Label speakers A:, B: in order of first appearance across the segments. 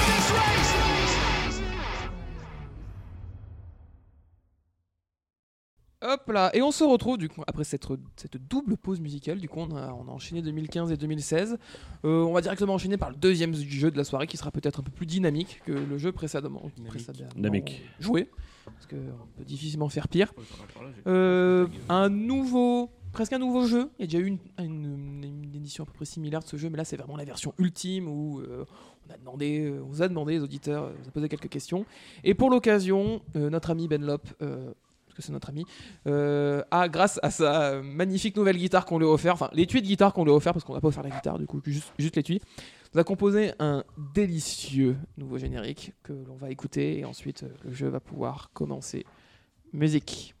A: of this race.
B: Hop là, et on se retrouve du coup après cette, cette double pause musicale. Du coup, on a, on a enchaîné 2015 et 2016. Euh, on va directement enchaîner par le deuxième jeu de la soirée qui sera peut-être un peu plus dynamique que le jeu précédemment. précédemment
C: Dynamique.
B: Joué, parce qu'on peut difficilement faire pire. Euh, un nouveau, presque un nouveau jeu. Il y a déjà eu une, une- une édition à peu près similaire de ce jeu, mais là c'est vraiment la version ultime où euh, on a demandé, euh, on vous a demandé les auditeurs, euh, on vous a posé quelques questions. Et pour l'occasion, euh, notre ami Ben Lop, euh, parce que c'est notre ami, euh, a grâce à sa euh, magnifique nouvelle guitare qu'on lui a offert, enfin les tuyaux de guitare qu'on lui a offert parce qu'on n'a pas offert la guitare du coup, juste, juste les tuyaux. Nous a composé un délicieux nouveau générique que l'on va écouter et ensuite euh, le jeu va pouvoir commencer. Musique.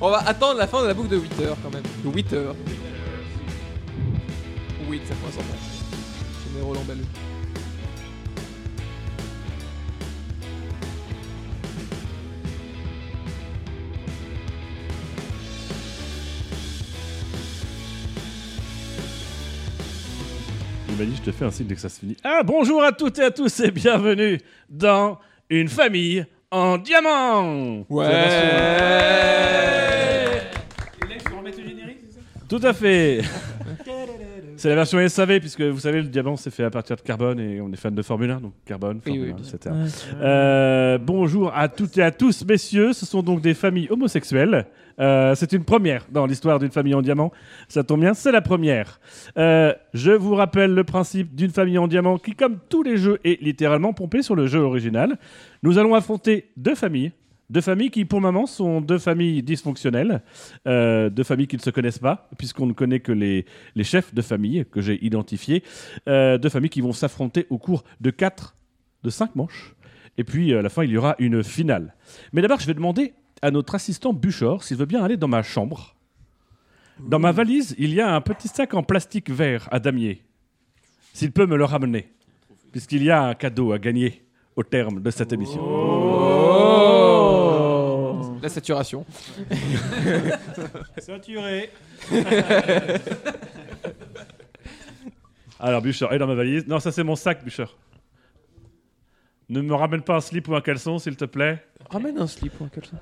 B: On va attendre la fin de la boucle de 8 heures quand même. De 8 heures. 8, ça pourrait s'en passer. Je mets Roland Bellu.
C: Il m'a dit, je te fais un signe dès que ça se finit. Ah, bonjour à toutes et à tous et bienvenue dans Une famille en diamant
D: Et là, il faut remettre le générique, c'est ça
C: Tout à fait C'est la version SAV, puisque vous savez, le diamant, c'est fait à partir de carbone et on est fan de Formule 1, donc carbone,
B: Oui, oui,
C: Formule 1,
B: bien sûr.
C: etc. Euh, bonjour à toutes et à tous, messieurs. Ce sont donc des familles homosexuelles. Euh, c'est une première dans l'histoire d'une famille en diamant. Ça tombe bien, c'est la première. Euh, je vous rappelle le principe d'une famille en diamant qui, comme tous les jeux, est littéralement pompé sur le jeu original. Nous allons affronter deux familles. Deux familles qui, pour le moment, sont deux familles dysfonctionnelles, euh, deux familles qui ne se connaissent pas, puisqu'on ne connaît que les, les chefs de famille que j'ai identifiés, euh, deux familles qui vont s'affronter au cours de quatre, de cinq manches. Et puis, euh, à la fin, il y aura une finale. Mais d'abord, je vais demander à notre assistant Buchor s'il veut bien aller dans ma chambre. Dans ma valise, il y a un petit sac en plastique vert à damier. S'il peut me le ramener, puisqu'il y a un cadeau à gagner au terme de cette émission. Oh
B: La saturation.
D: Ceinturé.
C: Alors, Buchor, est dans ma valise. Non, ça, c'est mon sac, Buchor. Ne me ramène pas un slip ou un caleçon, s'il te plaît.
B: Ramène un slip ou un caleçon.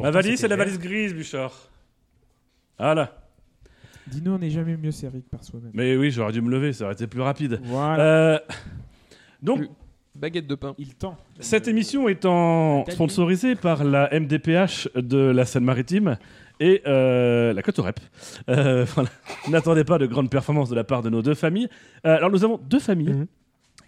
C: ma valise, c'est la valise grise, Buchor. Voilà.
D: Dino, on n'est jamais mieux servi que par soi-même.
C: Mais oui, j'aurais dû me lever, ça aurait été plus rapide.
D: Voilà.
C: Euh, donc,
B: Plus- Baguette de pain.
D: Il tend.
C: cette émission étant
D: tapis.
C: sponsorisée par la MDPH de la Seine-Maritime et euh, la Côte aux Reps. Euh, voilà. N'attendez pas de grandes performances de la part de nos deux familles. Euh, alors, nous avons deux familles
B: Mhm.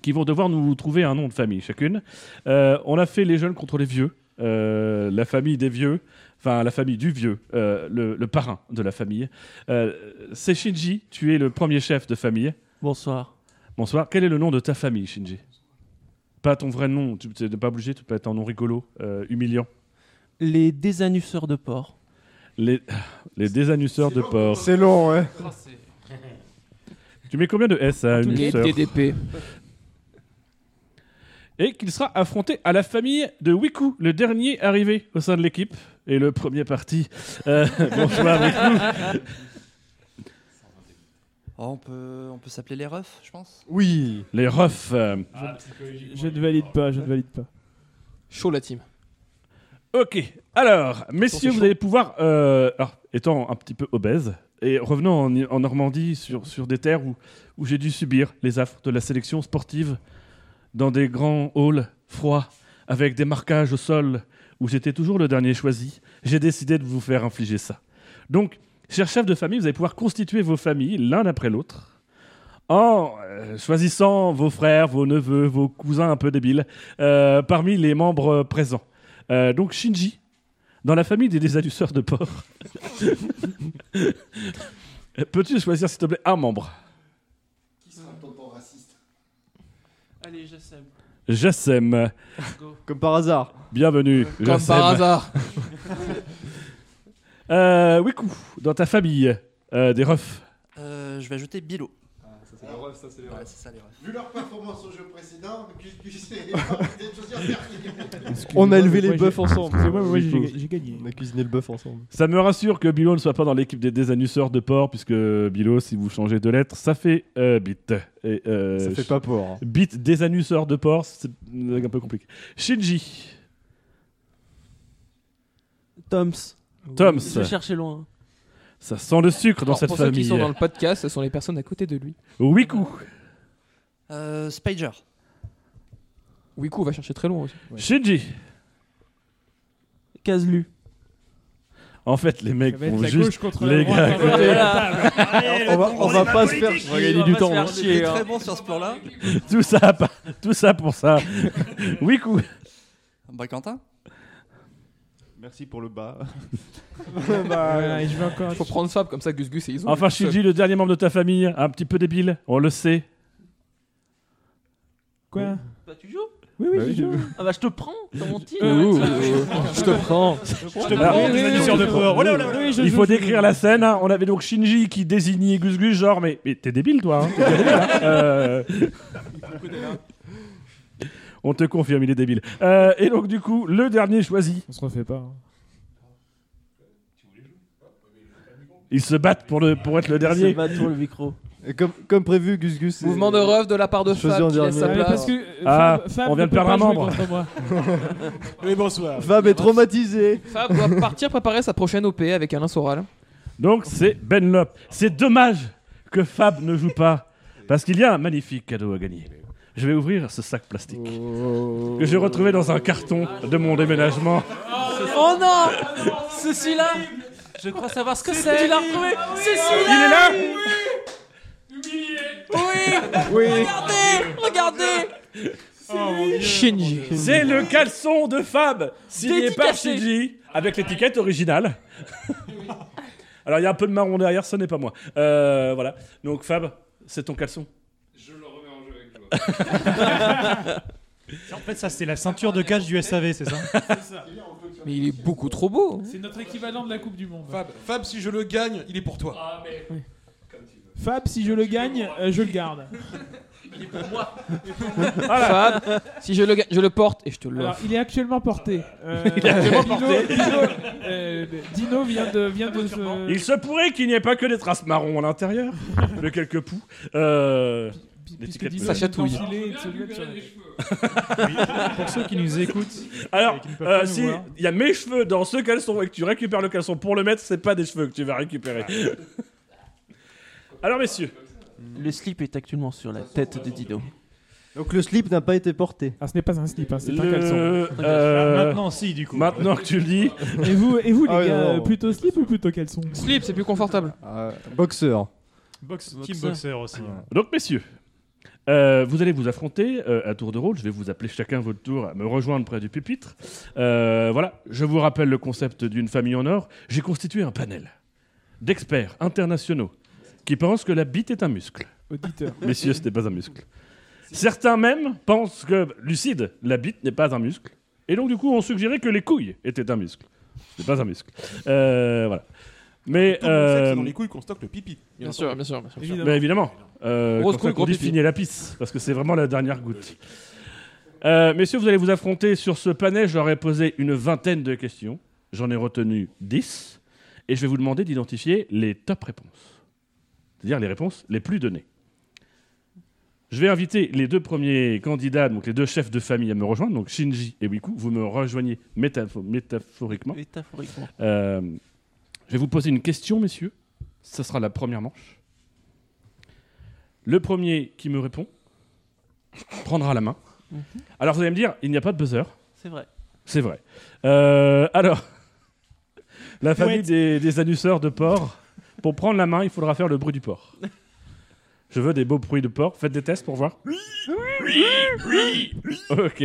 C: qui vont devoir nous trouver un nom de famille chacune. Euh, on a fait les jeunes contre les vieux, euh, la famille des vieux, enfin la famille du vieux, euh, le, le parrain de la famille. Euh, C'est Shinji, tu es le premier chef de famille.
E: Bonsoir.
C: Bonsoir. Quel est le nom de ta famille, Shinji Pas ton vrai nom. Tu n'es pas obligé. Tu peux être un nom rigolo, euh, humiliant.
E: Les désannusseurs de porc.
C: Les, les désannusseurs de porc.
F: C'est long, hein. ouais.
C: Tu mets combien de S
G: Ah,
C: à
B: Les
C: annusseur
B: TDP.
C: Et qu'il sera affronté à la famille de Wiku, le dernier arrivé au sein de l'équipe et le premier parti. Euh, bon choix, Wiku.
H: Oh, on peut, on peut s'appeler les refs, je pense.
F: Oui.
C: Les refs. euh,
F: Ah,
D: Je ne valide pas, je ne valide pas.
B: Chaud la team.
C: Ok, alors, messieurs,
B: c'est
C: vous
B: chaud.
C: allez pouvoir, euh, alors, étant un petit peu obèse, et revenant en, en Normandie sur, sur des terres où, où j'ai dû subir les affres de la sélection sportive, dans des grands halls froids, avec des marquages au sol, où j'étais toujours le dernier choisi, j'ai décidé de vous faire infliger ça. Donc, chers chefs de famille, vous allez pouvoir constituer vos familles l'un après l'autre, en euh, choisissant vos frères, vos neveux, vos cousins un peu débiles, euh, parmi les membres euh, présents. Euh, donc Shinji, dans la famille des désaduceurs de porc, peux-tu choisir s'il te plaît un membre
E: Allez, j'assume.
C: Jassem,
F: Comme par hasard.
C: bienvenue.
B: Comme par
C: Jassem.
B: hasard.
C: Euh, Wiku, dans ta famille euh, des refs.
H: Euh, je vais ajouter Bilo.
F: Ah, Ça, c'est les refs, ça, c'est les
H: Ouais, c'est ça les refs.
I: Vu leur performance au jeu précédent, Gus-Gus est parti de choisir dernier.
F: On a élevé les bœufs ensemble.
D: Excusez-moi, mais moi,
F: Du coup,
D: j'ai j'ai gagné.
F: On a cuisiné le bœuf ensemble.
C: Ça me rassure que Bilo ne soit pas dans l'équipe des désanuceurs de porc, puisque Bilo, si vous changez de lettre, ça fait euh, bit. Et, euh,
F: Ça fait pas hein. peur.
C: Bit désanuceur de porc, c'est un peu compliqué. Shinji,
E: Toms.
C: Toms,
E: Je vais chercher loin.
C: ça sent le sucre dans
B: Alors,
C: cette
B: pour ceux
C: famille.
B: qui sont dans le podcast, ce sont les personnes à côté de lui.
C: Wiku,
H: Euh, Spager.
B: Wiku va chercher très loin aussi.
C: Shinji.
E: Caselu.
C: En fait, les mecs
D: va être
C: vont
D: la
C: juste.
D: gauche contre
C: les
D: la
C: gars,
D: droite. hein,
C: écoutez.
F: On va, on va pas se faire. On va gagner du temps. hein.
H: Il est très bon sur ce plan-là.
C: Tout ça, pa- tout ça pour ça. Wiku.
H: Bah Quentin.
F: Merci pour le bas.
D: Voilà, et je vais encore.
B: Il Bah, faut prendre Fab, comme ça Gus Gus et Iso.
C: Enfin, Shinji, le dernier membre de ta famille, un petit peu débile, on le sait.
D: Quoi
E: Bah, tu joues
D: Oui,
F: Bah oui,
D: oui, je joue.
E: Ah, bah, je te prends dans mon
G: Euh,
E: team. hein.
D: euh,
B: Je te prends.
C: Je te parle.
B: oui, oui,
D: oui,
C: de
D: oui,
C: porc.
D: oui,
C: Oh là là,
D: oui,
C: oh là.
D: oui, je
C: Il
D: joue,
C: faut
D: je joue.
C: décrire la scène. hein. On avait donc Shinji qui désignait Gus Gus, genre, mais, mais t'es débile, toi. hein. T'es bien débile, hein. Euh, On te confirme, il est débile. Euh, et donc, du coup, le dernier choisi.
D: On se refait pas. hein.
C: Ils se battent pour, le, pour être le
E: Dernier.
C: dernier.
E: va tourner le micro.
F: Et Comme, comme prévu, Gus Gus. est-
B: Mouvement de ref de la part de
F: Choisis
B: Fab
F: en
B: qui laisse sa
F: dernier.
D: Ouais,
B: place.
D: parce que, euh,
C: Ah,
D: Fab- Fab
C: on vient de
D: ne peut
C: perdre
D: pas
C: un
D: jouer
C: membre.
D: contre moi.
I: Mais bonsoir.
F: Fab est traumatisé.
B: Fab doit partir préparer sa prochaine OP avec Alain Soral.
C: Donc c'est Ben Lop. C'est dommage que Fab ne joue pas, parce qu'il y a un magnifique cadeau à gagner. Je vais ouvrir ce sac plastique que j'ai retrouvé dans un carton de mon déménagement.
E: Oh non C'est celui-là Je crois savoir ce que c'est. Tu l'as retrouvé C'est
C: Il
E: celui-là
C: est là
E: Regardez Regardez
B: Shinji.
C: C'est le caleçon de Fab, signé par
E: Dédicacé.
C: Shinji, avec l'étiquette originale. Alors il y a un peu de marron derrière, ce n'est pas moi. Euh, voilà. Donc Fab, c'est ton caleçon.
D: Euh,
G: En fait, ça, c'est la ceinture de cage du SAV, c'est ça
B: Mais il est beaucoup trop beau.
D: C'est notre équivalent de la Coupe du Monde.
I: Fab, Fab, si je le gagne, il est pour toi.
D: Fab, si je le gagne, euh, je le garde.
B: Fab, si je le, ga- je le porte et je te
D: Alors,
B: l'offre.
D: il est actuellement porté.
C: Ah, bah.
D: il est actuellement porté. Dino, euh, Dino vient de. Vient de se-
C: Il se pourrait qu'il n'y ait pas que des traces marron à l'intérieur, mais quelques poux. Euh,
D: puisque
C: l'étiquette
D: Dino
C: Ça
D: vient de
B: chatouille.
D: l'enfiler et de se le mettre sur la-
G: Pour ceux qui nous écoutent,
C: Alors,
G: Et qui ne peuvent pas
C: euh,
G: nous
C: si
G: voir.
C: il y a mes cheveux dans ce caleçon et que tu récupères le caleçon pour le mettre, c'est pas des cheveux que tu vas récupérer. Alors, messieurs,
E: Le slip est actuellement sur la tête de Dido.
F: Donc le slip n'a pas été porté.
D: Ah, ce n'est pas un slip, hein, c'est un caleçon.
C: le- euh,
G: maintenant, si, du coup.
C: maintenant que tu le dis,
D: Et vous, et vous les
F: Ah ouais,
D: gars,
F: non,
D: euh,
F: non.
D: plutôt slip ou plutôt caleçon
B: Slip, c'est plus confortable.
F: boxeur.
G: Box,
E: Boxer.
G: team boxer aussi.
C: donc messieurs, euh, vous allez vous affronter euh, à tour de rôle. Je vais vous appeler chacun votre tour à me rejoindre près du pupitre. Euh, voilà, je vous rappelle le concept d'une famille en or. J'ai constitué un panel d'experts internationaux qui pensent que la bite est un muscle.
D: Auditeur.
C: Messieurs, ce n'est pas un muscle. Certains même pensent que, lucide, la bite n'est pas un muscle. Et donc, du coup, on suggérait que les couilles étaient un muscle. Ce n'est pas un muscle. Euh, voilà. Mais,
I: Tout le monde sait que
C: euh,
I: c'est dans les couilles qu'on stocke le pipi.
B: Bien sûr, bien sûr. bien sûr.
C: mais évidemment, euh,
B: Grosse
C: quand
B: couille,
C: on
B: gros
C: dit
B: pipi.
C: finir la pisse, parce que c'est vraiment la dernière goutte. Euh, messieurs, vous allez vous affronter sur ce panel. Je leur ai posé une vingtaine de questions. J'en ai retenu 10. Et je vais vous demander d'identifier les top réponses. C'est-à-dire les réponses les plus données. Je vais inviter les deux premiers candidats, donc les deux chefs de famille à me rejoindre, donc Shinji et Wiku. Vous me rejoignez métapho- métaphoriquement.
E: Métaphoriquement.
C: Euh, je vais vous poser une question, messieurs. Ça sera la première manche. Le premier qui me répond prendra la main. Alors vous allez me dire, il n'y a pas de buzzer.
E: Mhm. C'est vrai.
C: C'est vrai. Euh, alors, la famille des, des annusseurs de porc, pour prendre la main, il faudra faire le bruit du porc. Je veux des beaux bruits de porc. Faites des tests pour voir. Ok.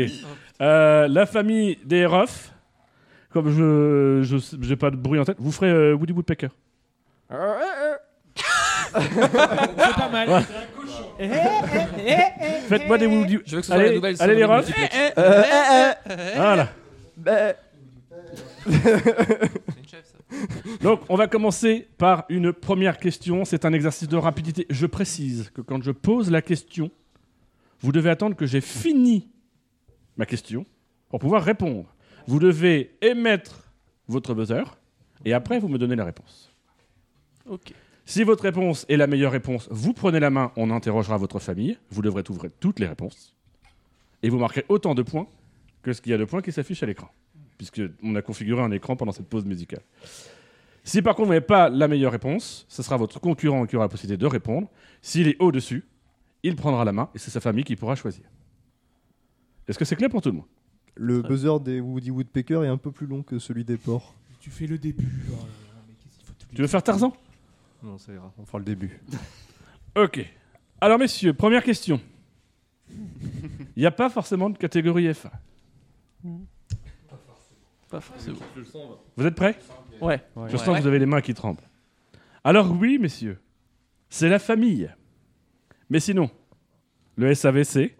C: Euh, la famille des refs, comme je je- j'ai pas de bruit en tête, vous ferez euh, Woody Woodpecker.
D: C'est pas mal.
C: Ouais.
D: Eh, eh,
C: Faites-moi des Woody.
B: Je veux que ce soit la
C: Allez,
B: nouvelle.
C: allez les Eh, Euh,
B: sonnerie
C: refs.
B: multiplex. eh,
C: Voilà. Bah.
E: C'est une chef, ça.
C: Donc, on va commencer par une première question. C'est un exercice de rapidité. Je précise que quand je pose la question, vous devez attendre que j'ai fini ma question pour pouvoir répondre. Vous devez émettre votre buzzer et après, vous me donnez la réponse.
E: Ok.
C: Si votre réponse est la meilleure réponse, vous prenez la main, on interrogera votre famille. Vous devrez ouvrir toutes les réponses et vous marquerez autant de points que ce qu'il y a de points qui s'affichent à l'écran, puisque on a configuré un écran pendant cette pause musicale. Si par contre vous n'avez pas la meilleure réponse, ce sera votre concurrent qui aura la possibilité de répondre. S'il est au-dessus, il prendra la main et c'est sa famille qui pourra choisir. Est-ce que c'est clair pour tout le monde
F: Le buzzer des Woody Woodpecker est un peu plus long que celui des porcs.
D: Tu fais le début. Oh là là, mais qu'est-ce qu'il faut tout
C: Tu veux faire Tarzan
F: Non, ça ira. On fera le début.
C: Ok. Alors messieurs, première question. Il n'y a pas forcément de catégorie F.
E: Pas forcément.
C: Vous êtes prêts
E: Ouais.
C: Je sens
E: Ouais.
C: que vous avez les mains qui tremblent. Alors oui, messieurs, c'est la famille. Mais sinon, le SAVC,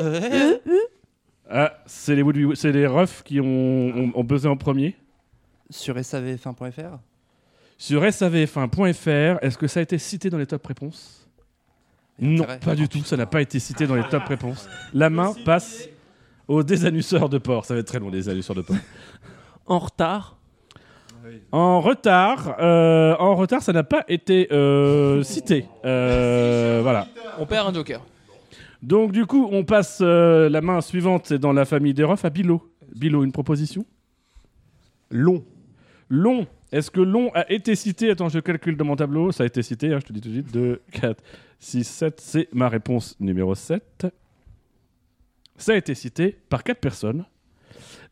H: Euh,
C: ah, c'est les, Woodby- c'est les refs qui ont, ont, ont buzzé en premier.
H: Sur savf1.fr
C: Sur savf1.fr, est-ce que ça a été cité dans les top réponses Non,
H: intérêt.
C: pas du tout, ça n'a pas été cité dans les top réponses. La main passe aux désannusseurs de porc. Ça va être très long, les désannusseurs de porc.
E: En retard.
C: En retard, euh, en retard, ça n'a pas été euh, cité. Euh, voilà.
B: On perd un joker.
C: Donc du coup, on passe euh, la main suivante c'est dans la famille des refs à Bilo. Bilo, une proposition
F: Long.
C: Long. Est-ce que long a été cité Attends, je calcule dans mon tableau. Ça a été cité, hein, je te dis tout de suite. 2, 4, 6, 7. C'est ma réponse numéro 7. Ça a été cité par 4 personnes.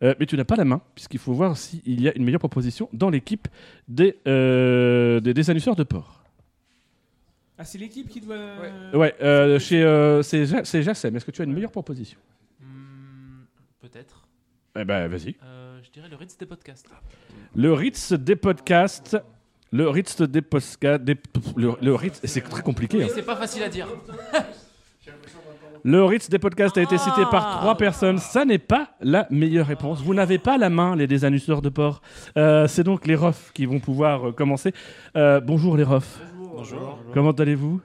C: Euh, mais tu n'as pas la main, puisqu'il faut voir s'il y a une meilleure proposition dans l'équipe des, euh, des, des annusseurs de porc.
D: Ah, c'est l'équipe qui doit.
C: Ouais, euh, chez, euh, c'est Ja- c'est Jassem. Est-ce que tu as une meilleure proposition
E: Hmm, Peut-être.
C: Eh ben, vas-y.
E: Euh, je dirais le Ritz des podcasts.
C: Le Ritz des podcasts. Le Ritz des podcasts. des- le, le Ritz, c'est très compliqué. hein.
E: Oui, c'est pas facile à dire.
C: Le Ritz des podcasts a été cité par
E: Ah.
C: trois personnes. Ça n'est pas la meilleure réponse. Vous n'avez pas la main, les désannusseurs de porc. Euh, c'est donc les refs qui vont pouvoir euh, commencer. Euh, bonjour les refs. Bonjour. Comment allez-vous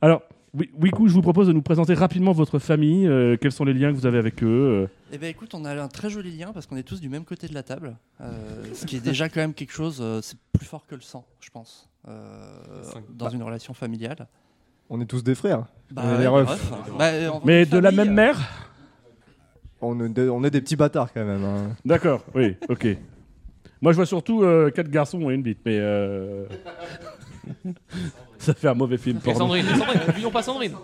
C: Alors, Wi- Wiku, je vous propose de nous présenter rapidement votre famille. Euh, quels sont les liens que vous avez avec eux euh.
H: Eh bien écoute, on a un très joli lien parce qu'on est tous du même côté de la table. Euh, ce qui est déjà quand même quelque chose, euh, c'est plus fort que le sang, je pense, euh, dans une relation familiale.
F: On est tous des frères.
H: Bah,
F: les refs.
H: refs. Bah, euh, en
C: Mais
H: fait,
C: de la
H: famille,
C: même mère
F: On est des, on est des petits bâtards quand même. hein.
C: D'accord, oui, ok. Moi, je vois surtout euh, quatre garçons et une bite, mais. euh, Ça fait un mauvais film
B: Et
C: porno.
B: Sandrine, et Sandrine, n'oublions pas Sandrine.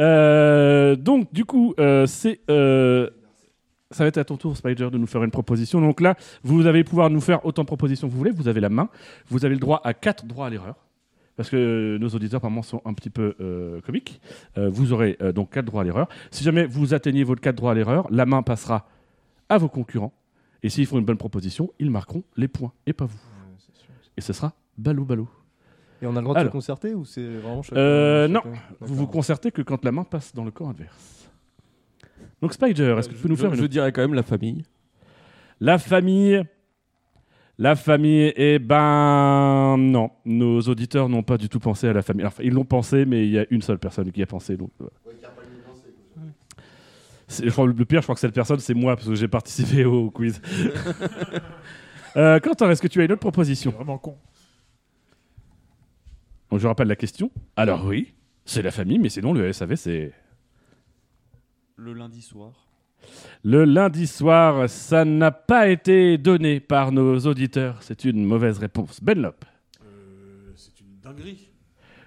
C: Euh, donc, du coup, euh, c'est. euh, Ça va être à ton tour, Spider, de nous faire une proposition. Donc là, vous allez pouvoir nous faire autant de propositions que vous voulez. Vous avez la main. Vous avez le droit à quatre droits à l'erreur. Parce que euh, nos auditeurs, par moment, sont un petit peu euh, comiques. Euh, vous aurez euh, donc quatre droits à l'erreur. Si jamais vous atteignez votre quatre droits à l'erreur, la main passera à vos concurrents. Et s'ils font une bonne proposition, ils marqueront les points et pas vous. Et ce sera ballot ballot.
F: Et on a le droit de
C: Alors.
F: se concerter ou c'est vraiment chacun-
C: Euh, non.
F: chacun
C: Vous vous
F: D'accord.
C: concertez que quand la main passe dans le corps adverse. Donc Spider, est-ce que tu peux nous faire une...
J: dirais quand même la famille.
C: La famille... La famille, eh ben non, nos auditeurs n'ont pas du tout pensé à la famille. Enfin, ils l'ont pensé, mais il y a une seule personne qui y a pensé. Donc, voilà. C'est- je crois, le pire, je crois que cette personne, c'est moi, parce que j'ai participé au quiz. euh, Quentin, est-ce que tu as une autre proposition
D: Vraiment con.
C: Donc je rappelle la question. Alors oui, c'est la famille, mais sinon le SAV c'est
F: Le lundi soir.
C: le lundi soir. Ça n'a pas été donné par nos auditeurs. C'est une mauvaise réponse. Ben Benlop.
J: Euh, C'est une dinguerie.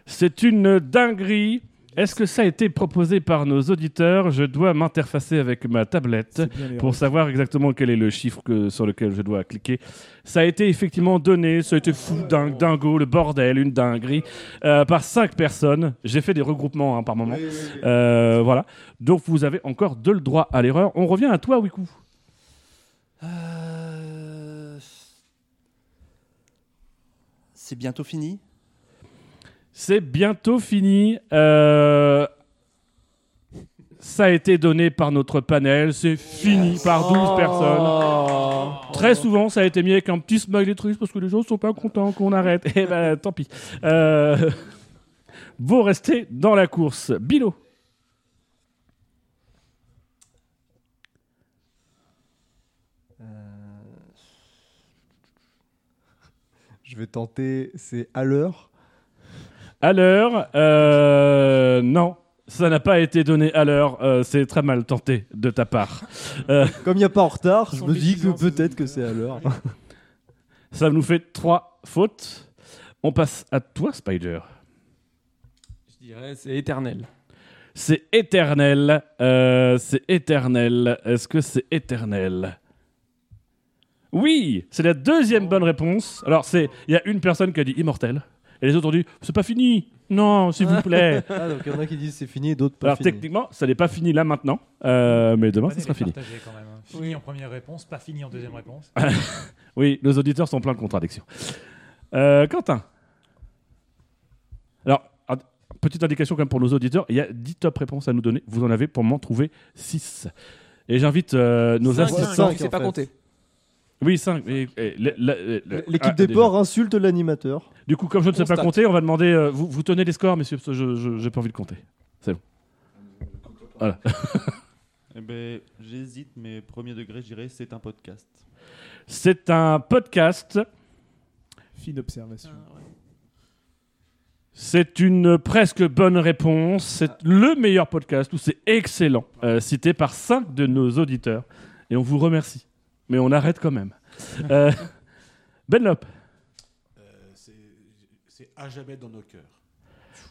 C: C'est une dinguerie. Est-ce que ça a été proposé par nos auditeurs Je dois m'interfacer avec ma tablette
D: bien les
C: pour savoir exactement quel est le chiffre que- sur lequel je dois cliquer. Ça a été effectivement donné, ça a été fou, dingue, dingo, le bordel, une dinguerie, euh, par cinq personnes. J'ai fait des regroupements hein, par moment.
J: Oui, oui, oui.
C: Euh, voilà. Donc vous avez encore deux le droit à l'erreur. On revient à toi, Wiku.
H: Euh, C'est bientôt fini.
C: C'est bientôt fini. Euh, Ça a été donné par notre panel. C'est fini par 12
H: Oh.
C: personnes. Très souvent, ça a été mis avec un petit smiley triste parce que les gens sont pas contents qu'on arrête. Eh ben, tant pis. Euh, Vous restez dans la course. Bilo.
F: Euh, Je vais tenter, c'est à l'heure.
C: À l'heure, euh, non, ça n'a pas été donné à l'heure. Euh, c'est très mal tenté de ta part. Euh,
F: Comme il n'y a pas en retard, je me dis que peut-être que c'est à l'heure.
C: ça nous fait trois fautes. On passe à toi, Spider.
E: Je dirais, c'est éternel.
C: C'est éternel. Euh, c'est éternel. Est-ce que c'est éternel Oui, c'est la deuxième bonne réponse. Alors, c'est il y a une personne qui a dit immortel et les autres ont dit c'est pas fini. Non, s'il vous plaît.
F: Ah, donc il y en a qui disent c'est fini et d'autres pas
C: Alors
F: fini.
C: techniquement, ça n'est pas fini là maintenant, euh, mais demain,
G: Allez,
C: ça sera
G: les
C: fini. Ah,
G: partager quand même, hein. Fini en première réponse, pas fini en deuxième réponse.
C: oui, nos auditeurs sont pleins de contradictions. Euh, Quentin. Alors, ad- petite indication quand même pour nos auditeurs, il y a 10 top réponses à nous donner. Vous en avez pour m'en trouver 6. Et j'invite euh, nos
B: Cinq,
C: assistants.
B: cinq,
F: cinq,
B: tu sais
F: en
B: pas
F: fait.
B: compter.
C: Oui, eh, 5. L'équipe
F: L'équipe des porcs insulte l'animateur.
C: ah, Du coup, comme je ne sais pas
B: constate.
C: compter, on va demander. euh, vous, vous tenez les scores, messieurs, parce que je- je j'ai pas envie de compter. C'est bon. Voilà.
F: Eh ben, j'hésite, mais premier degré, je dirais c'est un podcast.
C: C'est un podcast.
D: Fine observation.
J: Ah,
C: C'est une presque bonne réponse. C'est le meilleur podcast où c'est excellent, euh, cité par cinq de nos auditeurs. Et on vous remercie. Mais on arrête quand même. Euh, Benlop,
J: Euh, c'est- c'est à jamais dans nos cœurs.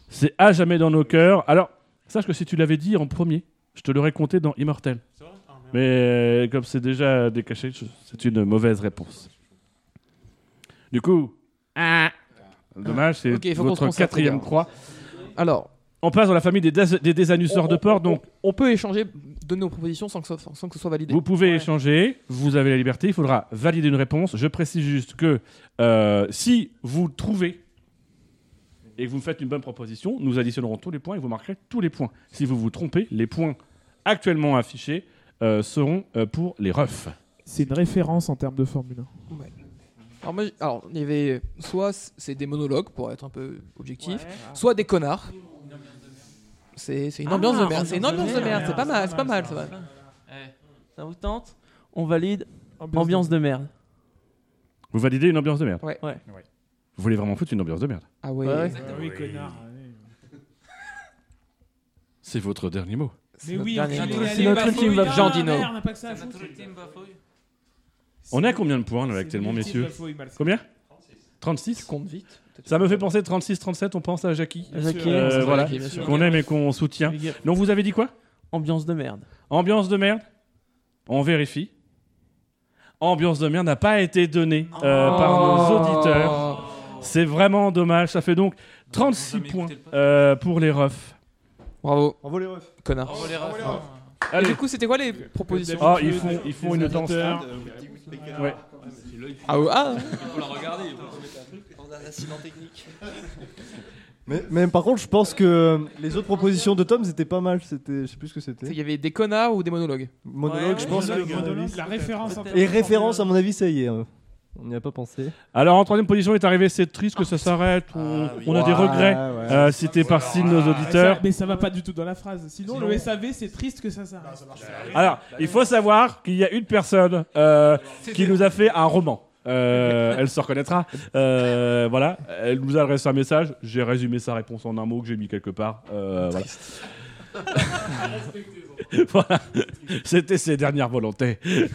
C: c'est à jamais dans nos cœurs. Alors, sache que si tu l'avais dit en premier, je te l'aurais compté dans Immortel.
J: C'est vrai Ah, merde.
C: Mais euh, comme c'est déjà décaché, je- c'est une mauvaise réponse. Du coup, ah, dommage, c'est
B: Ok, faut qu'on se
C: votre
B: concentre, les
C: quatrième
B: gars.
C: croix.
B: Alors,
C: On passe dans la famille des, dés- des désanuseurs
B: on-
C: de
B: on-
C: porc, donc
B: on, on peut échanger, donner nos propositions sans que, ce soit- sans que ce soit validé.
C: Vous pouvez
B: Ouais.
C: échanger, vous avez la liberté, il faudra valider une réponse. Je précise juste que euh, si vous trouvez et que vous me faites une bonne proposition, nous additionnerons tous les points et vous marquerez tous les points. Si vous vous trompez, les points actuellement affichés euh, seront euh, pour les refs.
D: C'est une référence en termes de Formule 1.
B: Alors, moi, j- alors, il y avait soit c- c'est des monologues pour être un peu objectif, soit des connards. C'est c'est une
D: Ah,
B: ambiance de merde. C'est une Ah, ambiance de merde. C'est pas mal. C'est pas mal. ça va.
E: Ça vous tente On valide ambiance de merde.
C: Vous validez une ambiance de merde.
B: Ouais.
E: Ouais.
C: Vous voulez vraiment foutre une ambiance de merde
B: Ah ouais.
E: Ouais.
D: Ah oui, connard. ouais.
C: C'est votre dernier mot.
B: C'est
D: Mais
B: notre
D: oui,
B: dernier
D: enculé,
B: mot.
D: allez,
B: C'est notre
D: bafouille,
B: ultime
D: ah,
B: Jean Dino.
D: merde, on a pas que ça à foutre.
C: On est à combien de points là
D: C'est
C: actuellement,
D: une
C: messieurs
D: bafouille, mal-
C: Combien
B: Tu
C: 36
B: comptes vite.
C: Ça me fait penser 36-37, on pense à Jackie.
E: Jackie,
C: Euh,
E: c'est vrai,
C: voilà,
B: Jackie, bien sûr.
C: qu'on aime et qu'on soutient. Donc vous avez dit quoi
E: Ambiance de merde.
C: Ambiance de merde On vérifie. Ambiance de merde n'a pas été donnée euh, par
B: Oh.
C: nos auditeurs. C'est vraiment dommage. Ça fait donc 36
F: jamais
C: points
F: écouté le
C: euh, pour les refs.
B: Bravo,
F: Bravo les refs.
B: connard. Et
C: Allez.
B: du coup, c'était quoi les propositions
C: Ah, ils font, ils font une danse. Ouais.
B: Ah, ouais, ah
H: On a un incident technique.
F: Mais, mais par contre, je pense que les autres propositions de Tom, c'était pas mal. C'était, je sais plus ce que
B: il
F: c'était.
B: y avait des connards ou des monologues.
F: Monologue,
E: Ouais,
F: je
E: ouais,
F: pense.
D: Le monologue,
G: Monologue,
D: La référence en termes
F: Et
D: de
F: référence, à
D: Formule
F: mon avis, ça y est. euh, On n'y a pas pensé.
C: Alors en troisième position est arrivé. C'est triste que ça s'arrête. On,
H: Ah, oui.
C: on a des
F: Ouais,
C: regrets.
F: ouais.
C: Euh, cités par six de nos
D: 1.
C: auditeurs.
D: Mais ça va pas du tout dans la phrase. Sinon, le SAV, c'est triste que ça s'arrête.
C: Alors, il faut savoir qu'il y a une personne euh, qui nous a fait un roman. Euh, elle se reconnaîtra. Euh, voilà, elle nous a adressé un message. J'ai résumé sa réponse en un mot que j'ai mis quelque part. Euh, voilà. voilà, c'était ses dernières volontés.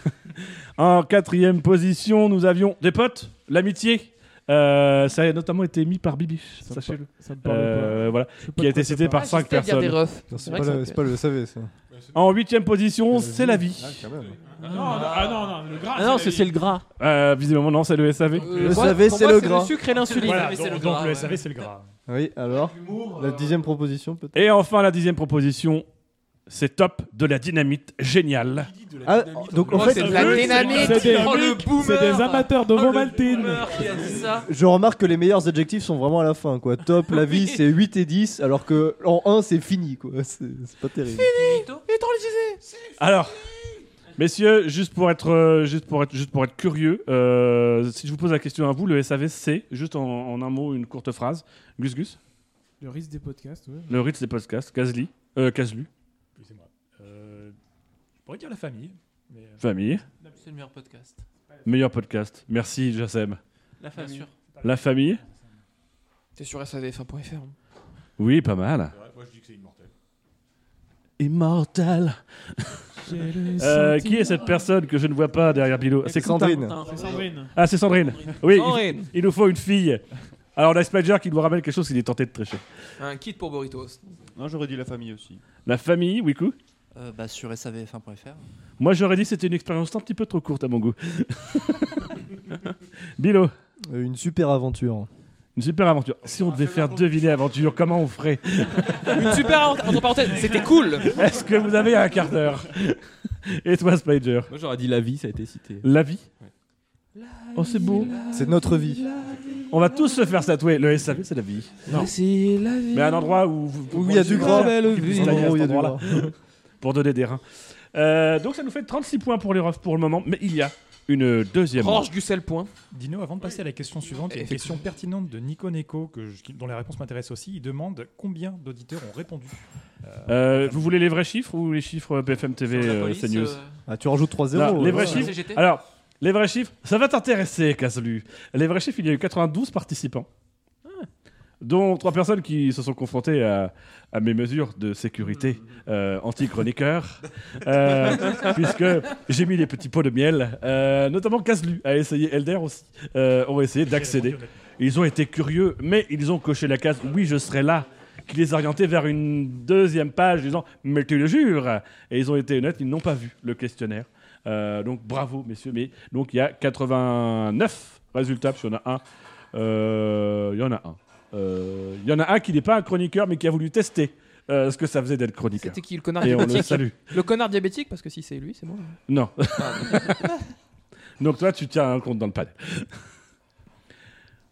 C: en quatrième position, nous avions des potes, l'amitié. Euh, ça a notamment été mis par Bibiche,
F: Ça me
C: sachez-le.
F: par- ça me parle
C: Euh,
F: pas.
C: voilà,
F: Je
C: qui a
F: sais pas de quoi
C: été
F: ça
C: cité
F: parle.
C: par
F: Ah,
C: 5
F: j'étais à
C: personnes.
F: des refs. Non, c'est C'est pas vrai que le- ça c'est pas le savez, ça. Ah,
C: En huitième
D: Euh,
C: position, c'est la vie.
D: Non, non, ah non, non, le gras.
C: Ah non,
D: c'est la
C: c'est
D: vie.
C: le gras. Euh, visiblement, non, c'est le SAV.
F: Le SAV, c'est le gras.
G: Voilà, donc- donc le SAV, c'est le gras.
F: Oui, alors La dixième proposition, peut-être.
C: Et enfin, la dixième proposition, c'est top de la dynamite géniale.
F: Ah, donc en fait,
D: C'est des amateurs de Vomaltine.
F: Je remarque que les meilleurs adjectifs sont vraiment à la fin, quoi. Top, la vie, c'est 8 et 10, alors que en 1, c'est fini, quoi. C'est c'est pas terrible.
C: Alors, messieurs, juste pour être, euh, juste pour être, juste pour être curieux, euh, si je vous pose la question à vous, le SAV, c'est juste en, en un mot, une courte phrase. Gus Gus,
D: Le risque des podcasts, ouais.
C: le rythme des podcasts, Casli, euh, Caslu,
G: C'est moi. Euh, je pourrais dire la famille. Mais... euh,
C: famille,
E: C'est le meilleur podcast.
C: meilleur podcast. Merci, Jassem.
E: La famille.
C: La famille,
B: T'es sur savf1.fr. hein.
C: oui, pas mal.
J: Moi, je dis que c'est immortel.
C: Immortal. Euh, qui est cette personne que je ne vois pas derrière Bilo C'est Quentin.
F: Sandrine.
D: C'est Sandrine.
C: Ah, c'est Sandrine. Oui, il-
B: Sandrine.
C: Il, nous faut une fille. Alors, Nice Badger qui nous ramène quelque chose qu'il est tenté de tricher.
B: Un kit pour Boritos.
H: Non, j'aurais dit la famille aussi.
C: La famille, Wiku
H: bah, sur savf1.fr.
C: Moi, j'aurais dit que c'était une expérience un petit peu trop courte à mon goût. Bilo,
F: Euh, Une super aventure.
C: une super aventure. Si on devait faire deviner l'aventure, comment on ferait
B: Une super entre parenthèses, c'était cool.
C: Est-ce que vous avez un quart d'heure Et toi, Spider
K: Moi j'aurais dit la vie, ça a été cité.
C: La vie Oh, c'est beau.
F: C'est notre vie.
C: On va tous se faire tatouer. Le SAV, c'est la vie.
B: Non. C'est la vie.
C: Mais à un endroit où vous,
F: Où il y a du gras.
C: Qui puisse tailler à
F: Où il y a
C: cet
F: du
C: endroit-là.
F: gras.
C: pour donner des reins. Euh, donc ça nous fait 36 points pour les refs pour le moment, mais il y a une deuxième.
B: Orange du sel point.
G: Dino, avant de passer à la question suivante, une
B: Effectivement.
G: question pertinente de Nico Neko, que je- qui- dont les réponses m'intéressent aussi. Il demande combien d'auditeurs ont répondu.
C: Euh, vous voulez les vrais chiffres ou les chiffres BFM TV
G: Sur la
C: euh,
G: police,
C: CNews
G: euh,
F: Ah, tu rajoutes 3-0,
C: Non, Les
F: ouais.
C: vrais
F: Ouais.
C: chiffres.
F: CGT.
C: Alors, les vrais chiffres, ça va t'intéresser, Caslu. Les vrais chiffres, il y a eu 92 participants, dont trois personnes qui se sont confrontées à, à mes mesures de sécurité euh, anti-chroniqueur, euh, puisque j'ai mis les petits pots de miel. Euh, notamment Caslu a essayé, Elder aussi, euh, ont essayé d'accéder. Ils ont été curieux, mais ils ont coché la case oui, je serai là qui les orientait vers une deuxième page disant mais tu le jures et ils ont été honnêtes ils n'ont pas vu le questionnaire Euh, donc bravo messieurs mais donc il y a 89 résultats puis il y en a un euh, il y en a un Euh, il y en a un qui n'est pas un chroniqueur mais qui a voulu tester euh, ce que ça faisait d'être chroniqueur
B: C'était qui le connard
C: et on
B: diabétique
C: le salue
B: Le Ah, connard diabétique, parce que si c'est lui, c'est bah, moi.
C: non. Donc toi, tu tiens un compte dans le pad.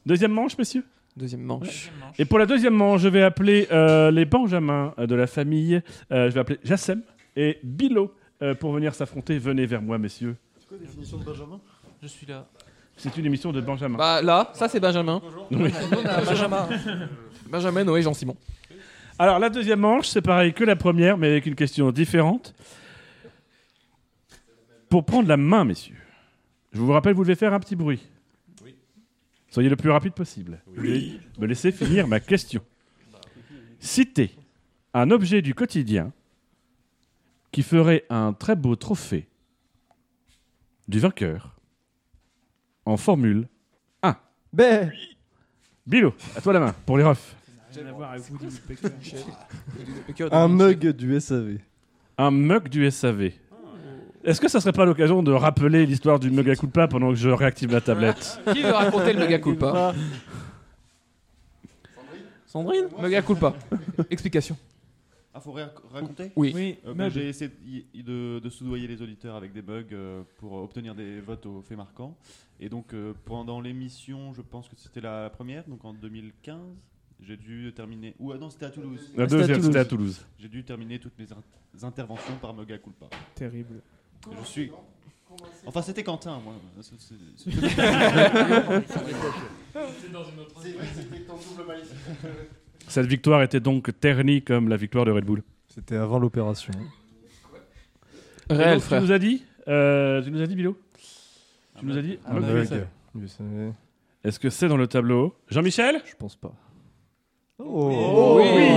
C: Deuxième manche, messieurs
B: Deuxième manche.
C: Et pour la deuxième manche, je vais appeler euh, les Benjamins euh, de la famille. Euh, je vais appeler Jassem et Bilo euh, pour venir s'affronter. Venez vers moi, messieurs.
I: C'est quoi la définition de Benjamin
E: Je suis là.
C: C'est une émission de Benjamin.
B: Bah là, ça c'est Benjamin.
C: Oui.
E: Benjamin.
B: Benjamin, Noé, Jean-Simon.
C: Alors la deuxième manche, c'est pareil que la première, mais avec une question différente. Pour prendre la main, messieurs, je vous rappelle, vous devez faire un petit bruit. Soyez le plus rapide possible.
J: Oui.
C: Me laissez finir ma question. Citez un objet du quotidien qui ferait un très beau trophée du vainqueur en Formule 1.
F: Ben.
C: Bilo, à toi la main pour les refs.
D: Rien à voir avec Woody Woodpecker.
F: Un mug du SAV.
C: Un mug du SAV. Est-ce que ça serait pas l'occasion de rappeler l'histoire du mug à culpa pendant que je réactive la tablette
B: Qui veut raconter le mega culpa Sandrine Mega culpa. Explication.
L: Ah, faut ré- raconter
B: Oui.
D: Oui,
L: Euh,
D: mais-
L: bah, J'ai essayé y- y- de, de soudoyer les auditeurs avec des bugs euh, pour obtenir des votes aux faits marquants. Et donc, euh, pendant l'émission, je pense que c'était la première, donc en 2015, j'ai dû terminer. Ou ah non, c'était à Toulouse.
C: La deuxième, c'était à Toulouse.
L: J'ai dû terminer toutes mes in- interventions par Moga Culpa.
D: Terrible.
L: Je suis. Enfin, c'était Quentin, moi. C'est- c'est- c'est-
I: C'est vrai, c'était ton double malice.
C: Cette victoire était donc ternie comme la victoire de Red Bull.
F: C'était avant l'opération.
C: Et
B: Réel,
C: donc,
B: frère.
G: Ah,
C: Tu nous as dit, euh, tu nous as dit, Bilo Tu nous as dit
F: Un mug. Je savais.
C: Est-ce que c'est dans le tableau Jean-Michel
F: Je pense pas.
C: Oh, oui.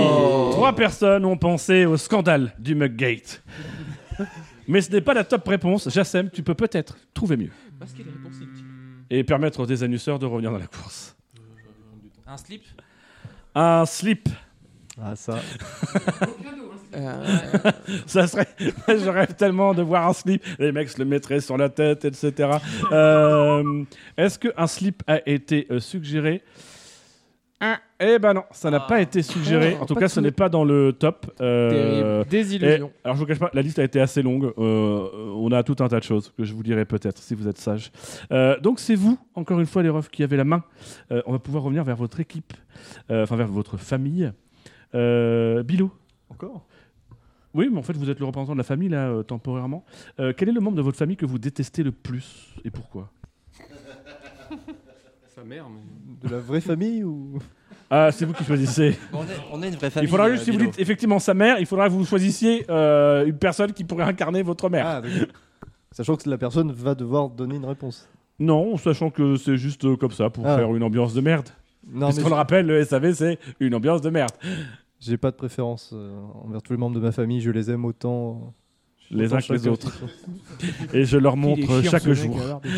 C: Trois personnes ont pensé au scandale du Muggate. Mais ce n'est pas la top réponse. Jassem, tu peux peut-être trouver mieux
B: Parce qu'il a répondu.
C: et permettre aux désannusseurs de revenir dans la course.
E: Un slip
C: Un slip. Euh,
F: Ah ça.
C: ça serait. Je rêve tellement de voir un slip. Les mecs se le mettraient sur la tête, etc. Euh, Est-ce que un slip a été euh, suggéré Hein Eh ben non, ça n'a pas été suggéré.
B: Ah,
C: en tout
B: pas
C: cas,
B: de
C: ce n'est pas dans le top. Euh,
B: Terrible. Désillusion.
C: et- alors je vous cache pas, la liste a été assez longue. Euh, euh, on a tout un tas de choses que je vous dirai peut-être si vous êtes sage. Euh, donc c'est vous, encore une fois, les refs qui avez la main. Euh, on va pouvoir revenir vers votre équipe, euh, enfin vers votre famille. Euh, Bilo.
F: Encore
C: Oui, mais en fait, vous êtes le représentant de la famille là, euh, temporairement. Euh, quel est le membre de votre famille que vous détestez le plus et pourquoi
L: Sa mère, mais.
F: De la vraie famille ou
C: Ah, c'est vous qui choisissez.
H: On est- on est une vraie famille,
C: Il faudra
H: euh,
C: juste, si vous
H: Bilo.
C: dites effectivement sa mère, il faudra que vous choisissiez euh, une personne qui pourrait incarner votre mère.
F: Ah, Sachant que la personne va devoir donner une réponse.
C: Non, sachant que c'est juste euh, comme ça pour
F: Ah.
C: faire une ambiance de merde.
F: Non,
C: Parce
F: mais
C: qu'on
F: je-
C: le rappelle, le SAV c'est une ambiance de merde.
F: J'ai pas de préférence euh, envers tous les membres de ma famille. Je les aime autant. euh,
C: Les
F: autant
C: uns que les
F: chacun.
C: autres. Et je leur
F: Il est
C: montre
F: chiant,
C: chaque
F: ce mec,
C: jour.
F: alors, des-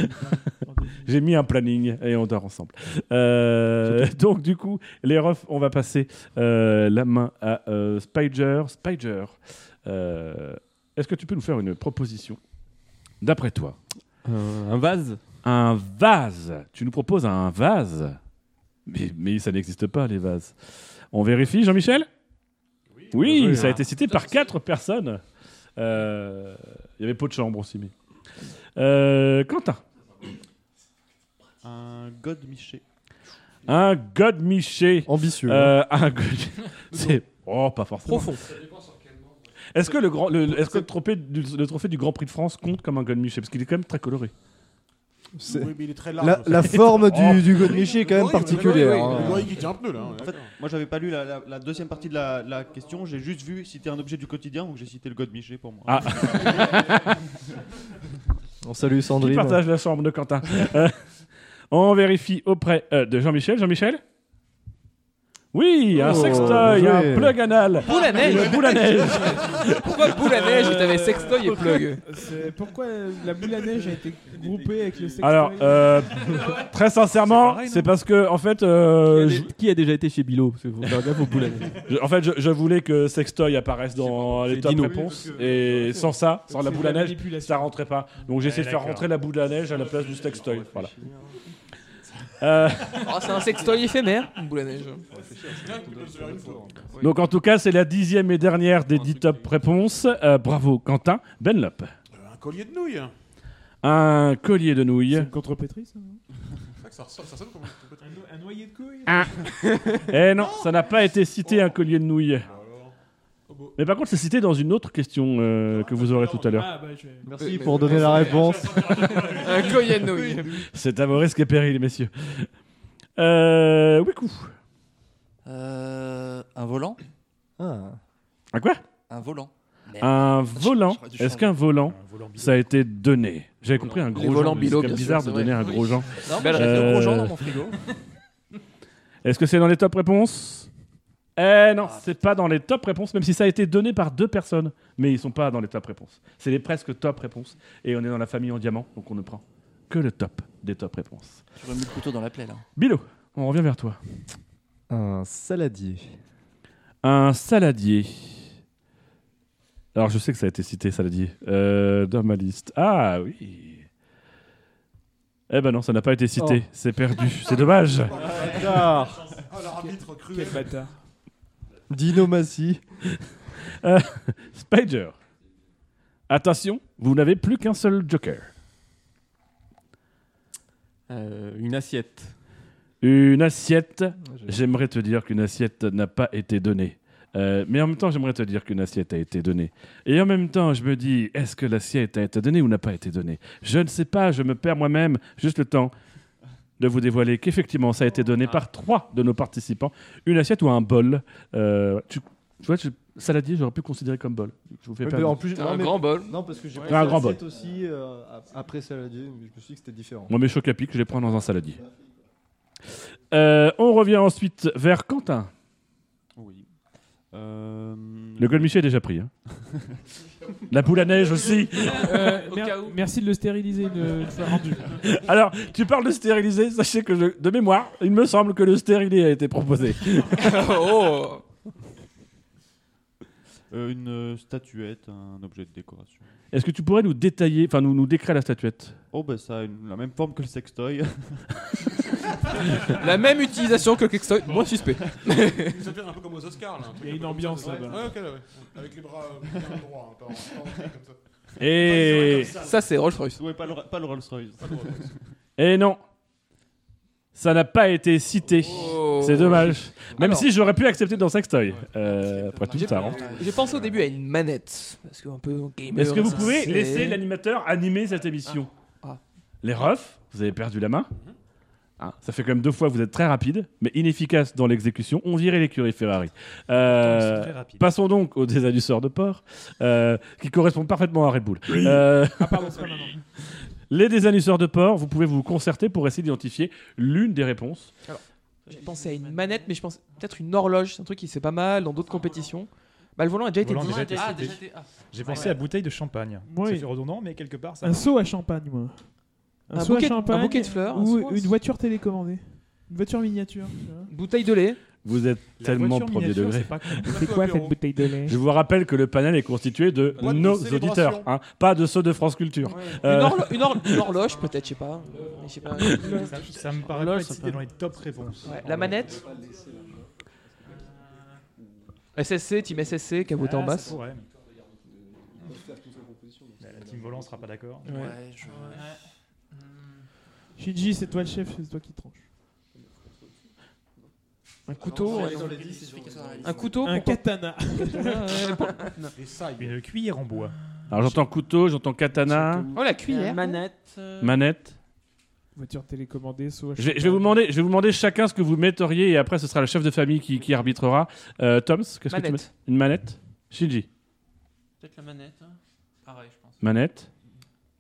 C: J'ai mis un planning et on dort ensemble. Euh, donc du coup, les refs, on va passer euh, la main à euh, Spider. Spider, euh, est-ce que tu peux nous faire une proposition D'après toi
L: Un vase
C: Un vase Tu nous proposes un vase mais, mais ça n'existe pas, les vases. On vérifie, Jean-Michel Oui,
L: bien
C: ça
L: joué.
C: a été cité par quatre personnes. Euh, Il y avait pas de chambre aussi, mais... Euh, Quentin
L: Un god miché.
C: Un God Miché.
F: Ambitieux. hein.
C: Euh, un God. C'est. Oh, pas forcément.
B: Profond.
C: Est-ce que, le, grand, le, est-ce que le, trophée, du- le trophée du Grand Prix de France compte comme un God Miché Parce qu'il est quand même très coloré.
F: C'est-
J: Oui, mais il est très large,
F: la,
J: ça.
F: la forme du,
J: Oh.
F: du godemiché est quand même
J: Oui,
F: particulière. hein.
L: En fait, moi, j'avais pas lu la, la- la deuxième partie de la, la question. J'ai juste vu citer un objet du quotidien, donc j'ai cité le god miché pour moi.
C: Ah.
B: Ah.
F: On salue Sandrine.
C: Qui partage la chambre de Quentin. Euh, on vérifie auprès euh, de Jean-Michel. Jean-Michel Oui, un
B: Oh,
C: sextoy,
B: bien
C: un
B: joué.
C: plug anal.
B: Boule à neige.
C: Une boule à neige.
B: Pourquoi boule à neige et t'avais sextoy et
D: pourquoi-
B: plug
D: c'est- Pourquoi euh, la boule à neige a été groupée avec le sextoy
C: Alors, euh, très sincèrement, c'est parce que, en fait. euh, je-
K: Qui a déjà été chez Bilo Parce que faut faire gaffe aux poulets.
C: Je- en fait, je, je voulais que Sextoy apparaisse dans les
K: c'est
C: top
K: Dino.
C: réponses et sans ça, sans la
K: C'est
C: boule à
K: de la
C: neige, ça rentrait pas. Donc j'ai essayé
K: Ouais,
C: de faire
K: d'accord.
C: rentrer la boule à neige à la place du Sextoy. Voilà. Euh,
B: Oh, c'est un sextoy éphémère, une boule à neige.
J: hein.
C: donc en tout cas, c'est la dixième et dernière
K: Oh,
C: des dix top réponses. Euh, bravo Quentin Benlop.
J: Un collier de nouilles. hein.
C: Un collier de nouilles.
D: Contrepétrie, ça non
J: C'est vrai que Ça, ressemble- ça sonne comme un-
D: un, noyer de couilles
C: Ah. Eh non, ça n'a pas été cité un collier de nouilles. Mais par contre, c'est cité dans une autre question euh, que vous aurez tout à l'heure.
D: Ah, bah, je vais-
F: Merci pour donner la réponse.
B: Un collier de nouilles.
C: C'est à vos risques et périls, messieurs. Euh, Wikou.
H: Euh, un volant Ah.
C: Un quoi
H: Un volant. Merde.
C: Un volant.
H: J'aurais dû
C: Est-ce
H: changer.
C: qu'un volant, ça a été donné J'avais compris un
B: Les
C: gros
B: volants
C: genre, mais c'est
B: Bilo,
C: quand même
B: bien sûr,
C: bizarre
B: c'est
C: de
B: vrai.
C: donner un
B: Oui.
C: gros genre. Euh,
H: Non, mais j'avais un gros genre dans mon frigo.
C: Est-ce que c'est dans les top réponses Eh
H: Ah.
C: non, c'est pas dans les top réponses, même si ça a été donné par deux personnes. Mais ils sont pas dans les top réponses. C'est les presque top réponses. Et on est dans la famille en diamant, donc on ne prend que le top des top réponses.
H: J'aurais mis le couteau dans la plaie là.
C: Bilo, on revient vers toi.
F: Un saladier.
C: Un saladier. Alors je sais que ça a été cité, saladier, euh, dans ma liste. Ah oui. Eh ben non, ça n'a pas été cité.
F: Oh.
C: C'est perdu. C'est dommage.
F: Bâtard.
J: Ah, l'arbitre cruel.
D: Quel bâtard.
F: Dinomatie.
C: Euh, Spider. Attention, vous n'avez plus qu'un seul joker.
K: Euh, une assiette.
C: Une assiette. J'aimerais te dire qu'une assiette n'a pas été donnée. Euh, mais en même temps, j'aimerais te dire qu'une assiette a été donnée. Et en même temps, je me dis, est-ce que l'assiette a été donnée ou n'a pas été donnée Je ne sais pas, je me perds moi-même. Juste le temps de vous dévoiler qu'effectivement, ça a été donné par trois de nos participants. Une assiette ou un bol. Euh, tu, tu vois, tu- Saladier, j'aurais pu considérer comme bol. Je vous fais
F: Ouais,
C: perdre.
F: mais en plus, non, mais- Non, parce que j'ai pris
C: un grand bol.
F: aussi euh, ap- après saladier, mais je me suis dit que c'était différent.
C: Moi, mes chocs à pic, je les prends dans un saladier. Euh, on revient ensuite vers Quentin.
L: Oui. Euh,
C: Le Golmiché est déjà pris. hein. La boule à neige aussi.
D: Euh, mer- merci de le stériliser une, une fois rendu.
C: Alors, tu parles de stériliser. Sachez que je- de mémoire, il me semble que le stérilé a été proposé.
L: Oh.
B: Oh.
L: Euh, une euh, statuette, un objet de décoration.
C: Est-ce que tu pourrais nous détailler, enfin nous, nous décrire la statuette
L: Oh, bah ça a une- la même forme que le sextoy.
B: La même utilisation que le Kextoy, moi suspect.
J: Ça fait un peu comme aux Oscars là. un truc
D: Il y a une
J: comme ça.
D: ambiance,
J: Ouais,
D: là-bas.
J: Ouais, ok, ouais. Avec les bras euh, bien droits, un peu en- en- en- comme ça.
C: Et
B: ça, c'est Rolls Royce.
L: Ouais, pas le, pas le Rolls Royce.
C: Eh non, ça n'a pas été cité.
L: Oh.
C: C'est dommage. Même
B: Alors.
C: si j'aurais pu accepter dans Sextoy. Euh, après tout, ça rentre.
B: J'ai pensé au début à une manette, parce que un peu gamer.
C: Est-ce que vous
B: ça,
C: pouvez
B: c'est-
C: laisser l'animateur animer cette émission
B: Ah.
C: Les refs, vous avez perdu la main. Hein, ça fait quand même deux fois que vous êtes très rapide, mais inefficace dans l'exécution. On dirait l'écurie Ferrari. Euh,
G: Pourtant, ils sont très rapides.
C: passons donc au désert du sort de porc, euh, qui correspond parfaitement à Red Bull. Euh,
D: Ah, pardon, c'est pas maintenant.
C: les désannuisseurs de porc, vous pouvez vous concerter pour essayer d'identifier l'une des réponses.
B: Alors, j'ai pensé à une manette, mais je pense peut-être une horloge, c'est un truc qui c'est pas mal dans d'autres compétitions. Bah, le volant a déjà été Ah.
G: Volant,
B: dit.
G: déjà été cité. J'ai pensé à bouteille de champagne.
D: Oui.
G: C'est redondant, mais quelque part ça.
D: Un seau à champagne, moi.
B: Un
D: seau
B: bouquet-
D: à champagne.
B: un bouquet de fleurs, un
D: Ou
B: seau, un
D: une
B: seau.
D: voiture télécommandée. Une voiture miniature. tu vois.
B: Bouteille de lait.
C: Vous êtes
D: La
C: tellement
D: voiture
C: premier
D: miniature,
C: degré.
D: c'est pas cool. C'est quoi cette bouteille de lait
C: Je vous rappelle que le panel est constitué de
B: Boîte de
C: nos
B: célébration.
C: auditeurs, hein, pas de ceux de France Culture. Euh,
B: Une, horlo- une horlo- une horloge, peut-être, je sais pas. Mais je sais pas.
G: Ça- ça me paraît pas être cité dans les top réponses.
B: Ouais, la manette SSC, team SSC,
G: Ah,
B: cabotin en
G: ça
B: basse.
G: pourrait. Bah, La team volant sera pas d'accord.
B: Ouais.
H: Ouais, je-
D: Hmm. Shinji, c'est toi le chef, c'est toi qui tranche.
B: Un couteau,
D: Ah non,
B: ouais,
D: c'est
B: non.
D: dans les dix, c'est dans les dix.
B: un couteau, Ah,
D: Un
B: pourquoi-
D: katana.
B: Non.
G: Une cuillère en bois.
C: Alors j'entends couteau, j'entends katana,
B: Oh la cuillère.
E: Manette. euh,
C: manette.
D: Voiture télécommandée, seau à
C: Je vais, je
D: champagne.
C: vais vous demander, je vais vous demander chacun ce que vous metteriez et après ce sera le chef de famille qui, qui arbitrera. Euh, Toms, qu'est-ce que tu mets
E: Manette.
C: Une manette. Shinji,
E: Peut-être la manette. hein. Pareil, je pense.
C: manette.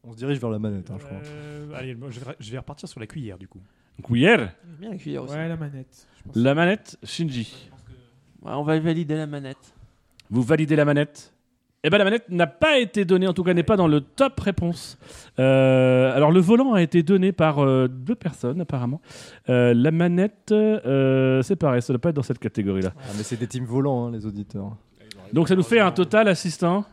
F: On se dirige vers la manette, hein, je crois.
G: Euh, allez, moi, je vais, je vais repartir sur la cuillère du coup.
C: Cuillère.
B: Bien la cuillère aussi.
D: Ouais, la manette. je pense.
C: La manette, Shinji.
E: Ouais, on va valider la manette.
C: Vous validez la manette. Eh ben la manette n'a pas été donnée, en tout cas n'est pas dans le top réponse. Euh, alors le volant a été donné par euh, deux personnes apparemment. Euh, la manette, euh, c'est pareil, ça ne doit pas être dans cette catégorie-là.
F: Ah, mais c'est des teams volants, hein, les auditeurs.
C: Donc ça nous fait un total assistant.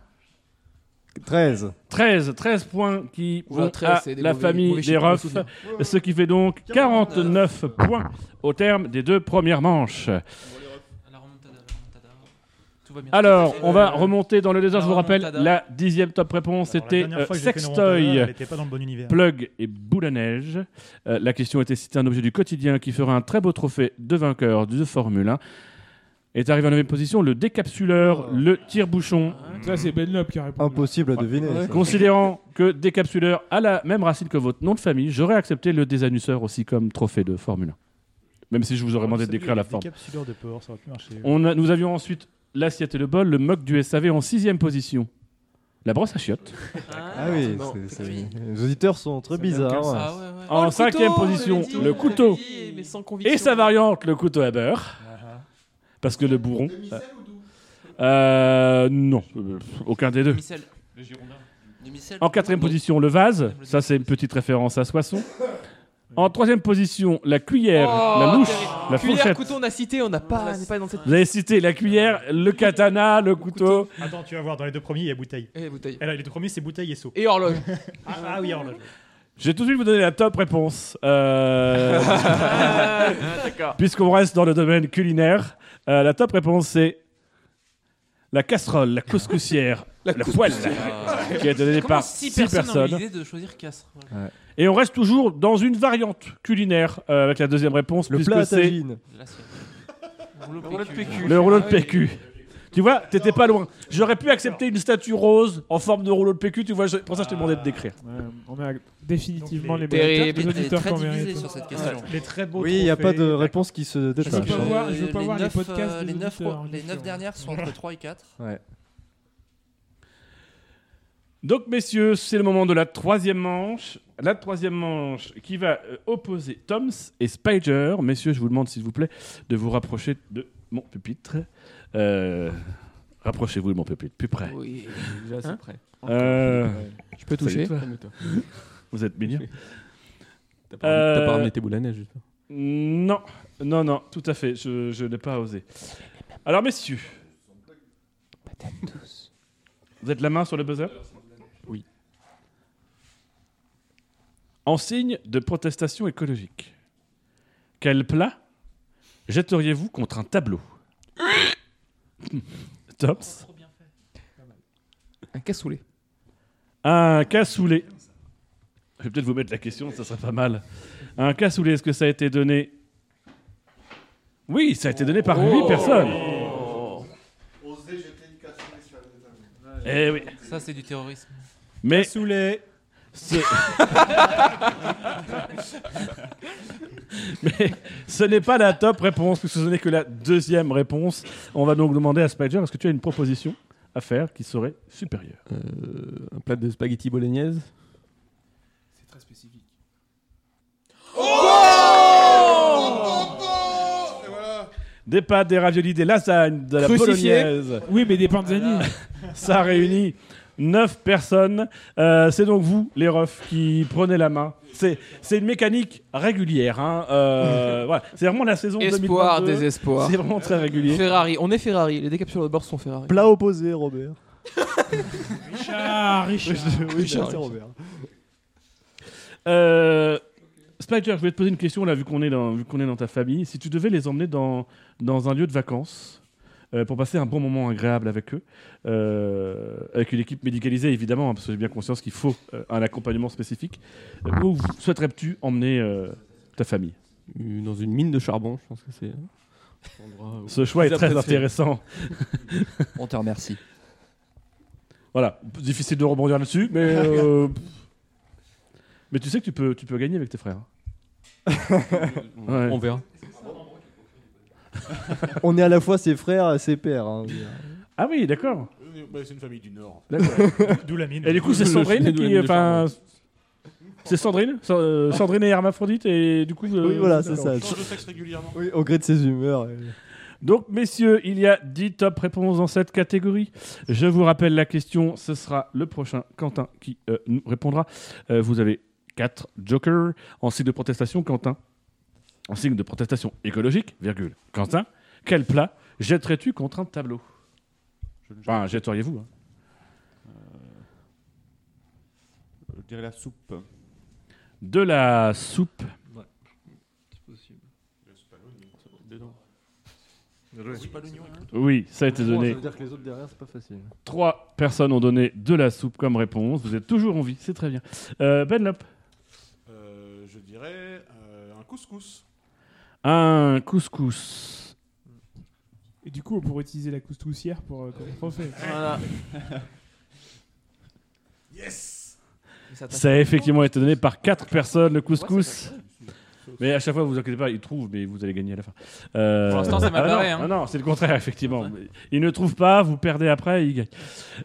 F: 13.
C: 13, 13 points qui
B: Oula,
C: vont
B: 13,
C: à
B: c'est des
C: la
B: mauvais-
C: famille
B: mauvais
C: des
B: chiffres,
C: refs,
B: mauvais
C: ce qui fait donc 49 points au terme des deux premières manches.
E: Tout va bien.
C: Alors,
E: Euh,
C: on va remonter dans le désordre.
E: la
C: Je vous rappelle,
E: remontada.
C: la dixième top réponse,
G: Alors, la
C: c'était
G: dernière
C: euh,
G: fois que j'ai fait une remontada,
C: Sextoy,
G: elle était pas dans le bon univers.
C: Plug et Boule à neige. Euh, la question était citer un objet du quotidien qui fera un très beau trophée de vainqueur de Formule 1. Est arrivé en 9 position le
G: Oh.
C: décapsuleur, le tire-bouchon,
D: Ah, Ça, c'est Benlop qui a répondu.
F: Impossible à deviner.
C: Ouais.
F: ça.
C: Considérant que décapsuleur a la même racine que votre nom de famille, j'aurais accepté le désannusseur aussi comme trophée de Formule 1. Même si je
D: Ah,
C: vous aurais demandé de décrire la forme.
G: Capsuleur de porc, ça aurait pu marcher.
C: On a- nous avions ensuite l'assiette et le bol, le mock du SAV en sixième position. La brosse à chiottes.
F: Ah oui, c'est- c'est- les auditeurs sont très bizarres. hein.
E: Ah ouais, ouais.
C: En
E: Oh, le
C: cinquième
E: couteau,
C: position,
E: on avait dit,
C: le
E: on
C: couteau.
E: avait dit, mais sans conviction.
C: Et sa variante, le couteau à beurre.
E: Ah,
C: Parce que le bourron. Euh, non, euh, aucun des deux.
E: Micelle.
L: Le Girondin.
C: En quatrième position, le vase. Ça, c'est une petite référence à Soissons. En troisième position, la cuillère,
B: Oh,
C: la louche,
B: terrible.
C: la
B: cuillère,
C: fourchette.
B: couteau, on a cité, on n'a pas, on n'est pas dans cette.
C: Vous avez cité la cuillère, le katana, le couteau.
G: Attends, tu vas voir, dans les deux premiers, il y a bouteille.
E: Eh,
B: Et bouteille.
G: les deux premiers, c'est bouteille et seau.
B: Et horloge.
G: Ah, ah oui, horloge.
C: Je vais tout de suite vous donner la top réponse. Euh,
B: d'accord.
C: Puisqu'on reste dans le domaine culinaire, euh, la top réponse c'est la casserole, la couscoussière, la, poêle, qui a été donnée
E: Ah. Comment
C: par
E: six
C: 6
E: personnes ont eu
C: personnes.
E: l'idée de choisir casserole
C: Et on reste toujours dans une variante culinaire euh, avec la deuxième réponse,
F: Le
C: puisque
F: plat à
C: c'est
F: tagine.
E: Rouleau de PQ.
C: le rouleau de PQ. Tu vois, t'étais pas loin. J'aurais pu accepter une statue rose en forme de rouleau de PQ, tu vois, je- pour ça je t'ai demandé de décrire.
D: on a définitivement
C: Donc,
D: les,
C: les-
D: les,
C: Terrible.
D: auditeurs
C: Très
D: qu'on
C: divisé
D: mérite.
H: sur cette question.
G: Les très beaux
F: Oui, il n'y a pas de
G: trophées,
F: réponse qui se
H: Je
F: détache.
H: veux pas voir-
D: je veux pas voir les
H: neuf,
D: podcasts
H: euh,
D: des
H: les 9
D: auditeurs, hein, bien sûr.
H: dernières sont entre 3 et 4.
F: Ouais.
C: Donc, messieurs, c'est le moment de la troisième manche. La troisième manche qui va euh, opposer Toms et Spider. Messieurs, je vous demande, s'il vous plaît, de vous rapprocher de mon pupitre. Euh, Rapprochez-vous de mon pupitre, plus près. Hein
K: Oui, déjà assez près.
C: Euh,
K: Je peux toucher
C: salut, toi.
K: Calme-toi.
C: Vous êtes mignon.
K: T'as pas, t'as pas ramené tes boules à neige, j'espère.
C: Euh, Non, non, non, tout à fait, je, je n'ai pas osé. Alors, messieurs. Vous êtes la main sur le buzzer
K: Oui.
C: En signe de protestation écologique, quel plat jetteriez-vous contre un tableau Tops.
B: Un cassoulet.
C: Un cassoulet. Je vais peut-être vous mettre la question, ça serait pas mal. Un cassoulet, est-ce que ça a été donné Oui, ça a été donné
E: Oh.
C: par huit personnes.
I: Oser jeter une cassoulet sur les amis.
C: Eh oui.
E: Ça, c'est du terrorisme.
C: Mais
G: Cassoulet.
C: Ce... Mais ce n'est pas la top réponse, puisque ce n'est que la deuxième réponse. On va donc demander à Spider, est-ce que tu as une proposition à faire qui serait supérieure
K: Euh, Un plat de spaghetti bolognaise
J: C'est très spécifique.
C: Des pâtes, des raviolis, des lasagnes, de la
D: Crucifié.
C: bolognaise. Euh,
D: Oui, mais des panzani.
C: Ça réunit 9 personnes. Euh, c'est donc vous, les refs, qui prenez la main. C'est, c'est une mécanique régulière. hein. Euh, voilà. C'est vraiment la saison
B: Espoir,
C: 2022.
B: désespoir.
C: C'est vraiment très régulier.
B: Ferrari, on est Ferrari. Les décapsuleurs de bord sont Ferrari.
F: Plat opposé, Robert.
D: Richard, Ah, Richard.
F: Richard, c'est
C: Richard.
F: Robert.
C: Euh, Spider, je voulais te poser une question là, vu qu'on est dans, vu qu'on est dans ta famille. Si tu devais les emmener dans, dans un lieu de vacances euh, pour passer un bon moment agréable avec eux, euh, avec une équipe médicalisée évidemment, hein, parce que j'ai bien conscience qu'il faut euh, un accompagnement spécifique, euh, où souhaiterais-tu emmener euh, ta famille
K: Euh, Dans une mine de charbon, je pense que c'est. hein, un endroit où-
C: Ce choix est
K: Vous
C: très
K: appréciez.
C: intéressant.
H: On te remercie.
C: Voilà, difficile de rebondir là-dessus, mais. euh, Mais tu sais que tu peux, tu peux gagner avec tes frères. hein. Ouais.
K: On verra.
F: On est à la fois ses frères et ses pères. hein.
C: Ah oui, d'accord.
J: Euh, bah, c'est une famille du Nord. en fait.
C: D'accord.
G: D'où la mine.
C: Et du coup, c'est
K: Le- le-
C: Sandrine
K: la mine
C: qui.
K: de
C: Enfin. C'est Sandrine Sa- euh, Sandrine et Hermaphrodite, et du coup. euh,
F: Oui, voilà, c'est ça.
J: On change de sexe régulièrement.
F: Oui, au gré de ses humeurs. et-
C: Donc, messieurs, il y a 10 top réponses dans cette catégorie. Je vous rappelle la question ce sera le prochain Quentin qui euh, nous répondra. Euh, vous avez 4 jokers en signe de protestation, Quentin. En signe de protestation écologique, virgule. Quentin, quel plat jetterais-tu contre un tableau
L: Je, ne-
C: Enfin, jetteriez-vous. hein.
L: je dirais la soupe.
C: De la soupe. Oui, ça a été donné.
F: dire que les autres derrière, c'est pas facile.
C: Trois personnes ont donné de la soupe comme réponse. Vous êtes toujours en vie, c'est très bien. Euh, ben Lop,
J: Euh, je dirais euh, un couscous.
C: un couscous.
D: Et du coup, on pourrait utiliser la coustoussière pour euh, comme trophée.
B: Voilà.
J: Yes
C: Ça a effectivement été donné par quatre personnes, le couscous. Mais à chaque fois, vous vous inquiétez pas, ils trouvent, mais vous allez gagner à la fin. Euh,
E: Pour l'instant, c'est mal
C: ah non,
E: barré, hein.
C: ah non, c'est le contraire, effectivement. Ils ne trouvent pas, vous perdez après, ils gagnent.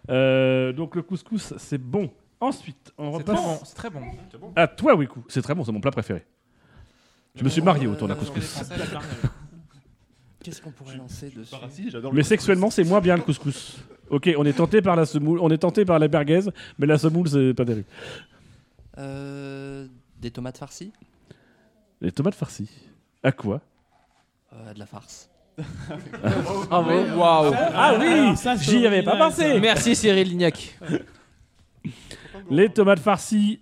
C: Euh, donc le couscous, c'est bon. Ensuite, on
E: C'est très bon,
C: repasse
E: c'est très bon.
J: C'est bon.
C: à toi, Wiku. C'est très bon, c'est mon plat préféré. Je me suis marié autour
E: Euh,
C: d'un couscous.
H: Qu'est-ce qu'on pourrait lancer dessus
L: Parasite, j'adore le
C: Mais
L: couscous.
C: sexuellement, c'est moins bien le couscous. Ok, on est tenté par la semoule, on est tenté par la merguez, mais la semoule, c'est pas terrible.
H: Euh, Des tomates farcies
C: Les tomates farcies. À quoi
H: Euh, De la farce.
B: Bravo. Waouh.
C: Ah oui
D: ça, c'est
C: J'y avais pas
D: original,
C: pensé
B: Merci Cyril Lignac.
C: Les tomates farcies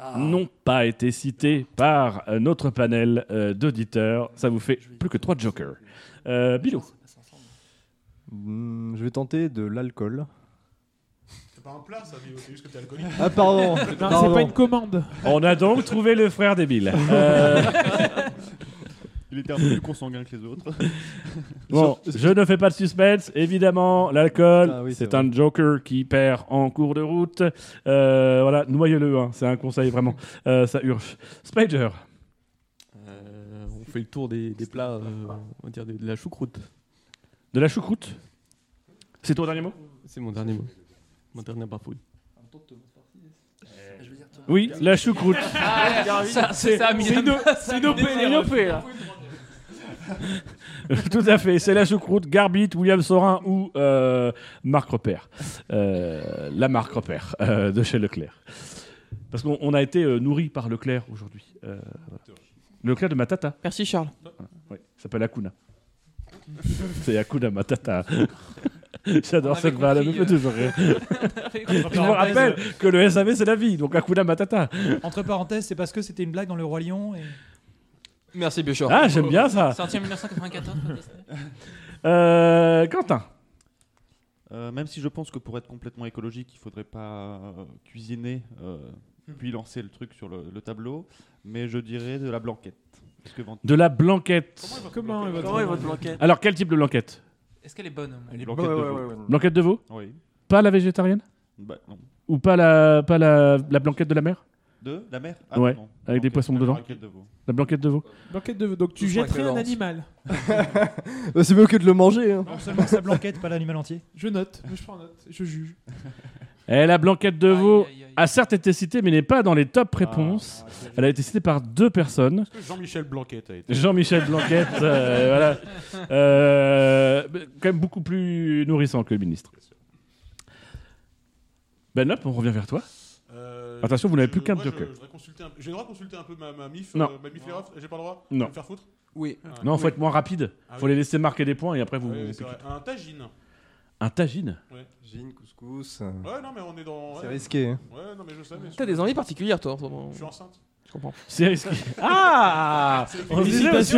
H: Ah,
C: n'ont pas été citées par euh, notre panel euh, d'auditeurs. Ça vous fait plus que trois jokers. Euh, Bilou,
H: ça passe ensemble.
F: Hmm, je vais tenter de l'alcool.
J: C'est pas un plat, ça, mais c'est juste que t'es alcoolique.
F: Ah, pardon.
D: Non,
F: pardon.
D: c'est pas une commande.
C: on a donc trouvé le frère débile. Euh,
L: Il était un peu plus consanguin que les autres.
C: Bon, je ne fais pas de suspense, évidemment, l'alcool, c'est un joker qui perd en cours de route. Euh, voilà, noyez-le, hein, c'est un conseil vraiment, Euh, ça urge. Spider,
K: Euh, on fait le tour des, des plats, euh, on va dire de, de la choucroute.
C: de la choucroute C'est ton dernier mot
K: C'est mon dernier mot. Mon dernier bafouille.
C: Oui, la choucroute.
E: Ah, ça,
C: C'est-
E: ça a mis
C: c'est
E: la-
C: une-
E: ça a
C: c'est
E: mis
C: une
E: la
C: OP,
E: merde.
C: une OP, là. Tout à fait, c'est la choucroute Garbit, William Sorin ou euh, Marc Repère. Euh, la marque Repère euh, de chez Leclerc. Parce qu'on on a été euh, nourri par Leclerc aujourd'hui. Euh, voilà. Leclerc de Matata.
B: Merci Charles.
C: Oui, ça s'appelle Akuna. c'est Akuna Matata. J'adore
B: On
C: cette
G: Bah,
B: avait
C: vanne, elle me
B: compris,
C: fait
B: euh.
C: toujours rire.
B: avait compris.
C: Je vous rappelle que le SAV c'est la vie, donc Akuna Matata.
G: euh, Entre parenthèses, c'est parce que c'était une blague dans Le Roi Lion. Et...
K: Merci Biochard.
C: Ah, j'aime bien ça.
E: Sorti en 1994. peut-être.
C: Euh, Quentin.
L: Euh, même si je pense que pour être complètement écologique, il faudrait pas euh, cuisiner euh, puis lancer le truc sur le, le tableau, mais je dirais de la blanquette. Parce que vent-
C: De la blanquette.
D: Comment est votre
E: Comment est votre blanquette
C: Alors, quel type de blanquette
E: Est-ce qu'elle est bonne
L: Elle est blanquette de veau.
C: Blanquette de veau
L: Oui.
C: Pas la végétarienne
L: Bah, non.
C: Ou pas la, pas la, la blanquette de la mer
L: De la mer Ah,
C: Ouais,
L: non.
C: avec des
L: Blanquette-
C: poissons
L: la
C: dedans.
L: blanquette de veau.
C: La blanquette de veau
D: Blanquette de veau. Donc tu
G: Tout sera
D: jetterais un
G: cohérent.
D: animal.
F: Bah, c'est mieux que de le manger. hein.
G: Non seulement sa blanquette, pas l'animal entier.
D: Je note, je prends note, je juge.
C: Et Eh, la blanquette de veau a certes été citée, mais n'est pas dans les top réponses. Elle a été citée par deux personnes.
J: Jean-Michel Blanquette a été.
C: Jean-Michel Blanquette, euh, voilà. Euh, quand même beaucoup plus nourrissant que le ministre. Ben Lop, on revient vers toi.
J: Euh,
C: Attention, vous n'avez
J: je-
C: plus qu'un
J: ouais, je-
C: joker.
J: je voudrais consulter un- J'ai le droit de consulter un peu ma, ma MIF
C: Non.
J: euh, ma MIF les refs J'ai pas le droit
C: Non.
J: De me faire foutre
B: Oui.
J: Ah.
C: Non, faut être moins rapide.
J: Ah
C: Faut
J: oui.
C: les laisser marquer des points et après vous.
J: Ouais,
C: vous
J: c'est
C: piquez.
J: vrai. Un tagine.
C: Un tagine.
J: Ouais.
F: Gin, couscous.
J: Ouais, non, mais on est dans.
F: C'est
J: ouais.
F: risqué, hein.
J: Ouais, non, mais je sais. mais
B: T'as
J: je-
B: des envies particulières, toi, en ce moment
J: Je suis enceinte.
B: Je comprends.
C: C'est risqué. Ah On se disait aussi,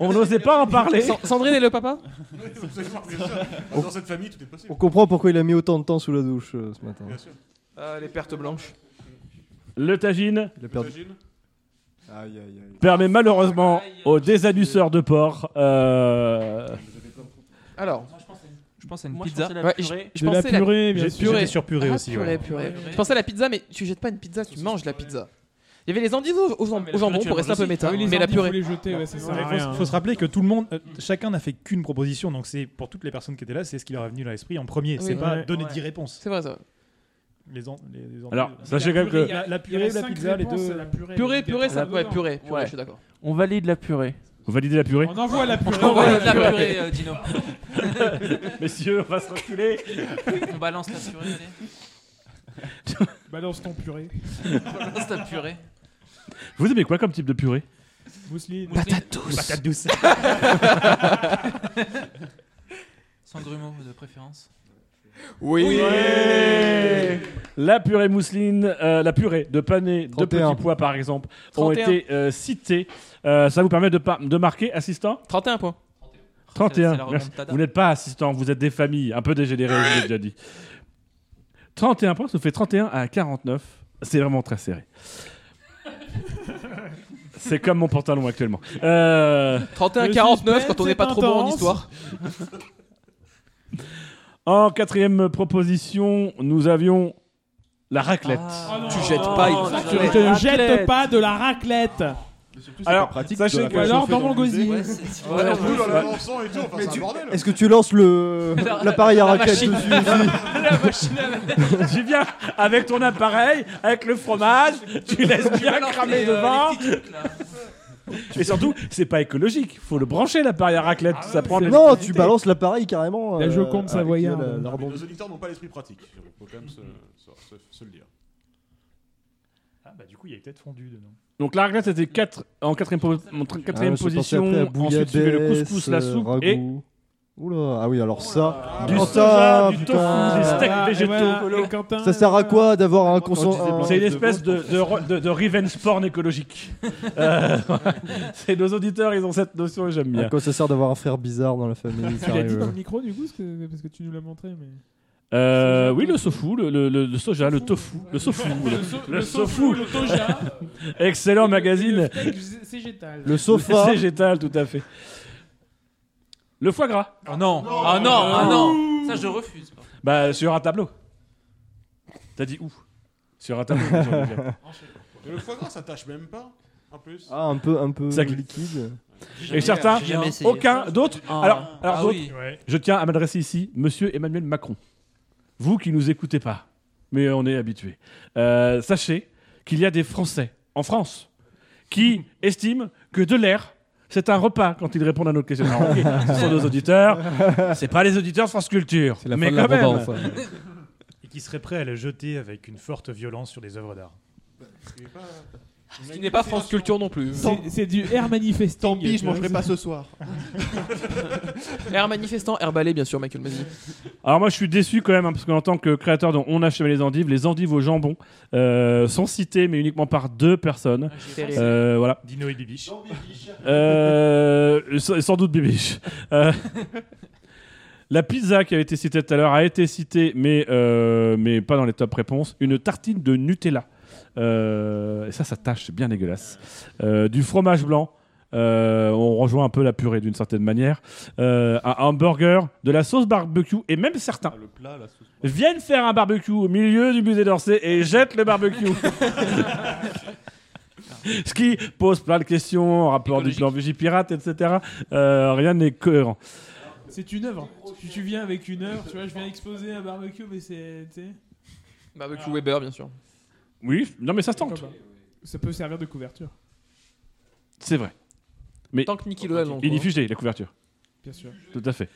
C: on n'osait pas en parler.
B: Sa- hein. Sandrine est le papa
J: Oui, absolument, bien sûr. Dans cette famille, tout est possible.
F: On comprend pourquoi il a mis autant de temps sous la douche euh, ce matin.
J: Bien sûr.
E: Ah,
B: Les pertes blanches.
C: Le tagine
F: Il a
J: Le
F: perdu.
J: tagine.
F: Aïe, aïe, aïe.
C: permet malheureusement aux désannusseurs de porc euh,
B: Alors,
E: Je pense à une
B: Moi,
E: pizza.
B: je pensais à la Ouais, purée. je- je pensais à la-
G: bien
B: J'ai
G: sûr.
B: purée.
G: J'étais sur purée
B: Ah,
G: aussi.
B: purée,
G: ouais.
B: purée. Je pensais à la pizza, mais tu jettes pas une pizza, tu manges la pizza. Il y avait les endives au, au jam- au jambon pour rester un peu méta,
D: Ah oui, les
B: mais la
D: endives,
B: purée.
D: faut les jeter, ouais, ça sert à
G: Il
D: rien.
G: faut, faut se rappeler que tout le monde, euh, chacun n'a fait qu'une proposition, donc c'est pour toutes les personnes qui étaient là, c'est ce qui leur est venu à l'esprit en premier.
B: Oui.
G: c'est pas
D: Ouais.
G: donner
D: Ouais.
G: 10 réponses.
B: C'est vrai, ça.
G: Les en- les- les en-
C: Alors,
G: les-
C: sachez quand même que.
G: la, la
D: Il y avait
G: purée, la
D: cinq
G: pizza, les
D: réponses,
G: deux.
D: la purée,
B: Purée, purée, ça.
D: obligatoire.
B: Ouais, purée, purée,
E: Ouais.
B: je suis d'accord.
E: On valide la purée.
C: Vous validez la purée
D: On envoie la purée.
E: On valide la purée, euh, Dino.
C: Messieurs, on va se reculer.
E: On balance la purée, allez.
D: Balance ton purée.
E: On balance la purée.
C: Vous aimez quoi comme type de purée
D: Mousseline.
E: Patate douce.
G: Patate douce.
E: Sans grumeaux de préférence.
B: Oui,
C: La purée mousseline, euh, la purée de pané de
F: 31.
C: petits pois par exemple, ont
B: 31.
C: été euh, citées. Euh, ça vous permet de, par- de marquer assistant
B: 31 points.
E: C'est la
C: 31. Merci.
E: remontada.
C: Vous n'êtes pas assistant, vous êtes des familles, un peu dégénérées, je l'ai déjà dit. 31 points, ça vous fait 31 à 49. C'est vraiment très serré. C'est comme mon pantalon actuellement. Euh,
B: 31-49
D: suspense
B: quand on n'est
D: est
B: pas trop bon en
D: intense.
B: histoire.
C: en quatrième proposition, nous avions la raclette.
F: Ah.
B: Tu jettes
C: Oh,
B: pas, il faut
D: Tu ne
B: jeter.
D: te jettes pas de la raclette.
C: Alors,
F: de
C: sachez
F: la
D: Ou
C: que...
D: alors dans mon gosier.
E: Ouais, c'est- c'est-
B: Ouais,
E: ouais,
B: en plus,
J: Dans
C: Ouais.
J: le morceau et tout, enfin, c'est un bordel.
F: Est-ce que tu lances le l'appareil à
E: la
F: raquette dessus
E: machine.
F: aussi
E: la machine à
C: tu viens avec ton appareil, avec le fromage, tu laisses bien cramer
E: les, euh,
C: devant.
E: les petits trucs, là.
C: Et surtout, c'est pas écologique. Faut le brancher l'appareil à raclette.
E: Ah
C: ça prend. les-
F: Non, tu balances l'appareil carrément. euh,
D: La Joconde
F: avec euh,
D: savoyarde.
F: la-
C: euh,
F: la
J: Mais
F: rebondie.
J: Nos auditeurs n'ont pas l'esprit pratique. Il faut quand même se, se- se- se le dire.
G: Ah, bah, du coup, il y a peut-être fondu dedans.
C: Donc la raclette c'était quatre en quatrième, po- en tr- quatrième
F: Ah, je pensais
C: position.
F: après à
C: Ensuite, suivait le
F: bouillabaisse,
C: couscous, la
F: euh,
C: soupe
F: ragoût.
C: et
F: Oula, ah oui, alors ça.
C: du soja,
F: Oh, ça,
C: du tofu,
F: putain.
C: des steaks
D: Ah, et
C: végétaux.
D: voilà, et Quentin,
F: Eh Ça sert à quoi hein, d'avoir un
K: Moi, quand je disais
F: consent
K: blanc-
C: C'est une espèce de, de, re- de- de revenge porn écologique. Euh, c'est nos auditeurs, ils ont cette notion et j'aime
F: À
C: bien.
F: quoi ça sert d'avoir un frère bizarre dans la famille
D: Tu
F: ça
D: l'as dit
F: arrive.
D: dans le micro du coup, parce que, parce que tu nous l'as montré. Mais...
C: Euh, oui, le sofu, le, le- le- le soja, le tofu, le sofu,
D: Le so- le sofu, le toja.
C: Excellent magazine.
D: steak zé- cégétal.
C: Le
D: Le
C: sofa.
D: sofa.
C: Le cégétal, tout à fait. Le foie gras. Ah non.
E: Ah non, ah non. Ça, je refuse.
C: Bah, sur un tableau. T'as dit où Sur un tableau. j'ai envie de dire.
J: Mais le foie gras, ça tâche même pas, en plus.
F: Ah, un peu, un peu
C: Ça glisse.
F: liquide.
C: Et certains, aucun, d'autres.
J: Ah.
C: Alors, alors
J: Ah
C: d'autres,
J: oui. Ouais.
C: je tiens à m'adresser ici, monsieur Emmanuel Macron. Vous qui nous écoutez pas, mais on est habitués, euh, sachez qu'il y a des Français en France qui estiment que de l'air, c'est un repas quand ils répondent à notre question. Alors, ok, ce sont nos auditeurs, c'est pas les auditeurs de France Culture,
G: la
C: mais
G: fin de hein. la
C: quand même.
G: bande-annonce, Et qui serait prêt à le jeter avec une forte violence sur des œuvres d'art.
B: Ce qui n'est pas France Culture non plus.
D: C'est- c'est du air manifesting.
B: Tant pis, je
D: tu vois.
B: mangerai pas ce soir. Air manifestant, air balai, bien sûr, Michael Mazzi.
C: Alors moi je suis déçu quand même hein, parce qu'en tant que créateur dont on a chez les endives, les endives au jambon euh, sont citées mais uniquement par deux personnes.
G: j'y ai pensé.
C: Euh, voilà.
G: Dino et Bibiche. Non, Bibiche.
C: Euh, sans, sans doute Bibiche. Euh, la pizza qui avait été citée tout à l'heure a été citée mais euh, mais pas dans les top réponses. Une tartine de Nutella. Euh, et ça ça tâche, c'est bien dégueulasse. Euh, du fromage blanc. Euh, on rejoint un peu la purée d'une certaine manière. Euh, un hamburger, de la sauce barbecue et même certains
L: Plat, la sauce.
C: viennent faire un barbecue au milieu du musée d'Orsay et jettent le barbecue. Ce qui pose plein de questions en rapport du plan Vigipirate, etc. Euh, rien n'est cohérent.
D: C'est une œuvre. hein. Tu, tu viens avec une œuvre, tu vois, je viens exposer un barbecue, mais c'est. tu sais.
B: Barbecue Weber, bien sûr.
C: Oui, non mais ça se
D: Pourquoi
C: tente,
D: pas Ça peut servir de couverture,
C: c'est vrai. Mais
B: Tant que Niki Lohan l'envoie.
C: il est figé, la couverture.
D: bien sûr.
C: Tout à fait.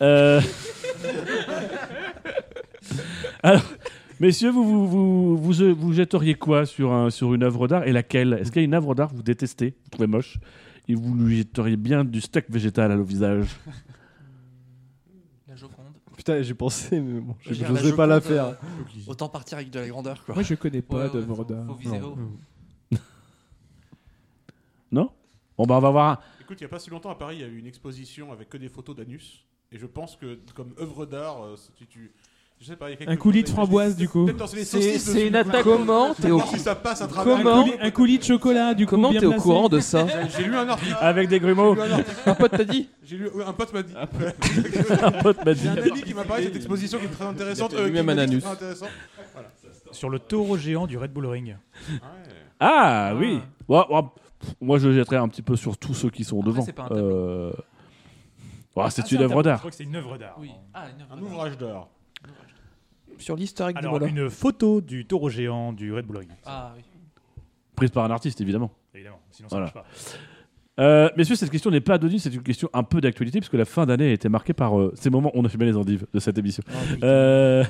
C: Euh, Alors, messieurs, vous vous, vous, vous, vous jetteriez quoi sur, un, sur une œuvre d'art et laquelle Est-ce qu'il y a une œuvre d'art que vous détestez, vous trouvez moche, et vous lui jetteriez bien du steak végétal à le visage
E: La Joconde.
F: Putain, j'ai pensé, mais bon,
H: Je veux
F: j'ai-
H: dire,
F: j'osais pas la
H: Joconde,
F: faire.
H: euh, Autant partir avec de la grandeur, quoi.
D: Moi, je connais pas
H: Ouais, ouais,
D: d'œuvre
H: faut-
D: d'art.
H: faut viser
D: Non.
H: haut.
C: Non Bon, bah, on va voir. un-
J: Écoute, il n'y a pas si longtemps à Paris, il y a eu une exposition avec que des photos d'anus. Et je pense que, comme œuvre d'art, euh, si tu. Je sais pas, il y a quelque
D: Un coulis de
J: chose-
D: framboise, du coup.
J: Peut-être dans les saucisses
B: c'est
J: dessus.
B: une attaque-
J: Comment
B: T'es au-
J: Voir si ça passe à travers.
D: Comment un coulis, un coulis de chocolat, du coup.
B: Comment
D: bien
B: t'es au
D: placé.
B: courant de ça
J: J'ai lu un article.
C: Avec des grumeaux.
J: J'ai lu article.
B: Un pote t'a dit
J: J'ai lu- ouais, Un pote m'a dit.
C: Un pote m'a dit.
J: J'ai un ami qui m'a parlé de cette exposition qui est très intéressante. euh, qui
G: Lui-même
J: m'a
G: un
J: dit que
G: anus.
J: c'était très intéressant. Voilà.
G: Sur le taureau géant du Red Bull Ring.
C: Ah, oui Ouais, ouais, pff, Moi, je jetterais un petit peu sur tous ceux qui sont devant.
G: Ah, c'est pas un
C: Euh, ouais, c'est
G: Ah,
C: une
G: un
C: œuvre
G: tableau, Je
C: d'art.
G: crois que c'est une œuvre d'art.
D: Ah,
J: Un ouvrage d'art.
B: Sur l'historique du
G: Alors,
B: Mola.
G: une photo du taureau géant du Red Bull Ring.
E: Ah oui.
C: Prise par un artiste, évidemment.
G: Évidemment, sinon ça
C: Voilà.
G: marche
C: Euh, messieurs, cette question n'est pas anodine, c'est une question un peu d'actualité, puisque la fin d'année a été marquée par euh, ces moments où on a fait bien les endives de cette émission.
G: Oh,
C: Euh,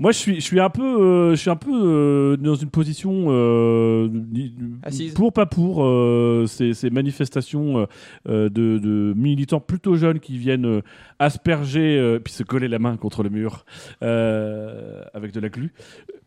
C: moi, je suis, je suis un peu, euh, je suis un peu euh, dans une position euh, ni-
B: Assise.
C: pour pas pour euh, ces, ces manifestations euh, euh, de, de militants plutôt jeunes qui viennent euh, asperger euh, puis se coller la main contre le mur euh, avec de la glu.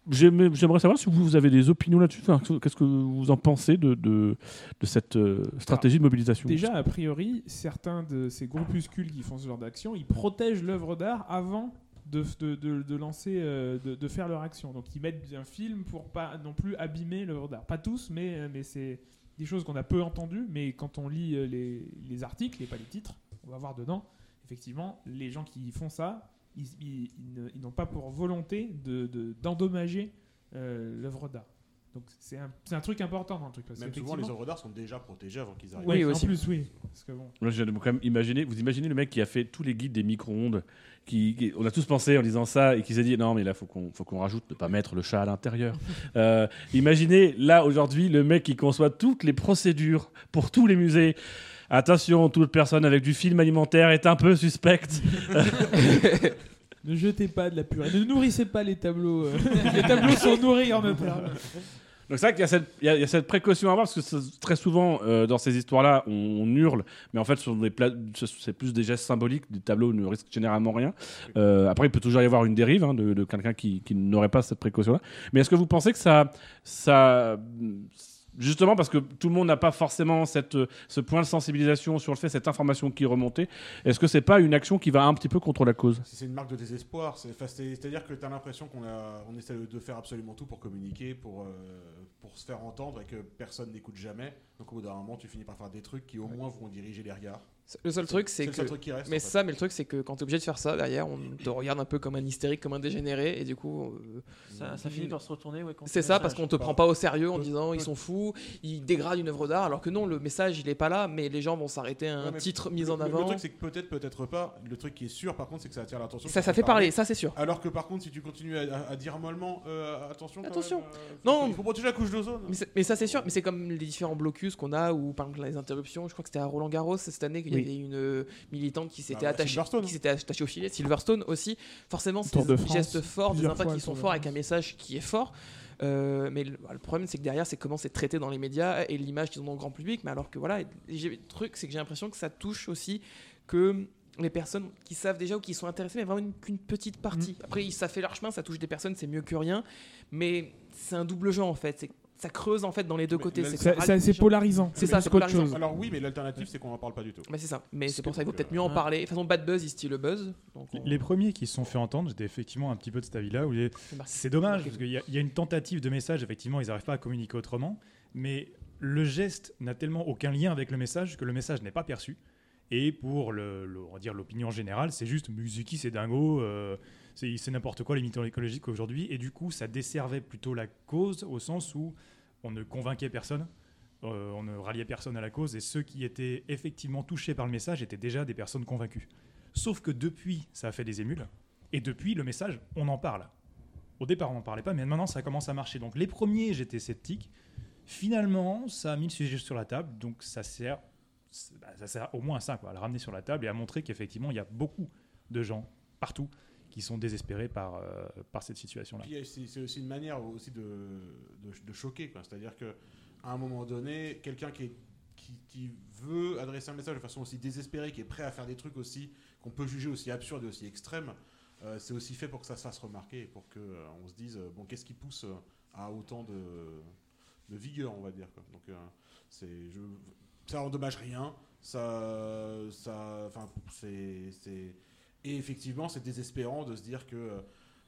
C: J'aimais- J'aimerais savoir si vous, vous avez des opinions là-dessus. Enfin, Qu'est-ce que vous en pensez de, de, de cette euh, stratégie de mobilisation
D: Déjà, a priori, certains de ces groupuscules qui font ce genre d'action, ils protègent l'œuvre d'art avant de, de, de- de lancer, euh, de, de faire leur action. Donc ils mettent un film pour pas non plus abîmer l'œuvre d'art. Pas tous, mais, euh, mais c'est des choses qu'on a peu entendues. Mais quand on lit euh, les, les articles et pas les titres, on va voir dedans, effectivement, les gens qui font ça, ils, ils- ils ne- ils n'ont pas pour volonté d'endommager de, d'endommager euh, l'œuvre d'art. Donc c'est un, c'est un truc important dans le truc. parce
J: Même souvent, les
D: qu'effectivement-
J: œuvres d'art sont déjà protégées avant qu'ils arrivent.
D: oui, en plus, oui. Parce que bon.
C: Moi, je viens de quand même imaginer. Vous imaginez le mec qui a fait tous les guides des micro-ondes, qui, qui- on a tous pensé en lisant ça et qui s'est dit non mais là faut qu'on faut qu'on rajoute ne pas mettre le chat à l'intérieur. Euh, imaginez là aujourd'hui le mec qui conçoit toutes les procédures pour tous les musées. Attention, toute personne avec du film alimentaire est un peu suspecte.
D: Ne jetez pas de la purée. Ne nourrissez pas les tableaux. euh. les tableaux sont nourris en même temps.
E: hein.
C: Donc c'est vrai qu'il y a, cette, il y a- il y a cette précaution à avoir parce que c'est- très souvent euh, dans ces histoires-là on, on hurle, mais en fait sur des pla- ce- c'est plus des gestes symboliques. Les tableaux ne risquent généralement rien. Euh, après il peut toujours y avoir une dérive hein, de, de quelqu'un qui, qui n'aurait pas cette précaution-là. Mais est-ce que vous pensez que ça, ça, Justement parce que tout le monde n'a pas forcément cette, euh, ce point de sensibilisation sur le fait, cette information qui est remontée. Est-ce que c'est pas une action qui va un petit peu contre la cause
J: C'est une marque de désespoir. C'est- enfin, c'est- C'est-à-dire que tu as l'impression qu'on a- on essaie de faire absolument tout pour communiquer, pour, euh, pour se faire entendre et que personne n'écoute jamais. Donc au bout d'un moment, tu finis par faire des trucs qui au moins vont diriger les regards.
B: Le seul truc, c'est
J: le
B: que.
J: seul truc qui reste,
B: mais
J: en fait.
B: ça, mais le truc, c'est que quand t'es obligé de faire ça, derrière, on te regarde un peu comme un hystérique, comme un dégénéré, et du coup. euh,
E: Ça- ça finit par se retourner, ouais, contre
B: C'est
E: le
B: ça, parce
E: message.
B: qu'on te prend pas au sérieux en disant ils sont fous, ils dégradent une œuvre d'art, alors que non, le message, il est pas là, mais les gens vont s'arrêter à
J: Ouais,
B: un
J: mais
B: titre
J: le-
B: mis
J: le-
B: en avant.
J: Le truc, c'est que peut-être, peut-être pas. Le truc qui est sûr, par contre, c'est que ça attire l'attention.
B: Ça, ça
J: fait
B: fait parler, ça, c'est sûr.
J: Alors que par contre, si tu continues à, à- à dire mollement, euh, attention. quand
B: Attention.
J: même, euh,
B: Non,
J: il faut protéger la couche d'ozone.
B: Mais, c'est- mais ça, c'est sûr, mais c'est comme les différents blocus qu'on a, ou par exemple les interruptions. Je crois que c'était à Roland Garros cette année qu'il y
C: Oui.
B: avait une euh, militante qui s'était
J: ouais,
B: attachée,
J: hein.
B: qui s'était attachée au filet. Silverstone aussi. Forcément, c'est
D: Tour de
B: des
D: France,
B: gestes forts, des
D: plusieurs
B: impacts
D: fois
B: qui
D: le
B: sont
D: Tour de
B: forts avec un message qui est fort. Euh, mais le, bah, le problème, c'est que derrière, c'est comment c'est traité dans les médias et l'image qu'ils ont dans le grand public. Mais alors que voilà, et j'ai- le truc, c'est que j'ai l'impression que ça touche aussi que les personnes qui savent déjà ou qui sont intéressées, mais vraiment une- qu'une petite partie.
D: Mm.
B: Après, ça fait leur chemin, ça touche des personnes, c'est mieux que rien. Mais c'est un double jeu en fait. C'est ça creuse en fait dans les deux côtés.
J: l'al-
B: que
J: Ça-
B: ça
J: ça-
B: rajoute
J: c'est
B: des gens.
J: polarisant,
B: C'est
J: plus
B: ça,
J: que
B: c'est
J: autre
B: polarisant.
J: chose. Alors oui, mais l'alternative, c'est qu'on en parle pas du tout.
B: Mais c'est ça. Mais c'est pour ça qu'il faut
J: donc,
B: peut-être mieux en
J: euh,
B: parler. De toute façon, Bad Buzz, il style le buzz. Donc on-
G: Les premiers qui se sont fait entendre, j'étais effectivement un petit peu de cet avis-là. où il est- C'est dommage, parce qu'il y, a- il y a une tentative de message, effectivement, ils n'arrivent pas à communiquer autrement, mais le geste n'a tellement aucun lien avec le message que le message n'est pas perçu. Et pour le, le- on va dire l'opinion générale, c'est juste Musiki, c'est dingo, euh, c'est c'est n'importe quoi les militants écologiques aujourd'hui. Et du coup, ça desservait plutôt la cause au sens où on ne convainquait personne. euh, on ne ralliait personne à la cause et ceux qui étaient effectivement touchés par le message étaient déjà des personnes convaincues. Sauf que depuis, ça a fait des émules. Et depuis, le message, on en parle. Au départ, on n'en parlait pas, mais maintenant, ça commence à marcher. Donc, les premiers, j'étais sceptique. Finalement, ça a mis le sujet sur la table. Donc, ça sert, c'est- bah, ça sert au moins à ça, quoi, à le ramener sur la table et à montrer qu'effectivement, il y a beaucoup de gens partout qui sont désespérés par, euh, par cette situation-là.
J: Puis, euh, c'est c'est aussi une manière aussi de, de- de choquer. quoi. C'est-à-dire que à un moment donné, quelqu'un qui, est- qui, qui veut adresser un message de façon aussi désespérée, qui est prêt à faire des trucs aussi qu'on peut juger aussi absurdes et aussi extrêmes, euh, c'est aussi fait pour que ça se fasse remarquer, et pour que euh, on se dise euh, bon, qu'est-ce qui pousse euh, à autant de, de vigueur, on va dire. quoi. Donc euh, c'est je, ça endommage rien. Ça, ça, enfin, c'est, c'est- et effectivement, c'est désespérant de se dire que euh,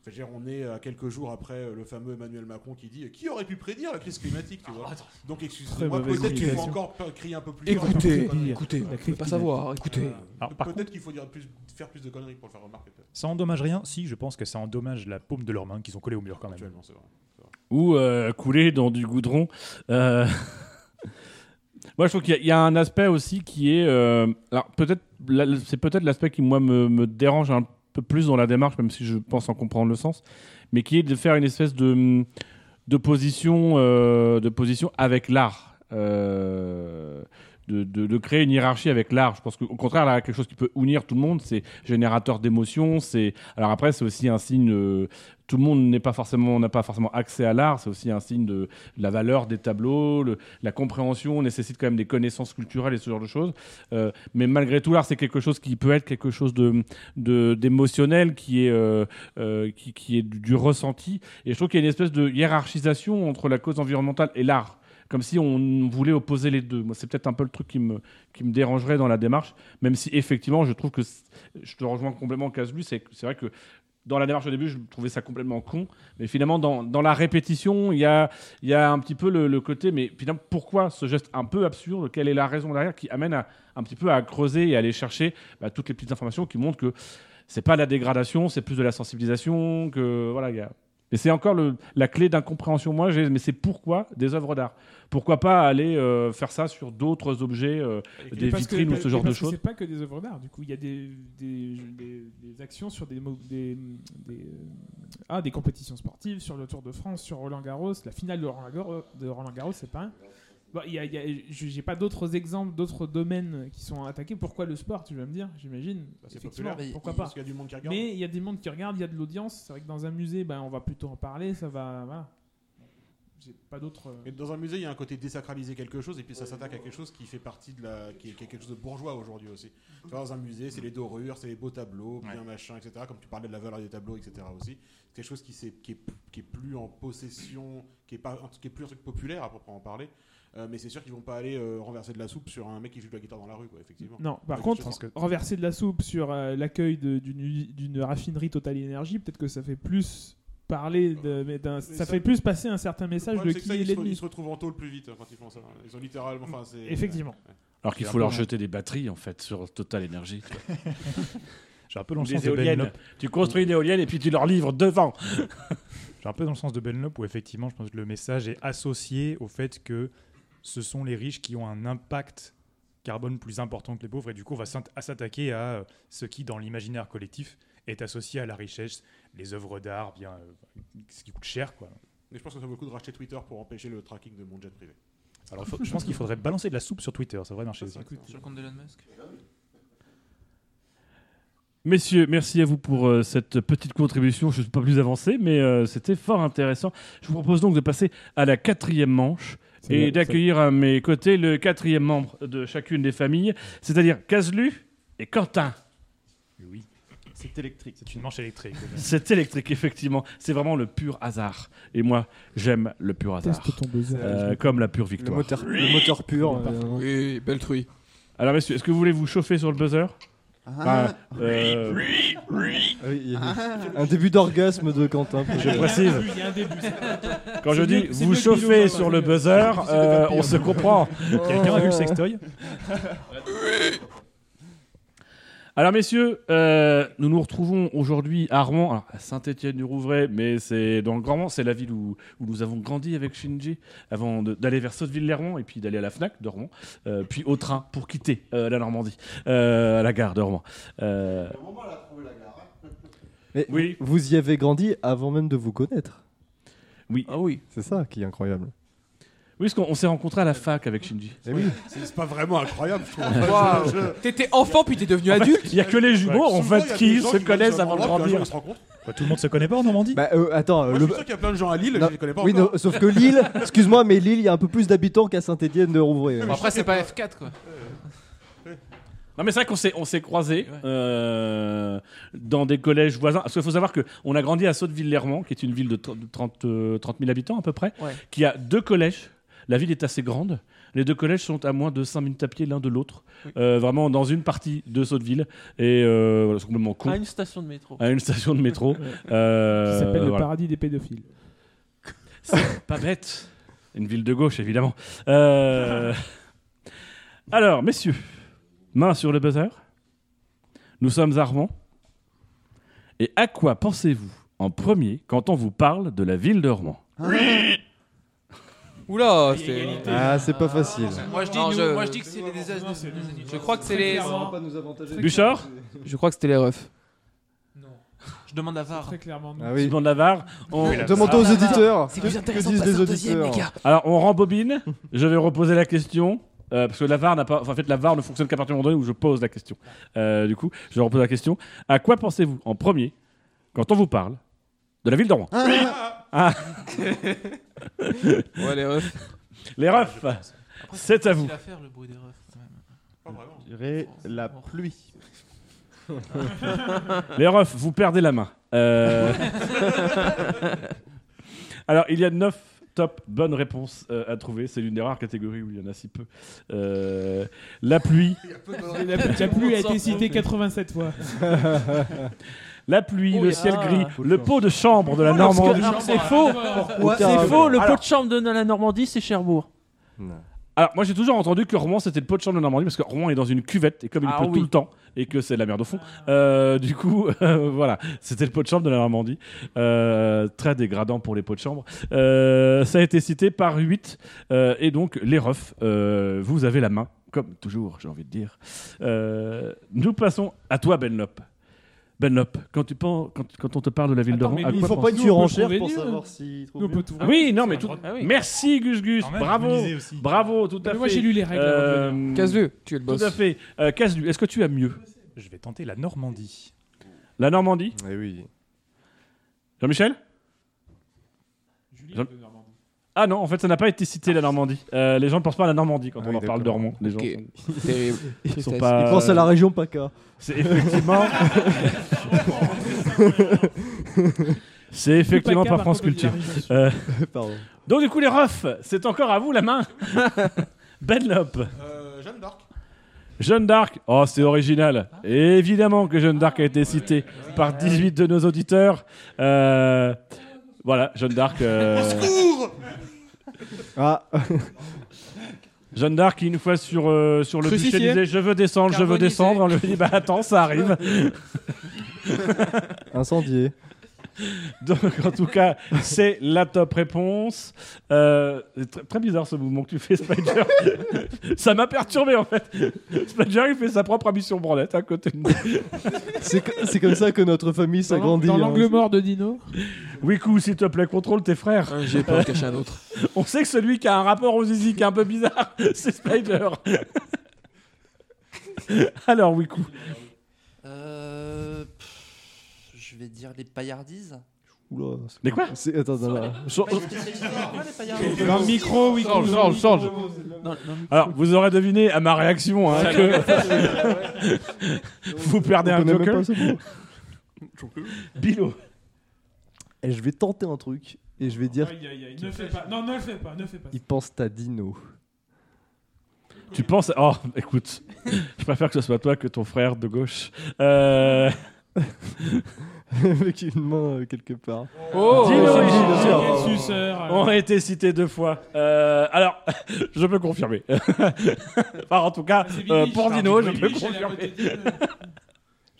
J: Enfin, je veux dire, on est à quelques jours après euh, le fameux Emmanuel Macron qui dit euh, qui aurait pu prédire la crise climatique tu vois donc
D: Très
J: excusez-moi
D: mauvaise
J: peut-être qu'il faut
D: communication.
J: encore p- crier un peu plus fort,
B: Écoutez,
J: un peu plus de
B: écoutez,
J: conneries.
B: la crise Pas savoir, climatique. écoutez.
G: Alors, par
J: Euh, peut-être qu'il faut dire plus, faire plus de conneries pour le faire remarquer peut-être.
G: Ça endommage rien Si, je pense que ça endommage la paume de leurs mains qu'ils ont collée au mur quand même.
J: Actuellement, c'est vrai.
C: ou euh, couler dans du goudron. Euh, moi, je trouve qu'il y a- il y, a un aspect aussi qui est, euh, alors peut-être, là, c'est peut-être l'aspect qui moi me, me dérange un peu plus dans la démarche, même si je pense en comprendre le sens, mais qui est de faire une espèce de de position, euh, de position avec l'art. Euh, de, de- de créer une hiérarchie avec l'art. Je pense qu'au contraire, là, quelque chose qui peut unir tout le monde, c'est générateur d'émotions. C'est alors après, c'est aussi un signe. euh, tout le monde n'est pas forcément n'a pas forcément accès à l'art. C'est aussi un signe de, de la valeur des tableaux, le- la compréhension nécessite quand même des connaissances culturelles et ce genre de choses. Euh, mais malgré tout, l'art c'est quelque chose qui peut être quelque chose de de- d'émotionnel, qui est euh, euh, qui, qui est du, du ressenti. Et je trouve qu'il y a une espèce de hiérarchisation entre la cause environnementale et l'art comme si on voulait opposer les deux. Moi, c'est peut-être un peu le truc qui me, qui me dérangerait dans la démarche, même si effectivement, je trouve que c- je te rejoins complètement, Caslu, c'est que- c'est vrai que dans la démarche au début, je trouvais ça complètement con, mais finalement, dans, dans la répétition, il y a, il y a un petit peu le, le côté, mais finalement, pourquoi ce geste un peu absurde Quelle est la raison derrière qui amène à, un petit peu à creuser et à aller chercher bah, toutes les petites informations qui montrent que c'est pas la dégradation, c'est plus de la sensibilisation, que voilà, il y a- mais c'est encore le- la clé d'incompréhension, moi, j'ai- mais c'est pourquoi des œuvres d'art Pourquoi pas aller euh, faire ça sur d'autres objets, euh,
D: Et
C: des
D: parce que-
C: vitrines ou
D: et
C: ce genre de
D: parce que
C: choses
D: C'est pas que des œuvres d'art, du coup, il y a des, des, des- des actions sur des, mo- des, des, euh, ah, des compétitions sportives, sur le Tour de France, sur Roland Garros, la finale de Roland Garros, de Roland Garros c'est pas un. Bon, bah, il y a- il y a- je- J'ai pas d'autres exemples, d'autres domaines qui sont attaqués. Pourquoi le sport, tu vas me dire, j'imagine
J: Bah, c'est
D: Effectivement,
J: populaire, mais
D: pourquoi
J: il-
D: pas
J: parce qu'il y a du monde qui regarde.
D: Mais il bah, y a des mondes qui regardent, il y a de l'audience. C'est vrai que dans un musée, ben, on va plutôt en parler, ça va. Voilà. j'ai pas d'autres. euh,
J: Et dans un musée, il y a un côté désacraliser quelque chose, et puis ça s'attaque à quelque chose qui fait partie de la. qui est, qui est quelque chose de bourgeois aujourd'hui aussi. Tu vois, dans un musée, c'est les dorures, c'est les beaux tableaux, bien machin, etc. Comme tu parlais de la valeur des tableaux, etc. aussi. C'est quelque chose qui, s'est- qui, est, qui est plus en possession, qui est, pas, qui est plus un truc populaire à proprement parler. Euh, mais c'est sûr qu'ils vont pas aller euh, renverser de la soupe sur un mec qui joue de la guitare dans la rue, quoi, effectivement.
D: Non, par
J: Donc, je
D: contre,
J: pense que-
D: renverser de la soupe sur euh, l'accueil de- d'une u- d'une raffinerie Total Energy, peut-être que ça fait plus parler de, mais d'un- ça,
J: ça-
D: fait plus passer un certain message de
J: Le problème, c'est
D: qui
J: que ça,
D: est
J: ils, se, re- ils
D: l'ennemi.
J: se retrouvent en tôle plus vite hein, quand ils font ça. Ils ont littéralement. enfin, c'est-
D: Effectivement.
J: Ouais.
M: Alors qu'il
J: C'est
M: faut leur
J: important.
M: jeter des batteries en fait sur Total Energy.
G: J'ai un peu dans le
M: Des
G: sens de Ben
M: éoliennes.
G: Lop.
M: Tu construis une éolienne et puis tu leur livres devant.
G: J'ai un peu dans le sens de Benlop où effectivement, je pense que le message est associé au fait que ce sont les riches qui ont un impact carbone plus important que les pauvres et du coup on va s'int- à s'attaquer à euh, ce qui dans l'imaginaire collectif est associé à la richesse, les œuvres d'art, bien euh, ce qui coûte cher quoi.
J: Mais je pense que ça vaut le coup de racheter Twitter pour empêcher le tracking de mon jet privé.
G: Alors faut- je pense qu'il faudrait balancer de la soupe sur Twitter, ça devrait marcher. aussi.
E: Sur le compte d'Elon Musk.
C: Messieurs, merci à vous pour euh, cette petite contribution. Je ne suis pas plus avancé, mais euh, c'était fort intéressant. Je vous propose donc de passer à la quatrième manche
M: C'est bien,
C: et
M: ça.
C: d'accueillir à mes côtés le quatrième membre de chacune des familles, c'est-à-dire Caselu et Quentin.
G: Oui.
L: C'est électrique.
G: C'est une manche électrique.
C: C'est électrique, effectivement. C'est vraiment le pur hasard. Et moi, j'aime le pur hasard.
D: Teste ton buzzer.
C: Euh, comme la pure victoire.
F: Le moteur- le moteur pur, Oui. euh,
C: oui, belle truie. Alors, messieurs, est-ce que vous voulez vous chauffer sur le buzzer
F: Ah.
C: Enfin, euh,
F: Ah oui, il y a Un début d'orgasme de Quentin.
C: Je précise. Quand je dis vous chauffez sur le buzzer, euh, on se comprend.
G: Quelqu'un a vu le sextoy
C: Alors messieurs, euh, nous nous retrouvons aujourd'hui à Rouen, alors, à Saint-Étienne-du-Rouvray, mais c'est dans le Grand Mans, c'est la ville où, où nous avons grandi avec Shinji, avant de- d'aller vers Sotteville-les-Rouen et puis d'aller à la Fnac de Rouen, euh, puis au train pour quitter euh, la Normandie, euh, à la gare de Rouen. Euh,
F: Mais
C: oui.
F: Vous y avez grandi avant même de vous connaître.
C: Oui.
F: Ah oui. C'est ça qui est incroyable.
C: oui, parce qu'on on s'est rencontrés à la fac avec Shinji.
F: oui.
J: C'est c'est pas vraiment incroyable, je trouve.
B: Waouh. T'étais enfant puis t'es devenu adulte.
C: Il y a que les jumeaux en
J: Souvent, il y
C: fait
J: a
C: qui
J: des gens
C: se
J: vont
C: connaissent
J: dans un
C: avant de
J: endroit, puis un jour,
C: grandir.
J: ils se rencontrent.
G: Bah, tout le monde se connaît pas en Normandie
F: Bah, euh, attends,
J: Moi,
F: le-
J: je suis sûr qu'il y a plein de gens à Lille,
F: Non.
J: je les connais pas.
F: Oui,
J: encore.
F: non, sauf que Lille, excuse-moi, mais Lille, il y a un peu plus d'habitants qu'à Saint-Étienne de Rouvray.
E: Bon, après, c'est pas F4 quoi.
C: Non mais c'est vrai qu'on s'est on s'est croisés euh, dans des collèges voisins. Parce qu'il faut savoir que on a grandi à Sotteville-Lermont, qui est une ville de 30, 30, euh, 30 000 habitants à peu près,
B: Ouais.
C: qui a deux collèges. La ville est assez grande. Les deux collèges sont à moins de 5 minutes à pied l'un de l'autre, Euh, vraiment dans une partie de Sotteville. Et euh, voilà, c'est complètement con.
B: À une station de métro.
C: À une station de métro. Euh,
D: Qui s'appelle le
C: voilà.
D: paradis des pédophiles.
C: C'est pas bête. Une ville de gauche, évidemment. Euh, Alors, messieurs, main sur le buzzer. Nous sommes à Rouen. Et à quoi pensez-vous en premier quand on vous parle de la ville de Rouen
B: Oula,
F: c'est- Ah, c'est pas facile.
E: Moi je dis,
B: Non,
E: nous,
B: je-
E: moi, je dis que c'est les as de Je crois que
B: c'est les-
F: clairement pas nous avantager.
C: Bouchard
B: Je crois que c'était les refs.
E: Je demande la VAR.
D: Très clairement.
F: Ah oui.
C: Tu demandes la VAR. On...
F: Oui, la Demandons VAR. aux auditeurs.
E: C'est
F: Que-
E: plus
F: que
E: intéressant
F: disent
E: de passer
F: les
E: en deuxième, les
F: auditeurs
E: gars.
C: Alors, on rembobine. je vais reposer la question. euh, parce que la VAR n'a pas. enfin, en fait, la VAR ne fonctionne qu'à partir du moment donné où je pose la question. Euh, du coup, je repose la question. À quoi pensez-vous en premier quand on vous parle de la ville de Rouen Ah.
B: Ouais, les refs.
C: Les refs, c'est à vous.
E: Il faire le bruit des refs quand même.
L: Je dirais la pluie.
C: Les refs, vous perdez la main. Euh, Alors, il y a 9 top bonnes réponses euh, à trouver. C'est l'une des rares catégories où il y en a si peu. Euh, la pluie.
D: Et La, la pluie a été citée 87 fois.
C: La pluie,
E: Oh,
C: le
D: Ah.
C: ciel gris, le pot de chambre de la
D: Parce que-
C: Normandie.
D: alors,
E: C'est faux.
C: Pourquoi
E: C'est faux. Le pot
C: Alors-
E: de chambre de la Normandie, c'est Cherbourg.
C: Alors, moi j'ai toujours entendu que Rouen c'était le pot de chambre de Normandie parce que Rouen est dans une cuvette et comme il
E: Ah
C: pleut
E: oui.
C: tout le temps et que c'est de la merde au fond, euh, du coup, euh, voilà, c'était le pot de chambre de la Normandie. Euh, très dégradant pour les pots de chambre. Euh, ça a été cité par 8 et donc les refs, euh, vous avez la main, comme toujours, j'ai envie de dire. Euh, nous passons à toi, Benlop. Benlop, quand, tu penses, quand, quand on te parle de la ville
F: Attends,
C: de
F: mais
C: Rouen, à
F: nous,
C: quoi
F: il faut pas
C: penses-tu
F: une surenchère pour savoir s'il trouve
D: Nous, on
F: mieux.
D: peut tout
C: ah oui, non,
D: C'est
C: mais
D: un
C: tout.
D: droit de-
C: Merci Gus Gus,
D: Quand même,
C: bravo,
D: harmonisé aussi.
C: bravo, tout à
D: Mais
C: fait.
D: moi, j'ai lu les règles hein, avant de
C: Euh,
D: venir.
B: Casse-le, tu es le boss.
C: Tout à fait. Euh, Casse-le, est-ce que tu as mieux
G: Je vais tenter la Normandie.
C: La Normandie
F: Eh oui.
C: Jean-Michel
D: Julie
C: Jean-
D: de Normandie.
C: Ah non, en fait, ça n'a pas été cité la Normandie. Euh, les gens ne pensent pas à la Normandie quand
F: Ah
C: on
F: oui,
C: leur parle de
F: d'accord.
C: Romont. Les gens
F: Ok.
C: sont-
F: Terrible.
C: Ils, sont
F: Tristesse.
C: pas...
F: Ils pensent à la région PACA.
C: C'est effectivement. C'est effectivement
F: Le PACA
C: par
F: par
C: France
F: contre, il y a
C: Culture.
F: la région.
C: Euh,
F: Pardon.
C: Donc du coup les refs, c'est encore à vous la main. Bedlop.
J: Jeanne d'Arc.
C: Jeanne d'Arc, oh c'est original. Évidemment que Jeanne d'Arc a été citée par 18 de nos auditeurs. Euh, voilà, Jeanne d'Arc. euh,
F: Ah.
C: Jeanne d'Arc, qui, une fois sur, euh, sur le
F: Crucifié.
C: bûcher, disait Je veux descendre, je veux
F: Carbonisé.
C: descendre. On lui dit Bah attends, ça arrive.
F: Incendié.
C: Donc, en tout cas, c'est la top réponse. Euh, c'est tr- très bizarre ce mouvement que tu fais, Spider. ça m'a perturbé en fait. Spider, il fait sa propre ambition branlette à côté de moi.
F: C'est co- c'est comme ça que notre famille s'agrandit. hein.
C: mort de Dino Wiku, s'il te plaît, contrôle tes frères.
B: Ah, j'ai pas caché un autre.
C: On sait que celui qui a un rapport aux zizi qui est un peu bizarre, c'est Spider. Alors, Wiku.
H: Euh, pff, je vais dire les paillardises.
F: Oula. c'est-
C: Mais quoi
F: C'est- Attends, attends, attends.
C: Change-
H: Dans le micro, oui, Change, dans le change, micro.
B: Non, non.
C: Alors, vous aurez deviné à ma réaction hein,
B: Ça
C: que
B: commence.
C: vous perdez
F: On
C: un
F: connaît même
C: joker.
F: pas ce mot.
C: Bilo.
F: Et Eh, je vais tenter un truc et je vais dire
D: Aïe, aïe, aïe, ne fais pas. Non, ne le fais pas, ne fais pas.
F: il pense à Dino.
C: Tu penses. à- Oh, écoute, je préfère que ce soit toi que ton frère de gauche. Euh...
F: Avec une main euh, quelque part.
C: Oh,
F: Dino,
C: oh,
F: oui,
C: oh,
F: bien sûr.
C: oh, oh. On a été cités deux fois. Euh, alors, je peux confirmer. enfin, en tout cas, euh, pour Dino, je peux confirmer.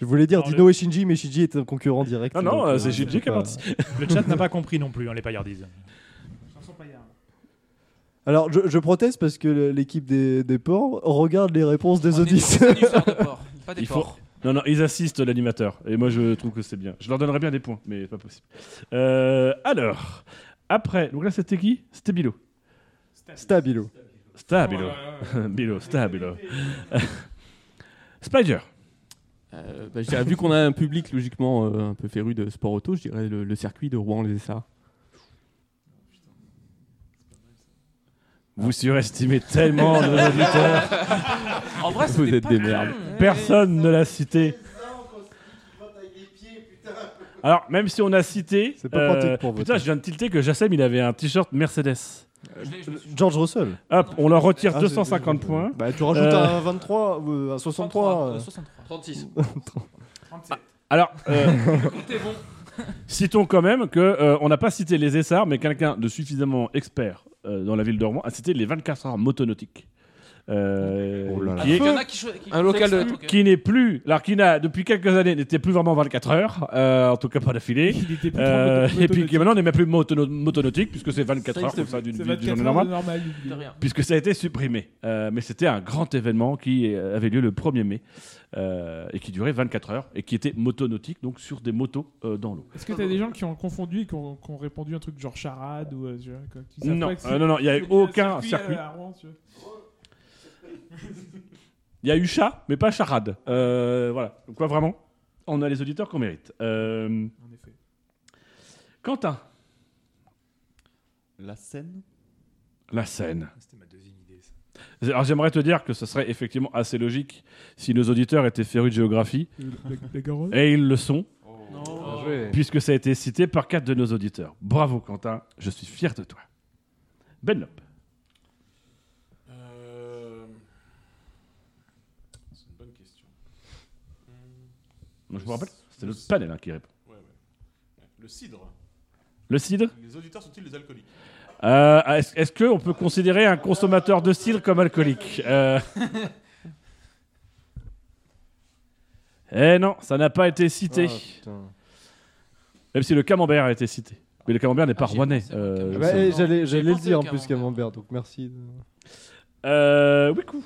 F: Je voulais dire Dino et Shinji, mais Shinji est un concurrent direct.
C: Ah non,
F: donc,
C: euh,
F: euh,
C: c'est Shinji qui a
F: pas-
C: parti.
G: Le chat n'a pas compris non plus, hein, les paillardises.
F: Alors, je, je proteste parce que le- l'équipe des, des porcs regarde les réponses des auditeurs.
H: Pas
C: Il faut- Non, non, ils assistent l'animateur. Et moi, je trouve que c'est bien. Je leur donnerais bien des points, mais pas possible. Euh, alors, après, donc là, c'était qui C'était Bilo.
F: Stabilo.
C: Stabilo. Bilo, Stabilo. Spider.
K: Euh, bah, je dirais, vu qu'on a un public logiquement euh, un peu féru de sport auto, je dirais le, le circuit de Rouen-les-Essarts.
C: Vous surestimez tellement nos auditeurs.
E: En vrai,
C: vous
E: c'était
C: êtes
E: pas
C: des
E: con.
C: merdes. Personne ne l'a cité. Alors, même si on a cité.
F: pas pratique pour voter.
C: Putain, je viens de tilter que Jassem, il avait un t-shirt Mercedes.
F: George Russell.
C: Hop, on leur retire
F: Ah, c'est-
C: 250
F: c'est-
C: points.
F: Bah, tu rajoutes
C: Euh,
F: un 23, ou un
E: Euh,
F: 63.
B: 36.
C: Alors, euh,
B: T'es bon.
C: citons quand même que euh, on n'a pas cité les Essarts, mais quelqu'un de suffisamment expert euh, dans la ville de Rouen a cité les 24 heures motonautiques. Euh,
B: Oh là là.
C: qui est-
E: Il y en a qui cho- qui-
B: Un local de-
E: Ok.
C: qui n'est plus, alors qui n'a depuis quelques années n'était plus vraiment 24 heures, euh, en tout cas pas d'affilée.
D: plus
C: Euh,
D: moto-
C: et puis qui maintenant n'est même plus motono- motonautique puisque c'est 24
D: Ça
C: heures
D: existe
C: comme ça
D: plus.
C: d'une
D: C'est
C: vie- d'une
D: 24
C: journée
D: heures
C: normale.
D: normale. De
B: rien.
C: Puisque ça a été supprimé. Euh, mais c'était un grand événement qui euh, avait lieu le 1er mai euh, et qui durait 24 heures et qui était motonautique, donc sur des motos euh, dans l'eau.
D: Est-ce que t'as des gens qui ont confondu et qui ont, qui ont répondu un truc genre charade ou. euh, tu vois, quoi, qui savent
C: Non,
D: pas que c'est-
C: euh, non, non, il y a eu
D: c'est
C: aucun
D: un
C: circuit.
D: à- à Rouen, tu vois.
C: Il y a eu chat, mais pas charade. Euh, voilà. Donc, quoi, vraiment, on a les auditeurs qu'on mérite. Euh, Quentin.
L: La scène
C: La scène.
G: Ah, C'était ma deuxième idée. ça.
C: Alors, j'aimerais te dire que ce serait effectivement assez logique si nos auditeurs étaient férus de géographie.
D: Le- le- le Garonne
C: Et ils le sont.
J: Oh.
D: Non.
C: Puisque ça a été cité par quatre de nos auditeurs. Bravo, Quentin. Je suis fier de toi. Ben Benlop.
J: Euh, C'est une bonne question. Hmm,
C: Je vous rappelle, c'est notre panel hein, qui répond.
J: Ouais, ouais. Le cidre.
C: Le cidre
J: Les auditeurs sont-ils des alcooliques
C: Euh, Est-ce est-ce qu'on peut considérer un consommateur de cidre comme alcoolique Euh, Eh non, ça n'a pas été cité.
J: Oh.
F: Ah, putain.
C: Même si le camembert a été cité. Mais le camembert n'est pas
F: j'y ai
C: rouennais.
F: pensé,
C: euh,
F: Ah
C: je
F: bah,
C: sais.
F: eh, J'allais j'allais le dire en
H: hein,
F: plus, Camembert, donc merci.
C: Euh, oui, coup.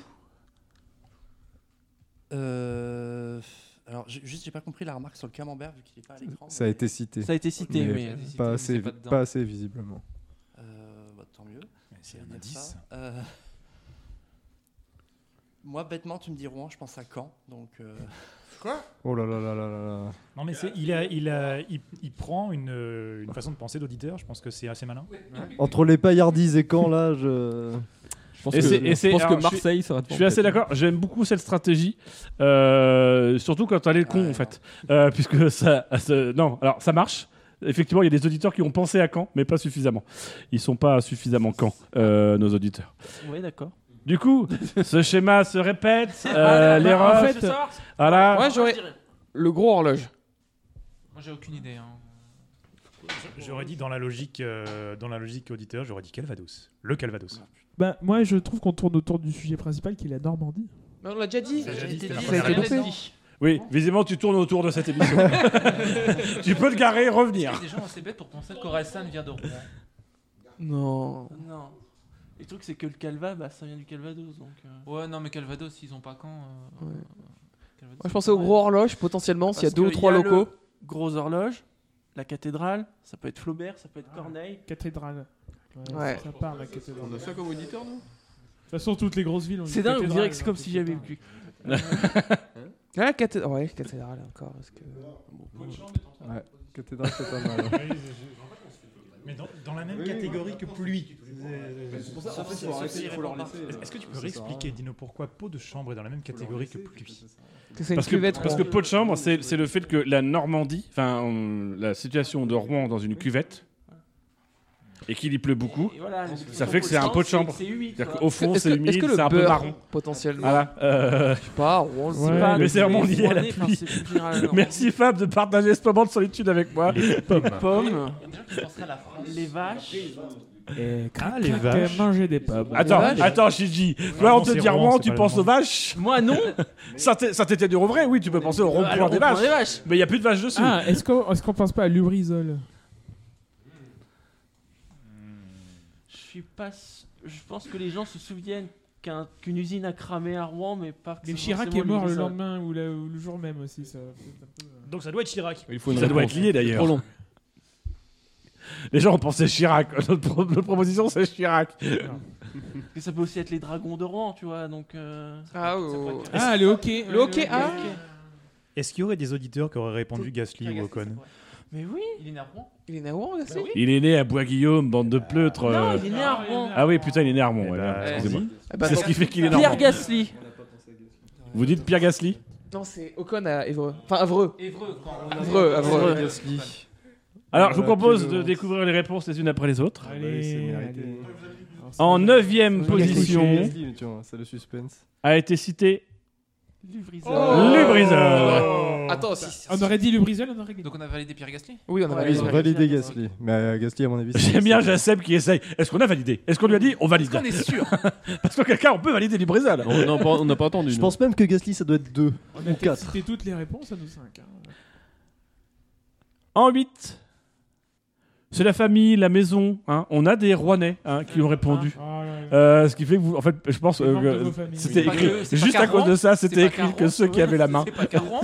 H: Euh, alors, j'ai- juste, j'ai pas compris la remarque sur le camembert vu qu'il est pas à l'écran.
F: Ça a été cité.
H: Ça a été cité,
F: Mais
H: oui, ça a été cité,
F: Pas
H: mais
F: assez,
H: c'est pas dedans.
F: pas assez visiblement.
H: Euh, bah, tant mieux.
G: C'est
H: un
G: indice.
H: Euh, Moi, bêtement, tu me dis Rouen, je pense à Caen. Donc, euh,
J: Quoi
F: Oh là là là là là là.
G: Non mais c'est il a il a il, il prend une, euh, une façon de penser d'auditeur. Je pense que c'est assez malin.
F: Entre les paillardises et Caen, là, je.
K: Je pense Et que- c'est- et je c'est- pense que alors, je suis- Marseille, ça va te
C: Je suis assez d'accord, j'aime beaucoup cette stratégie, euh, surtout quand elle est con en fait, Euh, puisque ça, ça- non, alors ça marche. Effectivement, il y a des auditeurs qui ont pensé à Caen, mais pas suffisamment. Ils sont pas suffisamment Caen, euh, nos auditeurs.
B: Oui, d'accord.
C: Du coup, ce schéma se répète, euh,
B: Ah,
C: les
B: bah, en
C: refs,
B: fait, ce soir,
C: voilà.
B: Moi, j'aurais le gros horloge.
E: Moi, j'ai aucune idée. hein.
G: J'aurais dit dans la logique euh, dans la logique auditeur, j'aurais dit Calvados. Le Calvados.
D: Ben, moi, je trouve qu'on tourne autour du sujet principal qui est la Normandie.
B: Mais on l'a déjà dit.
D: Ça a déjà
C: dit,
B: Ça
C: c'est
B: a
C: la
B: été
C: première
B: loupé.
C: raison. Oui, visiblement, tu tournes autour de cette émission. tu peux le garer et revenir.
E: Est-ce que Les gens assez bêtes pour penser qu'Orelsan vient de Rouen.
B: Non.
E: Non. Le truc, c'est que le Calva, bah, ça vient du Calvados. Donc, euh. Ouais, non, mais Calvados, ils ont pas quand. euh,
B: Ouais.
E: Calvados,
B: Moi, je
E: c'est
B: pensais
E: pas
B: au
E: mal.
B: gros horloge, potentiellement, s'il y a
E: Parce
B: deux ou
E: que
B: trois
E: il y a
B: locaux.
E: le Gros horloge, la cathédrale, ça peut être Flaubert, ça peut être Corneille.
D: Ah, Cathédrale.
B: Ouais.
D: Ça part, la cathédrale.
E: On a ça
D: comme
E: auditeur, nous
D: De toute façon, toutes les grosses villes ont une
E: C'est dingue, on
D: cathédrale, hein,
E: dirait que c'est comme
D: donc,
E: si j'avais
D: putain.
E: vécu.
B: Ah, cathédrale, ouais, cathédrale encore. Parce que...
F: Ouais, cathédrale, c'est pas mal. hein.
G: Mais dans, dans la même
F: Oui, oui.
G: catégorie que pluie.
F: C'est pour ça, en fait, faut arrêter, faut leur laisser, euh,
G: Est-ce que tu peux
F: ça sert à
G: réexpliquer,
F: rien.
G: Dino, pourquoi peau de chambre est dans la même catégorie que pluie
C: parce que, parce que pot de chambre, c'est c'est le fait que la Normandie, enfin on- la situation de Rouen dans une cuvette, et qu'il y pleut beaucoup,
E: voilà,
C: ça fait que c'est un pot de chambre.
E: c'est humide,
C: C'est-à-dire
E: quoi.
C: qu'au fond, c'est
B: Est-ce que- est-ce
C: humide,
B: que le
C: c'est un peu
B: beurre,
C: marron.
B: potentiellement
C: Voilà. Euh,
B: Je sais pas, on le sait
C: Ouais,
B: pas,
C: mais
B: le
C: c'est vraiment
B: blé,
C: lié à la
B: c'est
C: pluie.
B: c'est plus général, non.
C: Merci Fab de partager ce moment de solitude avec
D: Ah,
C: moi. Pomme.
E: Pommes, les vaches.
C: Ah,
D: les vaches. manger des pommes.
C: Attends,
D: Les vaches.
C: attends, Gigi.
D: Ah
C: Toi,
D: non,
C: on te
D: c'est
C: dit
D: Rouen,
C: Rouen,
D: c'est
C: tu
D: pas
C: penses
D: le
C: aux vaches
E: Moi, non.
C: Ça t'était du vrai, oui, tu peux penser au
D: Ah, le
C: rond-point des
D: rond-point
C: vaches.
D: des vaches.
C: Mais il n'y a plus de vaches dessus.
D: Ah, est-ce qu'on est-ce qu'on pense pas à Lubrizol
E: Je suis pas. s- Je pense que les gens se souviennent qu'un- qu'une usine a cramé à Rouen, mais pas.
D: Mais
E: forcément
D: Chirac est mort le
E: Lubrizol.
D: lendemain ou la- ou le jour même aussi. Ça, euh.
G: Donc ça doit être Chirac.
C: Il faut une Ça doit réponse. être lié, d'ailleurs. Trop long. Les gens ont pensé Chirac. Notre, pro- notre proposition, c'est Chirac.
E: Parce que ça peut aussi être les dragons de Rouen, tu vois. Donc. euh, ça peut-
B: Ah,
E: ça
B: oh.
E: peut être-
B: Ah, le hockey.
D: euh,
B: Le hockey, ah.
G: Est-ce qu'il y aurait des auditeurs qui auraient répondu Gasly ou Ocon
E: Mais oui. Il est né à Rouen. Bah
B: Il est né à Rouen, là, c'est
C: Il est né à Bois-Guillaume, bande
F: Ah,
C: de pleutres.
E: Non,
C: euh.
E: il est né à Rouen.
C: Ah oui, putain, il est né à Rouen. ouais, merde,
E: Bah
B: vas-y.
C: excusez-moi.
B: Eh ben,
C: c'est ce
B: donc,
C: qui fait qu'il est
B: Pierre
C: normand.
E: Gasly.
C: Vous dites Pierre Gasly
B: Non, c'est Ocon à Évreux. Enfin, Avreux.
E: Évreux, quand on a-
B: Avreux, Avreux.
C: Pierre Alors, je vous propose de découvrir les réponses les unes après les autres. En neuvième position
F: C'est le suspense.
C: a été cité
E: Lubrizol.
C: Oh. Lubrizol.
B: Oh. Attends,
D: On aurait dit Lubrizol, on aurait dit.
E: Donc on a validé Pierre Gasly
B: Oui, on a
F: Ils ont validé Gasly. Mais euh, Gasly, à mon avis. c'est-
C: J'aime bien Jaceb qui essaye. Est-ce qu'on a validé Est-ce qu'on lui a dit on valide
F: qu'on est sûr
C: Parce que quelqu'un, on peut valider Lubrizol.
K: On n'a pas- on n'a pas entendu,
F: Je
K: nous.
F: pense même que Gasly, ça doit être 2
D: On
F: ou
D: a peut-être
F: 4.
D: cité toutes les réponses à nous cinq. hein.
C: En 8, c'est la famille, la maison. hein. On a des Rouennais hein, qui ont répondu.
D: Ah, ouais, ouais.
C: Euh, ce qui fait que vous. En fait, je pense euh,
D: membres de
C: que
D: vos familles.
C: c'était
D: C'est pas
C: écrit.
D: que- c'est pas
C: Juste
D: qu'à
C: à cause
D: Rouen,
C: de ça,
D: c'est
C: c'était
D: pas
C: écrit
D: qu'à
C: que
D: Rouen,
C: ceux qui avaient la main.
E: C'est pas qu'à Rouen.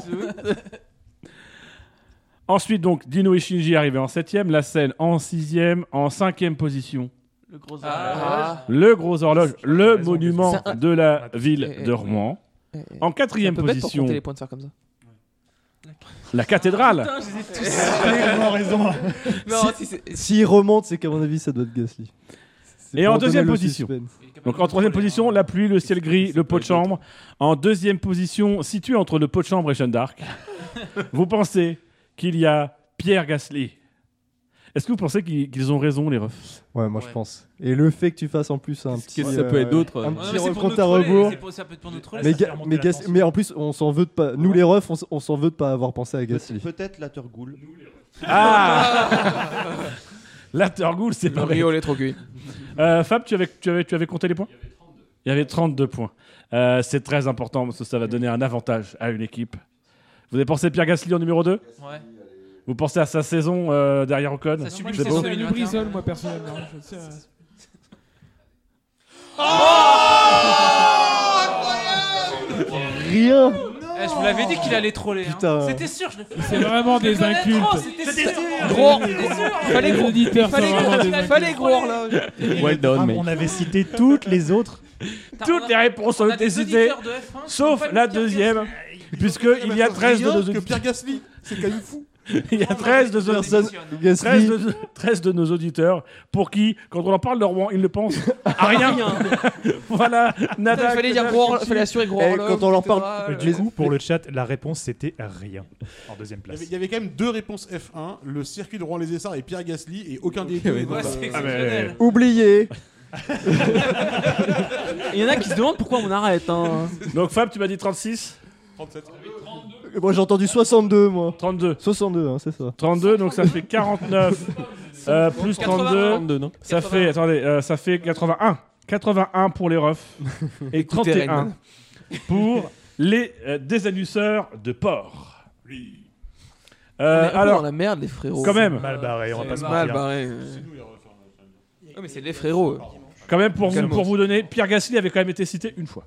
C: Ensuite, donc, Dino et Shinji arrivés en 7ème, la scène en 6ème, en 5ème position.
E: Le gros horloge.
B: Ah.
C: Le gros horloge, le monument
B: C'est un-
C: de la
B: Eh,
C: ville
B: eh,
C: de Rouen.
B: eh, eh.
C: En quatrième
B: C'est un peu bête pour
C: position,
B: compter les points de faire comme ça.
C: la cathédrale.
E: Putain, je les ai tous.
G: Clairement raison.
B: Non, si
F: Si-
B: c'est.
F: S'il remonte, c'est qu'à mon avis, ça doit être Gasly. C'est
C: Et
F: pour
C: en
F: donner
C: deuxième
F: le
C: position.
F: suspense.
C: Donc en troisième position, la pluie, le ciel gris, le pot de chambre. En deuxième position, situé entre le pot de chambre et Jeanne d'Arc, vous pensez qu'il y a Pierre Gasly. Est-ce que vous pensez qu'ils qu'ils ont raison, les refs
F: Ouais, moi je pense. Et le fait que tu fasses en plus un petit. euh,
K: que ça peut être d'autre, ouais.
F: Un
E: Ouais,
F: petit
E: mais c'est pour
F: compte
E: nous
F: à
E: troller,
F: rebours.
E: c'est pour- ça peut être pour nous troller,
F: Mais,
E: ça fait
F: Ga-
E: remonter
F: mais,
E: la
F: Gas-
E: tension.
F: mais en plus, on s'en veut de pas. Nous les refs, on, s- on s'en veut de pas avoir pensé à Gasly.
L: Peut-être la Turgoule.
C: Ah La Turgoule, c'est
B: Le
C: pas
B: Rio, elle est trop cuit.
C: Euh, Fab, tu avais, tu, avais, tu avais compté les points Il y avait 32 points. Euh, c'est très important parce que ça va donner un avantage à une équipe. Vous avez pensé Pierre Gasly en numéro 2
E: Ouais.
C: Vous pensez à sa saison euh, derrière Ocon
E: Sa sublime
C: C'est
D: Je
C: beau.
D: pensais à Lubrizol, moi personnellement. Je sais, euh,
E: Oh
F: Rien
E: Eh, je vous l'avais dit qu'il allait troller. hein.
F: Putain.
E: C'était sûr, je le fais.
D: C'est vraiment
E: Je le
D: des
E: connais
D: incultes.
E: trop, C'était sûr.
B: Gros.
E: C'était sûr.
B: Fallait
D: Les
B: gros.
D: auditeurs
B: Fallait
D: sont
B: gros.
D: vraiment
B: Fallait gros horloge.
K: Well done, mate.
G: On avait cité toutes les autres
C: Toutes les réponses ont été citées, sauf la deuxième, puisque il y a 13 de nos
N: que
C: auditeurs.
N: Pierre Gasly, c'est quand même fou.
C: Il y a 13 de, nos-
N: Personne-
C: 13 de- 13 de nos auditeurs pour qui, quand on leur parle de Rouen, ils ne pensent à rien. voilà, nada.
B: il fallait dire
C: que-
B: Rouen, il fallait assurer Rouen,
C: Eh,
B: Love, etc., euh,
G: Du coup, pour le chat, la réponse c'était rien. En deuxième
J: Il y,
G: place.
J: avait, il y avait quand même deux réponses F1, le circuit de Rouen-les-Essarts et Pierre Gasly, et aucun des deux.
G: Ouais,
J: dans
G: ouais,
J: la-
F: Euh,
G: c'est
J: Ah, mais-
G: exceptionnel.
F: Oublié.
N: Eh.
B: Il y en a qui se demandent pourquoi on arrête. hein.
C: Donc Fab, tu m'as dit 36
J: 37.
F: Moi j'ai entendu 62 moi.
C: 32.
F: 62, hein, c'est ça.
C: 32, donc ça fait 49 euh, plus 32.
K: 82, non
C: ça fait, attendez, euh, ça fait 81. 81 pour les refs et
K: Écoutez,
C: 31
K: Rennes.
C: pour les euh, désannusseurs de porc.
B: On
C: Euh,
B: est un peu
C: alors,
B: dans la merde, les frérots.
C: Quand même.
B: C'est mal barré, on va pas se
C: Mal
B: mentir.
C: barré.
B: Ouais, mais c'est les frérots. eux.
C: Quand même, pour vous,
B: Calmos. Ah.
C: pour vous donner, Pierre Gasly avait quand même été cité une fois.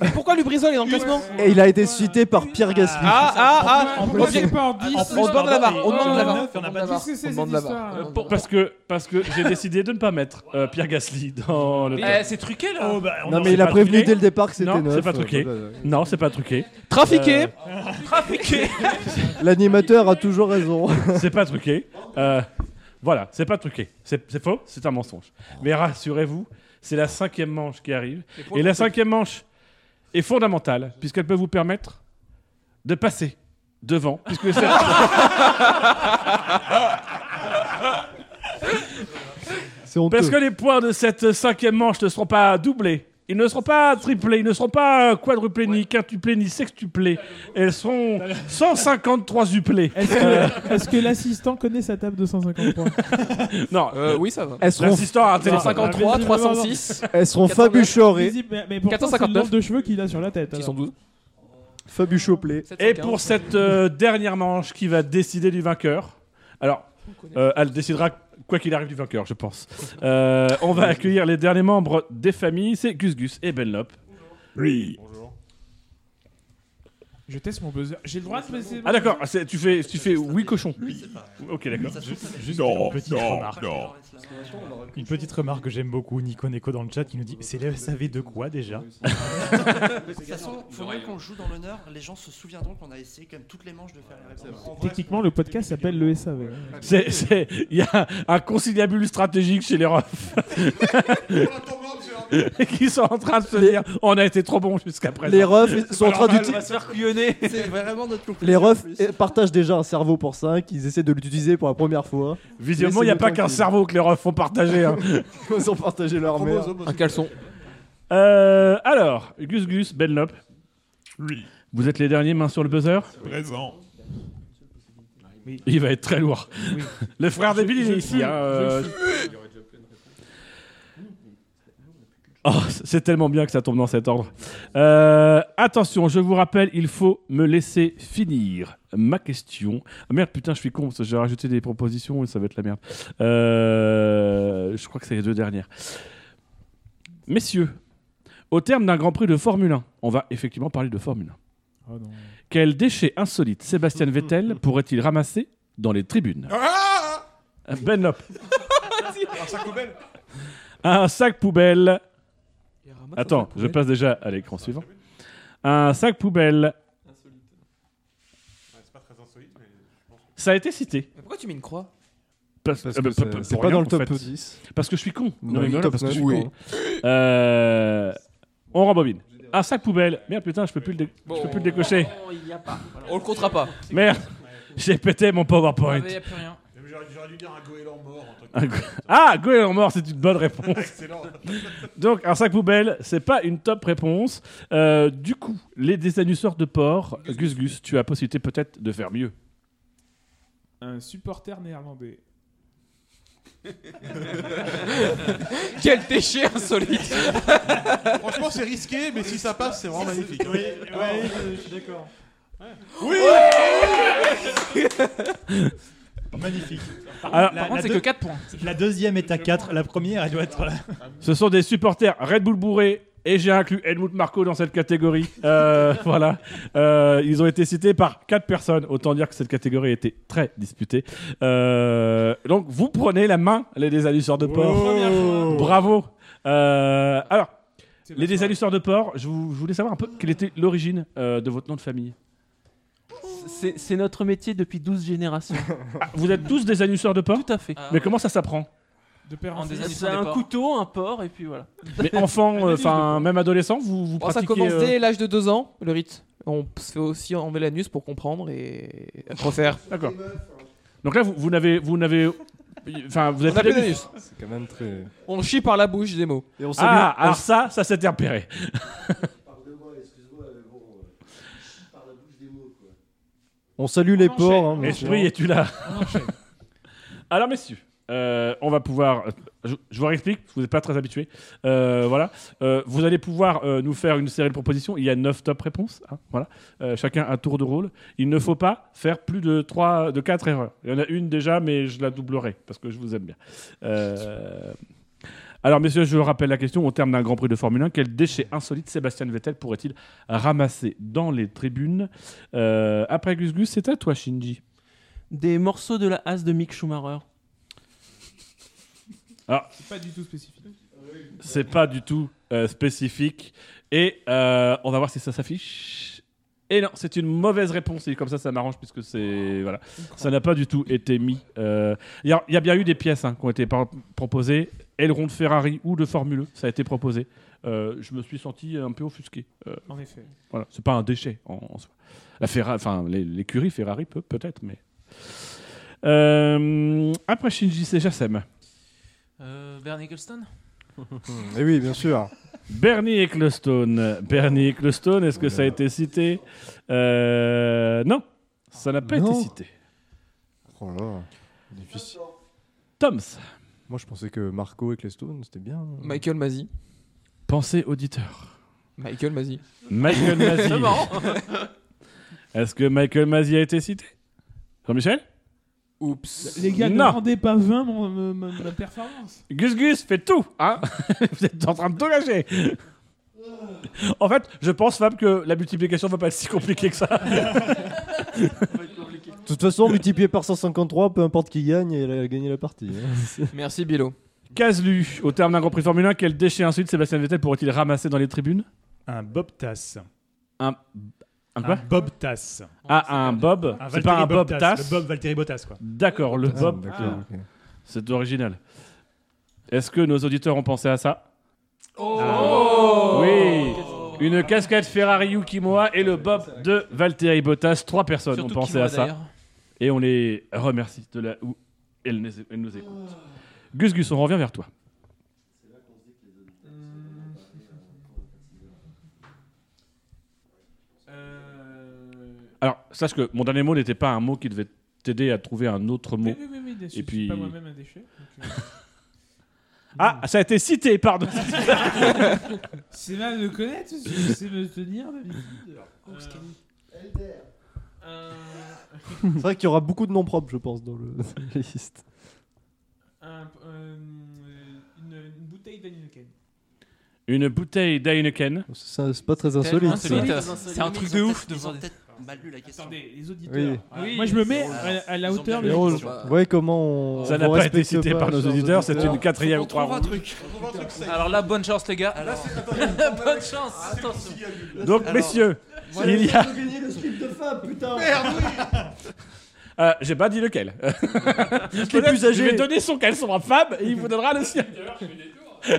B: Mais pourquoi Lubrizol est dans le classement
F: Et il a été cité par Pierre Gasly.
B: Ah, ah, ah
C: En plus,
B: On
C: c'est
B: vient-
C: pas en dix,
B: on
C: c'est
B: demande
C: pas en
B: la barre,
C: dix.
B: on demande la barre,
C: Neuf, on
B: on
C: n'a
B: demande
C: pas
B: la
C: dit.
B: barre, on demande la barre.
C: Euh, pour- parce que, parce que j'ai décidé de ne pas mettre euh, Pierre Gasly dans le. Oh, bah,
B: Eh, c'est truqué, là.
F: Non, mais il a prévenu dès le départ que c'était
C: Non, c'est
F: neuf. Euh,
C: pas truqué. Non, c'est pas truqué.
B: Trafiqué
C: Euh,
B: Trafiqué
F: L'animateur a toujours raison.
C: c'est pas truqué. Euh, voilà, c'est pas truqué. C'est c'est faux, c'est un mensonge. Mais rassurez-vous, c'est la cinquième manche qui arrive.
K: Et pour
C: Et
K: le
C: la
K: contexte-
C: cinquième manche est fondamentale, puisqu'elle peut vous permettre de passer devant. Puisque c'est- Parce que les points de cette cinquième manche ne seront pas doublés. Ils ne seront pas triplés, ils ne seront pas quadruplés, ni quintuplés, ni sextuplés. Elles sont 153 uplés. Euh.
D: Est-ce
F: Euh.
D: que, est-ce que l'assistant connaît sa table de 150 points Ah,
C: Non,
B: Euh, oui, ça va.
F: Elles seront-
C: L'assistant a un téléphone.
B: 53,
D: Non, non, non, non.
B: 306.
F: Elles seront fabuchorées.
D: Visible, Mais, mais pourtant, c'est le
C: 459.
D: nombre de cheveux qu'il a sur la tête. alors.
F: Fabuchoplé.
C: Et pour cette euh, dernière manche qui va décider du vainqueur, alors euh, elle décidera quoi qu'il arrive du vainqueur, je pense. Euh, on va accueillir les derniers membres des familles, c'est Gus Gus et Benlop. Oui.
D: Je teste mon buzzer. J'ai le droit de passer.
C: Ah d'accord, c'est- tu fais, tu fais oui cochon. Ok d'accord.
G: Juste une petite remarque. Une petite remarque que j'aime beaucoup, Nico Neko dans le chat qui nous dit C'est le SAV de quoi déjà
H: De toute façon, il faudrait qu'on joue dans l'honneur. Les gens se souviendront qu'on a essayé quand même toutes les manches de faire les réponses.
D: Techniquement, le podcast s'appelle le SAV.
C: C'est- c'est- Il y a un conciliabule stratégique chez les refs qui sont en train de se dire on a été trop bon jusqu'à présent.
F: Les refs, ils sont en train
C: Alors,
F: d'uti-
C: on va se faire couillonner.
H: C'est vraiment notre
F: Les refs eh, partagent déjà un cerveau pour 5, ils essaient de l'utiliser pour la première fois.
C: Visiblement, il n'y a pas qu'un cerveau que les refs font partager. hein.
F: Ils ont partagé leur
N: Oh,
F: mère.
C: Un caleçon. Euh, alors, Gus Gus, Ben Lop. Vous êtes les derniers mains sur le buzzer
N: Présent.
C: Il va être très lourd.
N: Oui.
C: le frère
N: Je-
C: débile, il
N: je
C: est
N: le
C: ici.
N: fume,
C: hein,
N: je le
C: euh,
N: fume.
C: Oh, c'est tellement bien que ça tombe dans cet ordre. Euh, attention, je vous rappelle, il faut me laisser finir ma question. Ah merde, putain, je suis con, parce que j'ai rajouté des propositions et ça va être la merde. Euh, je crois que c'est les deux dernières. Messieurs, au terme d'un Grand Prix de Formule 1, on va effectivement parler de Formule 1.
D: Oh non.
C: Quel déchet insolite Sébastien Vettel pourrait-il ramasser dans les tribunes
J: Ah,
C: Ben Lop.
J: Un sac poubelle
C: Un sac poubelle. Attends, je passe déjà à l'écran suivant. Un sac poubelle.
J: Ouais, C'est pas très insolite, mais je pense que-
C: Ça a été cité.
B: Pourquoi tu mets une croix
C: Parce,
F: Parce
C: euh,
F: que
C: bah,
F: c'est-
C: pour
F: c'est pas
C: rien,
F: dans le
C: en
F: top
C: fait.
F: 10.
C: Parce que je suis con.
F: Non,
C: Non, mais
F: il est
C: voilà,
F: top
C: parce que je suis
F: 9,
C: con. hein. Euh, on rembobine. Un sac poubelle. Merde, putain, je peux plus le, dé- je peux plus le décocher.
B: il y a pas. On le comptera pas.
C: Merde, j'ai pété mon PowerPoint.
B: Il y a plus rien.
J: J'aurais j'aurais dû dire un goéland mort. un truc
C: Un
J: comme
C: go-
J: ça.
C: Ah, Goéland en mort, c'est une bonne réponse.
J: Excellent.
C: Donc, un sac poubelle, c'est pas une top réponse. Euh, du coup, les désannusseurs de porc, Gus Gus, tu as possibilité peut-être de faire mieux.
D: Un supporter néerlandais.
B: Quel déchet insolite
J: Franchement, c'est risqué, mais si ça passe, c'est vraiment magnifique.
N: Oui, ouais, je- je suis d'accord.
J: Oui
N: Magnifique.
C: Alors,
N: La-
C: Ah, par contre,
N: la
C: c'est
N: deux-
C: que quatre points.
N: La deuxième est à 4, la première elle doit être.
C: Ce sont des supporters Red Bull bourrés. Et j'ai inclus Helmut Marco dans cette catégorie. Euh, voilà. Euh, ils ont été cités par quatre personnes. Autant dire que cette catégorie était très disputée. Euh, donc, vous
N: Oh.
C: prenez la main, les désannusseurs de porc.
D: Première fois.
C: Bravo. Euh, alors, Les désalusteurs de porc, je, vous- je voulais savoir un peu quelle était l'origine euh, de votre nom de famille.
E: C'est c'est notre métier depuis 12 générations.
C: Vous êtes tous des annusseurs de porc
E: Tout à fait.
C: Mais comment ça s'apprend
D: De père
E: en
D: en
E: fils.
D: fils.
E: C'est un couteau, un porc, et puis voilà.
C: Mais enfant, enfin même adolescent, vous, vous
B: Oh, ça
C: pratiquez.
B: commence
C: euh,
B: dès l'âge de 2 ans, le rite. On se fait aussi enlever l'anus pour comprendre et refaire.
C: D'accord. Donc là, vous, vous n'avez, vous n'avez, enfin, vous êtes
B: On a plus
C: des-
B: d'anus.
F: C'est quand même très.
B: On chie par la bouche des mots.
F: Et on s'est
C: Ah,
F: mis-
C: alors
F: on s-
C: ça, ça s'était repéré.
F: On salue les porcs. hein, monsieur.
C: Esprit, es-tu là Alors, messieurs, euh, on va pouvoir. Je, je vous réexplique, vous n'êtes pas très habitués. Euh, voilà. Euh, vous allez pouvoir euh, nous faire une série de propositions. Il y a 9 top réponses. hein, voilà. Euh, chacun un tour de rôle. Il ne faut pas faire plus de, trois, de 4 erreurs. Il y en a une déjà, mais je la doublerai parce que je vous aime bien. Euh, Alors, messieurs, je rappelle la question. Au terme d'un Grand Prix de Formule 1, quel déchet insolite Sébastien Vettel pourrait-il ramasser dans les tribunes Euh, Après Gus Gus, c'est à toi, Shinji.
E: Des morceaux de la as de Mick Schumacher.
C: Alors,
D: C'est pas du tout spécifique.
C: c'est pas du tout euh, spécifique. Et euh, on va voir si ça s'affiche. Et non, c'est une mauvaise réponse. Et comme ça, ça m'arrange puisque c'est voilà, ça n'a pas du tout été mis. euh, Il y a- il y, a bien eu des pièces hein, qui ont été par- proposées. Aileron de Ferrari ou de Formule, E, ça a été proposé. Euh, je me suis senti un peu offusqué. Euh,
D: En effet.
C: Voilà, c'est pas un déchet en, en soi. La Ferra- enfin les- l'écurie Ferrari peut peut-être, mais Euh, après Shinji, c'est Jassem.
O: Euh, Bernie Ecclestone
E: Eh
C: Et Eh oui, bien sûr. Bernie Ecclestone. Bernie Ecclestone, est-ce que ça a été cité Euh, Non, ça n'a pas
F: Non.
C: été cité.
F: Oh là, difficile.
C: Toms.
F: Moi, je pensais que Marco et Clestone, c'était bien.
B: Michael Mazzi.
C: Pensez auditeur.
B: Michael Mazzi.
C: Michael Mazzi.
B: C'est marrant.
C: est-ce que Michael Mazzi a été cité Jean-Michel
B: Oups.
D: Les gars, ne
C: non.
D: rendez pas 20 mon, mon- mon- ma performance.
C: Gus Gus, faites tout, hein Vous êtes en train de tout lâcher. En fait, je pense, Fab, que la multiplication va pas être si compliquée que ça.
F: De toute façon, multiplié par 153, peu importe qui gagne, elle a gagné la partie. hein.
B: Merci, Bilo.
C: Caslu, au terme d'un Grand Prix Formule 1, quel déchet insolite Sébastien Vettel pourrait-il ramasser dans les tribunes
G: Un Bob Tass.
C: Un, un quoi
G: Bob Tass.
C: Ah, un Bob
G: Un
C: C'est pas
G: Valtteri
C: un Bob
G: Bottas,
C: Tass
G: le Bob Valtteri Bottas, quoi.
C: D'accord, le
G: Ah,
C: Bob.
G: d'accord,
C: Ah.
G: ok.
C: C'est original. Est-ce que nos auditeurs ont pensé à ça Ah. Oui Une casquette Ferrari Yukimoa et le Bob de Valtteri Bottas. Trois personnes
O: Surtout
C: ont pensé
O: Kimoa,
C: à ça.
O: d'ailleurs.
C: Et on les remercie de là où elles nous- elles nous écoutent. Gus Gus, on revient vers toi.
D: Euh,
C: Alors, sache que mon dernier mot n'était pas un mot qui devait t'aider à trouver un autre mot.
D: Oui, oui, oui, oui, bien sûr,
C: Et
D: je suis
C: puis.
D: pas moi-même un déchet. donc, euh,
C: Ah, ça a été cité, pardon.
D: c'est mal de connaître, c'est c'est me tenir d'habitude. Euh, euh,
F: C'est vrai qu'il y aura beaucoup de noms propres, je pense, dans le dans la liste.
D: un- euh, une, une bouteille d'Heineken.
C: Une bouteille d'Heineken.
F: Ça, C'est pas très insolite. ça.
O: C'est un truc de ouf de voir des-
H: mal lu la question.
D: Attendez, les auditeurs.
F: Oui.
D: Ah, moi, je me mets à, à la hauteur de
F: Mais on-
H: bah,
F: Ouais, comment
H: euh,
F: on.
C: Ça n'a
F: on
C: pas été
F: respecte
C: cité par nos
F: chers
C: auditeurs, c'est
F: auditeurs.
C: une quatrième ou trois
O: trouvera
C: rondes.
O: Alors là, Ah, bonne chance, les gars. bonne chance. Attention. Ah,
C: Donc, messieurs, il y a.
I: le slip de Fab, putain
C: Euh, J'ai pas dit lequel. je,
F: l'ai plus âgé.
C: vais donner son caleçon à Fab et il vous donnera le sien.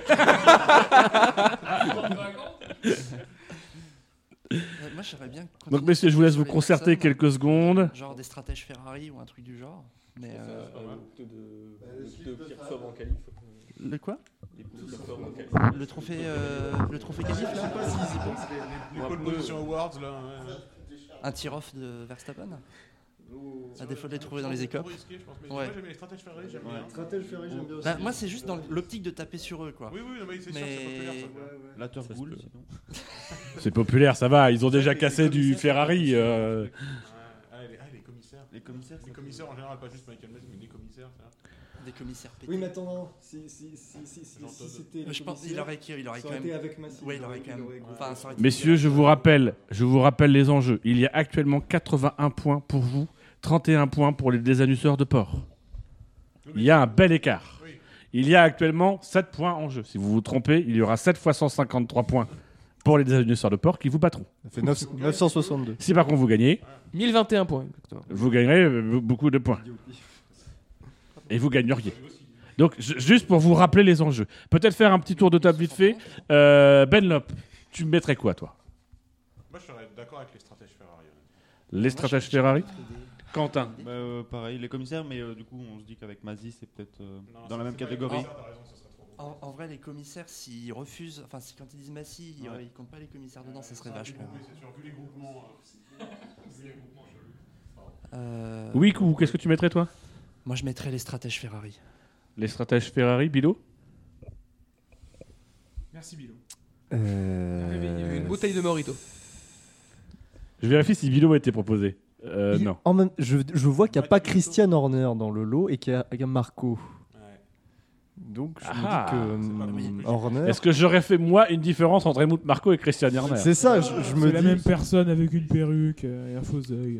H: Euh, moi, j'aimerais bien. continuer
C: Donc, messieurs, je vous laisse
H: sur
C: vous
H: les
C: concerter
H: personnes,
C: quelques secondes.
H: Genre des stratèges Ferrari ou un truc du genre. Mais euh,
J: Bah,
H: le quoi Le trophée, euh, le trophée quasi là.
J: Les pole position awards, là. ouais.
H: Un tir-off de Verstappen.
J: Oh.
H: À défaut de les trouver dans les écopes.
J: Trop risqué, je pense, mais
H: Ouais.
J: moi, j'aime les stratèges Ferrari, j'aime
L: Ouais.
J: bien.
L: Stratèges Ferrari, j'aime bien
H: Bah, moi, c'est juste dans l'optique de taper sur eux, quoi.
J: Oui, oui, non, mais c'est sûr que c'est populaire, ça. Ouais, ouais.
L: La Turboule, sinon.
C: C'est populaire, ça va. Ils ont déjà cassé du Ferrari. euh.
J: Ah, les, ah, les commissaires.
L: Les commissaires
J: Les commissaires en général, pas juste Michael Mays, mais les commissaires, ça.
H: Des commissaires pétés.
F: Oui, mais attends, non. si, si, si, si, si, si c'était. le
H: Euh, Je pense qu'il
F: commissaire,
H: aurait, il aurait
F: ça
H: quand
F: aurait
H: même.
F: été avec Massy.
H: Ouais, il aurait quand même. Enfin, ça aurait été-
C: Messieurs, je vous rappelle, je vous rappelle les enjeux. Il y a actuellement 81 points pour vous, 31 points pour les désannusseurs de porc. Il y a un bel écart. Il y a actuellement 7 points en jeu. Si vous vous trompez, il y aura 7 fois 153 points pour les dinosaures de porc qui vous battront.
F: Ça fait 9 962.
C: Si par contre vous gagnez,
B: 1021 points. exactement.
C: vous gagnerez euh, beaucoup de points. Et vous gagneriez. Donc, ju- juste pour vous rappeler les enjeux, peut-être faire un petit tour de table vite fait. Euh, ben Lop, tu me mettrais quoi, toi
J: Moi, je serais d'accord avec les stratèges Ferrari.
C: Les stratèges Ferrari Quentin.
L: Bah, euh, pareil, les commissaires, mais euh, du coup, on se dit qu'avec Mazi, c'est peut-être euh, dans
H: c'est-
L: la même
H: c'est pas les
L: catégorie.
J: Ah,
H: commissaires, En, en vrai, les commissaires, s'ils refusent, enfin, si- quand ils disent Massy, ils,
L: Ouais.
H: ils comptent pas les commissaires dedans, ça serait vache. quand même. Euh,
C: Oui, Kou, qu'est-ce que tu mettrais, toi
H: Moi, je mettrais les stratèges Ferrari.
C: Les stratèges Ferrari, Bilo
D: Merci Bilo.
F: Euh,
C: Euh,
B: Une bouteille de Morito.
C: Je vérifie si Bilo a été proposé. Euh,
F: Il-
C: non.
F: en même- je, je vois qu'il n'y a pas Christian Horner dans le lot et qu'il y a, il y a Marco. Donc je
C: Ah,
F: me dis que hum, Horner.
C: Est-ce que j'aurais fait, moi, une différence entre Helmut Marco et Christian Horner
F: C'est ça, je, je me
D: C'est
F: dis.
D: la même personne avec une perruque euh, et un faux œil.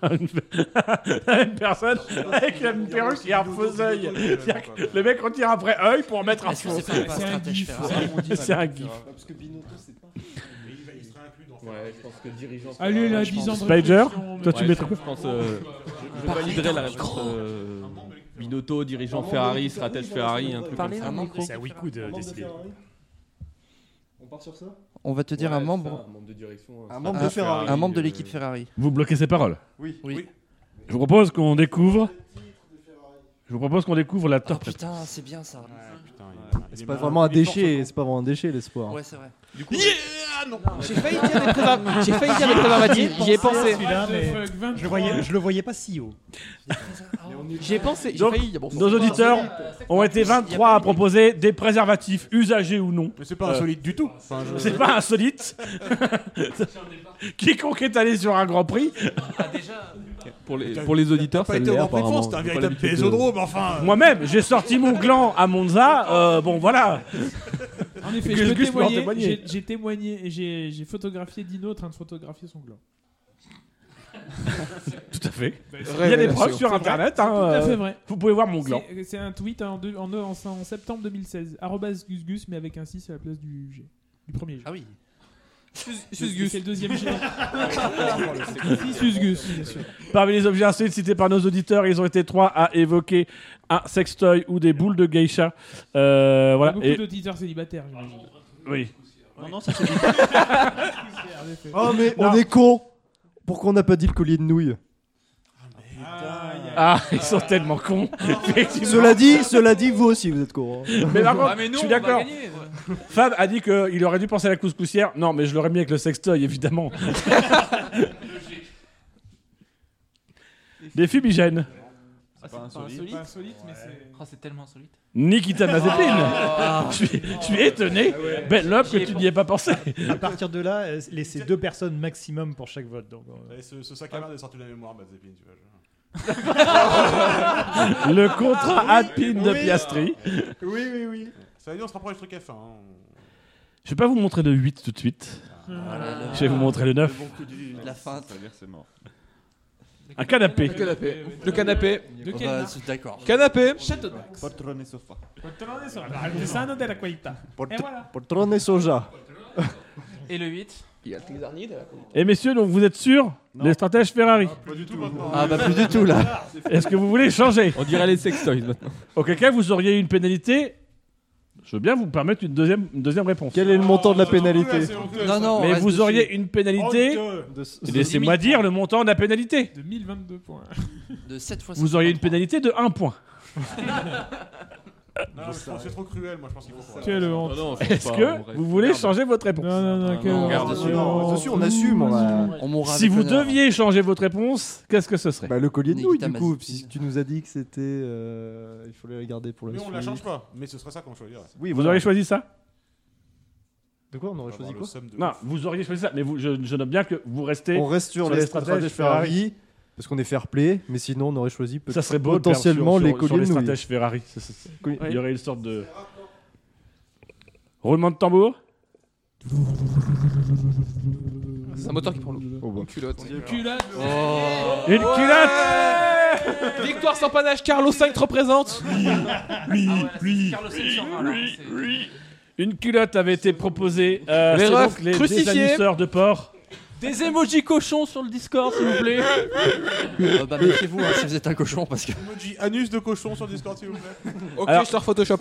C: la même personne avec la même perruque et un faux œil. C'est-à-dire que Le mec retire après œil pour mettre un
H: Est-ce que
C: faux.
H: Ah, c'est pas pas stratège Ferrari
C: C'est un gif.
I: Parce que Binotto, c'est pas. Il sera inclus dans
K: Ouais, je pense que dirigeant.
D: Allez,
K: Ferrari,
D: là,
K: je pense-
D: 10 ans de
C: Spider, toi, tu
K: Ouais,
C: mettrais
K: je-
C: quoi
K: Je pense. euh, je- Je
H: Parlez
K: validerai
H: dans
K: la
H: le
K: réponse.
H: micro.
K: euh, Binotto, dirigeant Ferrari, stratège Ferrari, un truc comme ça.
G: C'est à Wicoud euh, décidé.
I: On part sur ça
H: On va te dire
K: Ouais,
H: un
K: c'est
H: membre.
K: ça, un membre de direction, hein. un
H: un-
K: stratège Ferrari,
H: un membre de
K: euh,
H: l'équipe Ferrari.
C: Ah, Vous bloquez ces paroles
H: Oui.
C: Je vous propose qu'on découvre. Je vous propose qu'on découvre la torpe.
H: Oh, Putain, c'est bien ça.
F: C'est pas vraiment un déchet, c'est pas vraiment un déchet l'espoir.
H: Ouais, c'est vrai.
J: Du coup,
H: Ah,
J: non.
B: Ah, J'ai failli dire des préservatifs. J'ai failli dire des préservatifs. J'y ai pensé.
N: Ah, Celui-là, mais
D: What the fuck,
N: je, le voyais, je le voyais pas si haut.
B: J'y ai pensé. J'ai
C: Donc,
B: failli. Bon,
C: nos auditeurs ont été 23 à proposer des préservatifs usagés ou non.
J: Mais c'est pas insolite du tout. Enfin, je-
C: C'est pas insolite. Quiconque est allé sur un Grand Prix.
H: Ah,
K: Pour les, pour les auditeurs,
J: T'as
K: ça
J: pas été
K: l'est,
J: au Grand Prix de
K: apparemment.
J: France, t'es un
K: J'ai pas
J: véritable
K: l'habitude de-
J: pésodrome, enfin.
C: Moi-même, j'ai sorti mon gland à Monza. euh, bon, voilà.
D: En effet,
C: Gus-
D: je peux
C: Gus peut en
D: témoigner,
C: témoigner.
D: j'ai- J'ai témoigné et j'ai j'ai photographié Dino en train de photographier son gland.
C: Tout à fait.
D: Bah, c'est-
C: Il y a des
D: Révélation.
C: preuves sur
D: C'est vrai,
C: Internet.
D: c'est
C: hein,
D: tout à fait
C: euh,
D: vrai.
C: Vous pouvez voir mon gland.
D: C'est- C'est un tweet en, deux- en, en- en septembre 2016. Arrobas Gusgus, mais avec un 6 à la place du G. Du premier G.
H: Ah oui.
D: Susgus. C'est le deuxième G. Si, Susgus, bien sûr.
C: Parmi les objets insolites cités par nos auditeurs, ils ont été trois à évoquer un sextoy ou des boules de geisha. Euh, voilà.
D: Beaucoup
C: Et-
D: d'auditeurs célibataires, j'imagine.
C: Oui.
D: Non,
H: non, ça
D: c'est
F: Oh mais on
C: Non.
F: est con Pourquoi on n'a pas dit le collier de nouilles
C: Ah, ils sont tellement cons. Effectivement.
F: Cela dit, cela dit, vous aussi vous êtes con. hein.
C: Mais par contre,
O: Ah, mais nous,
C: je suis
O: on va
C: d'accord.
O: gagner.
C: Fab a dit qu'il aurait dû penser à la couscoussière. Non, mais je l'aurais mis avec le sextoy, évidemment. Des fumigènes.
O: Ah, c'est pas insolite.
D: Pas insolite, mais c'est.
O: Ah, c'est tellement insolite.
C: Nikita Mazepin.
O: Ah.
C: je, suis, je suis étonné.
G: Ah
C: Belle love que tu n'y aies pas pensé.
N: À partir de là, euh, laissez deux personnes maximum pour chaque vote. Donc, euh,
J: Et ce, ce sac à merde est sorti de la mémoire, Mazepin, tu vois. je-
C: Le contrat
J: Ah, Oui,
C: Alpine de
J: oui.
C: Piastri.
J: Oui, oui, oui. Ça veut dire on se rapproche du truc F1. hein.
C: Je vais pas vous montrer le 8 tout de suite.
J: Ah.
H: Voilà,
C: Je vais vous montrer le
H: Euh,
C: 9.
H: Le bon coup du- de la feinte.
L: Ça veut dire que c'est mort.
C: Un canapé.
B: Le canapé. Le canapé.
D: De quelle
H: Bah,
D: marque
H: c'est- D'accord.
B: Canapé.
D: Château d'Ax.
L: Poltrone et sofa.
D: Poltrone
C: Ah,
D: soja. Il desano della qualità. Eh, Et voilà.
F: Poltrone et soja.
O: Et le 8
B: Il y a les derniers.
C: Et messieurs, donc vous êtes sûrs Les stratèges Ferrari.
J: Pas du tout maintenant.
H: Ah bah plus du tout là.
C: Est-ce que vous voulez changer
K: On dirait les sextoys maintenant.
C: Auquel cas, vous auriez eu une pénalité. Je veux bien vous permettre une deuxième, une deuxième réponse.
F: Quel est le montant de la pénalité
H: Non, non. on
C: Mais
H: reste
C: vous
H: dessus.
C: auriez une pénalité.
F: De ce-
C: Et Laissez-moi dire le montant de la pénalité.
D: De 1022 points.
H: De 7 fois
C: Vous auriez une pénalité de 1 point.
J: Non, mais je pense que c'est trop cruel, moi je pense qu'il faut pas.
D: Quelle
F: Ah
D: honte.
K: non, je pense
C: Est-ce
K: pas, en
C: que
K: vrai.
C: vous voulez
K: Regarde.
C: changer votre réponse
D: Non, non,
H: Ah,
D: non, quelle
K: non,
D: honte.
K: garde
D: Quelle
K: dessus,
F: non,
D: honte.
F: dessus, on assume, on va-
H: On mourra
C: Si
H: avec
C: vous
H: honneur.
C: deviez changer votre réponse, qu'est-ce que ce serait
F: Bah le collier de nouilles
H: Nikita
F: du coup,
H: Mazepin.
F: si tu nous as dit que c'était, euh, il fallait la garder pour la
J: Mais on la
F: suite.
J: change pas. Mais ce serait ça qu'on choisirait.
F: Oui,
C: Vous
F: voilà.
C: auriez choisi ça
F: De quoi on aurait choisi
J: Avoir Bah, le
F: quoi
J: somme de
C: Non,
J: ouf.
C: vous auriez choisi ça, mais vous- je, je note bien que vous restez.
F: On reste sur,
C: sur
F: les
C: les
F: stratèges,
C: stratèges
F: Ferrari, parce qu'on est fair play, mais sinon on aurait choisi peut-
C: Ça serait beau de perdre
F: potentiellement
C: sur-
F: les
C: sur- sur
F: colliers de nouilles.
C: stratèges Ferrari. Ça, ça, ça.
F: Oui.
C: Il y aurait une sorte de roulement de tambour.
B: C'est un moteur qui prend l'eau.
F: Oh, bah.
B: Culotte.
D: Culotte.
C: Oh. Une culotte
B: Victoire sans panache, Carlos 5 te représente.
C: Lui, lui,
O: Carlos Sainz-Germain, alors,
C: lui,
O: c'est-
C: lui. Une culotte avait été proposée. Euh,
B: Les
C: c'est
B: refs
C: donc les
B: crucifiés.
C: désanisseurs de porc.
E: Des emojis cochons sur le Discord, s'il vous plaît.
H: Euh, bah, méfiez-vous hein, si vous êtes un cochon parce que.
J: Emoji anus de cochon sur Discord, s'il vous plaît.
C: Alors-
B: je sors Photoshop.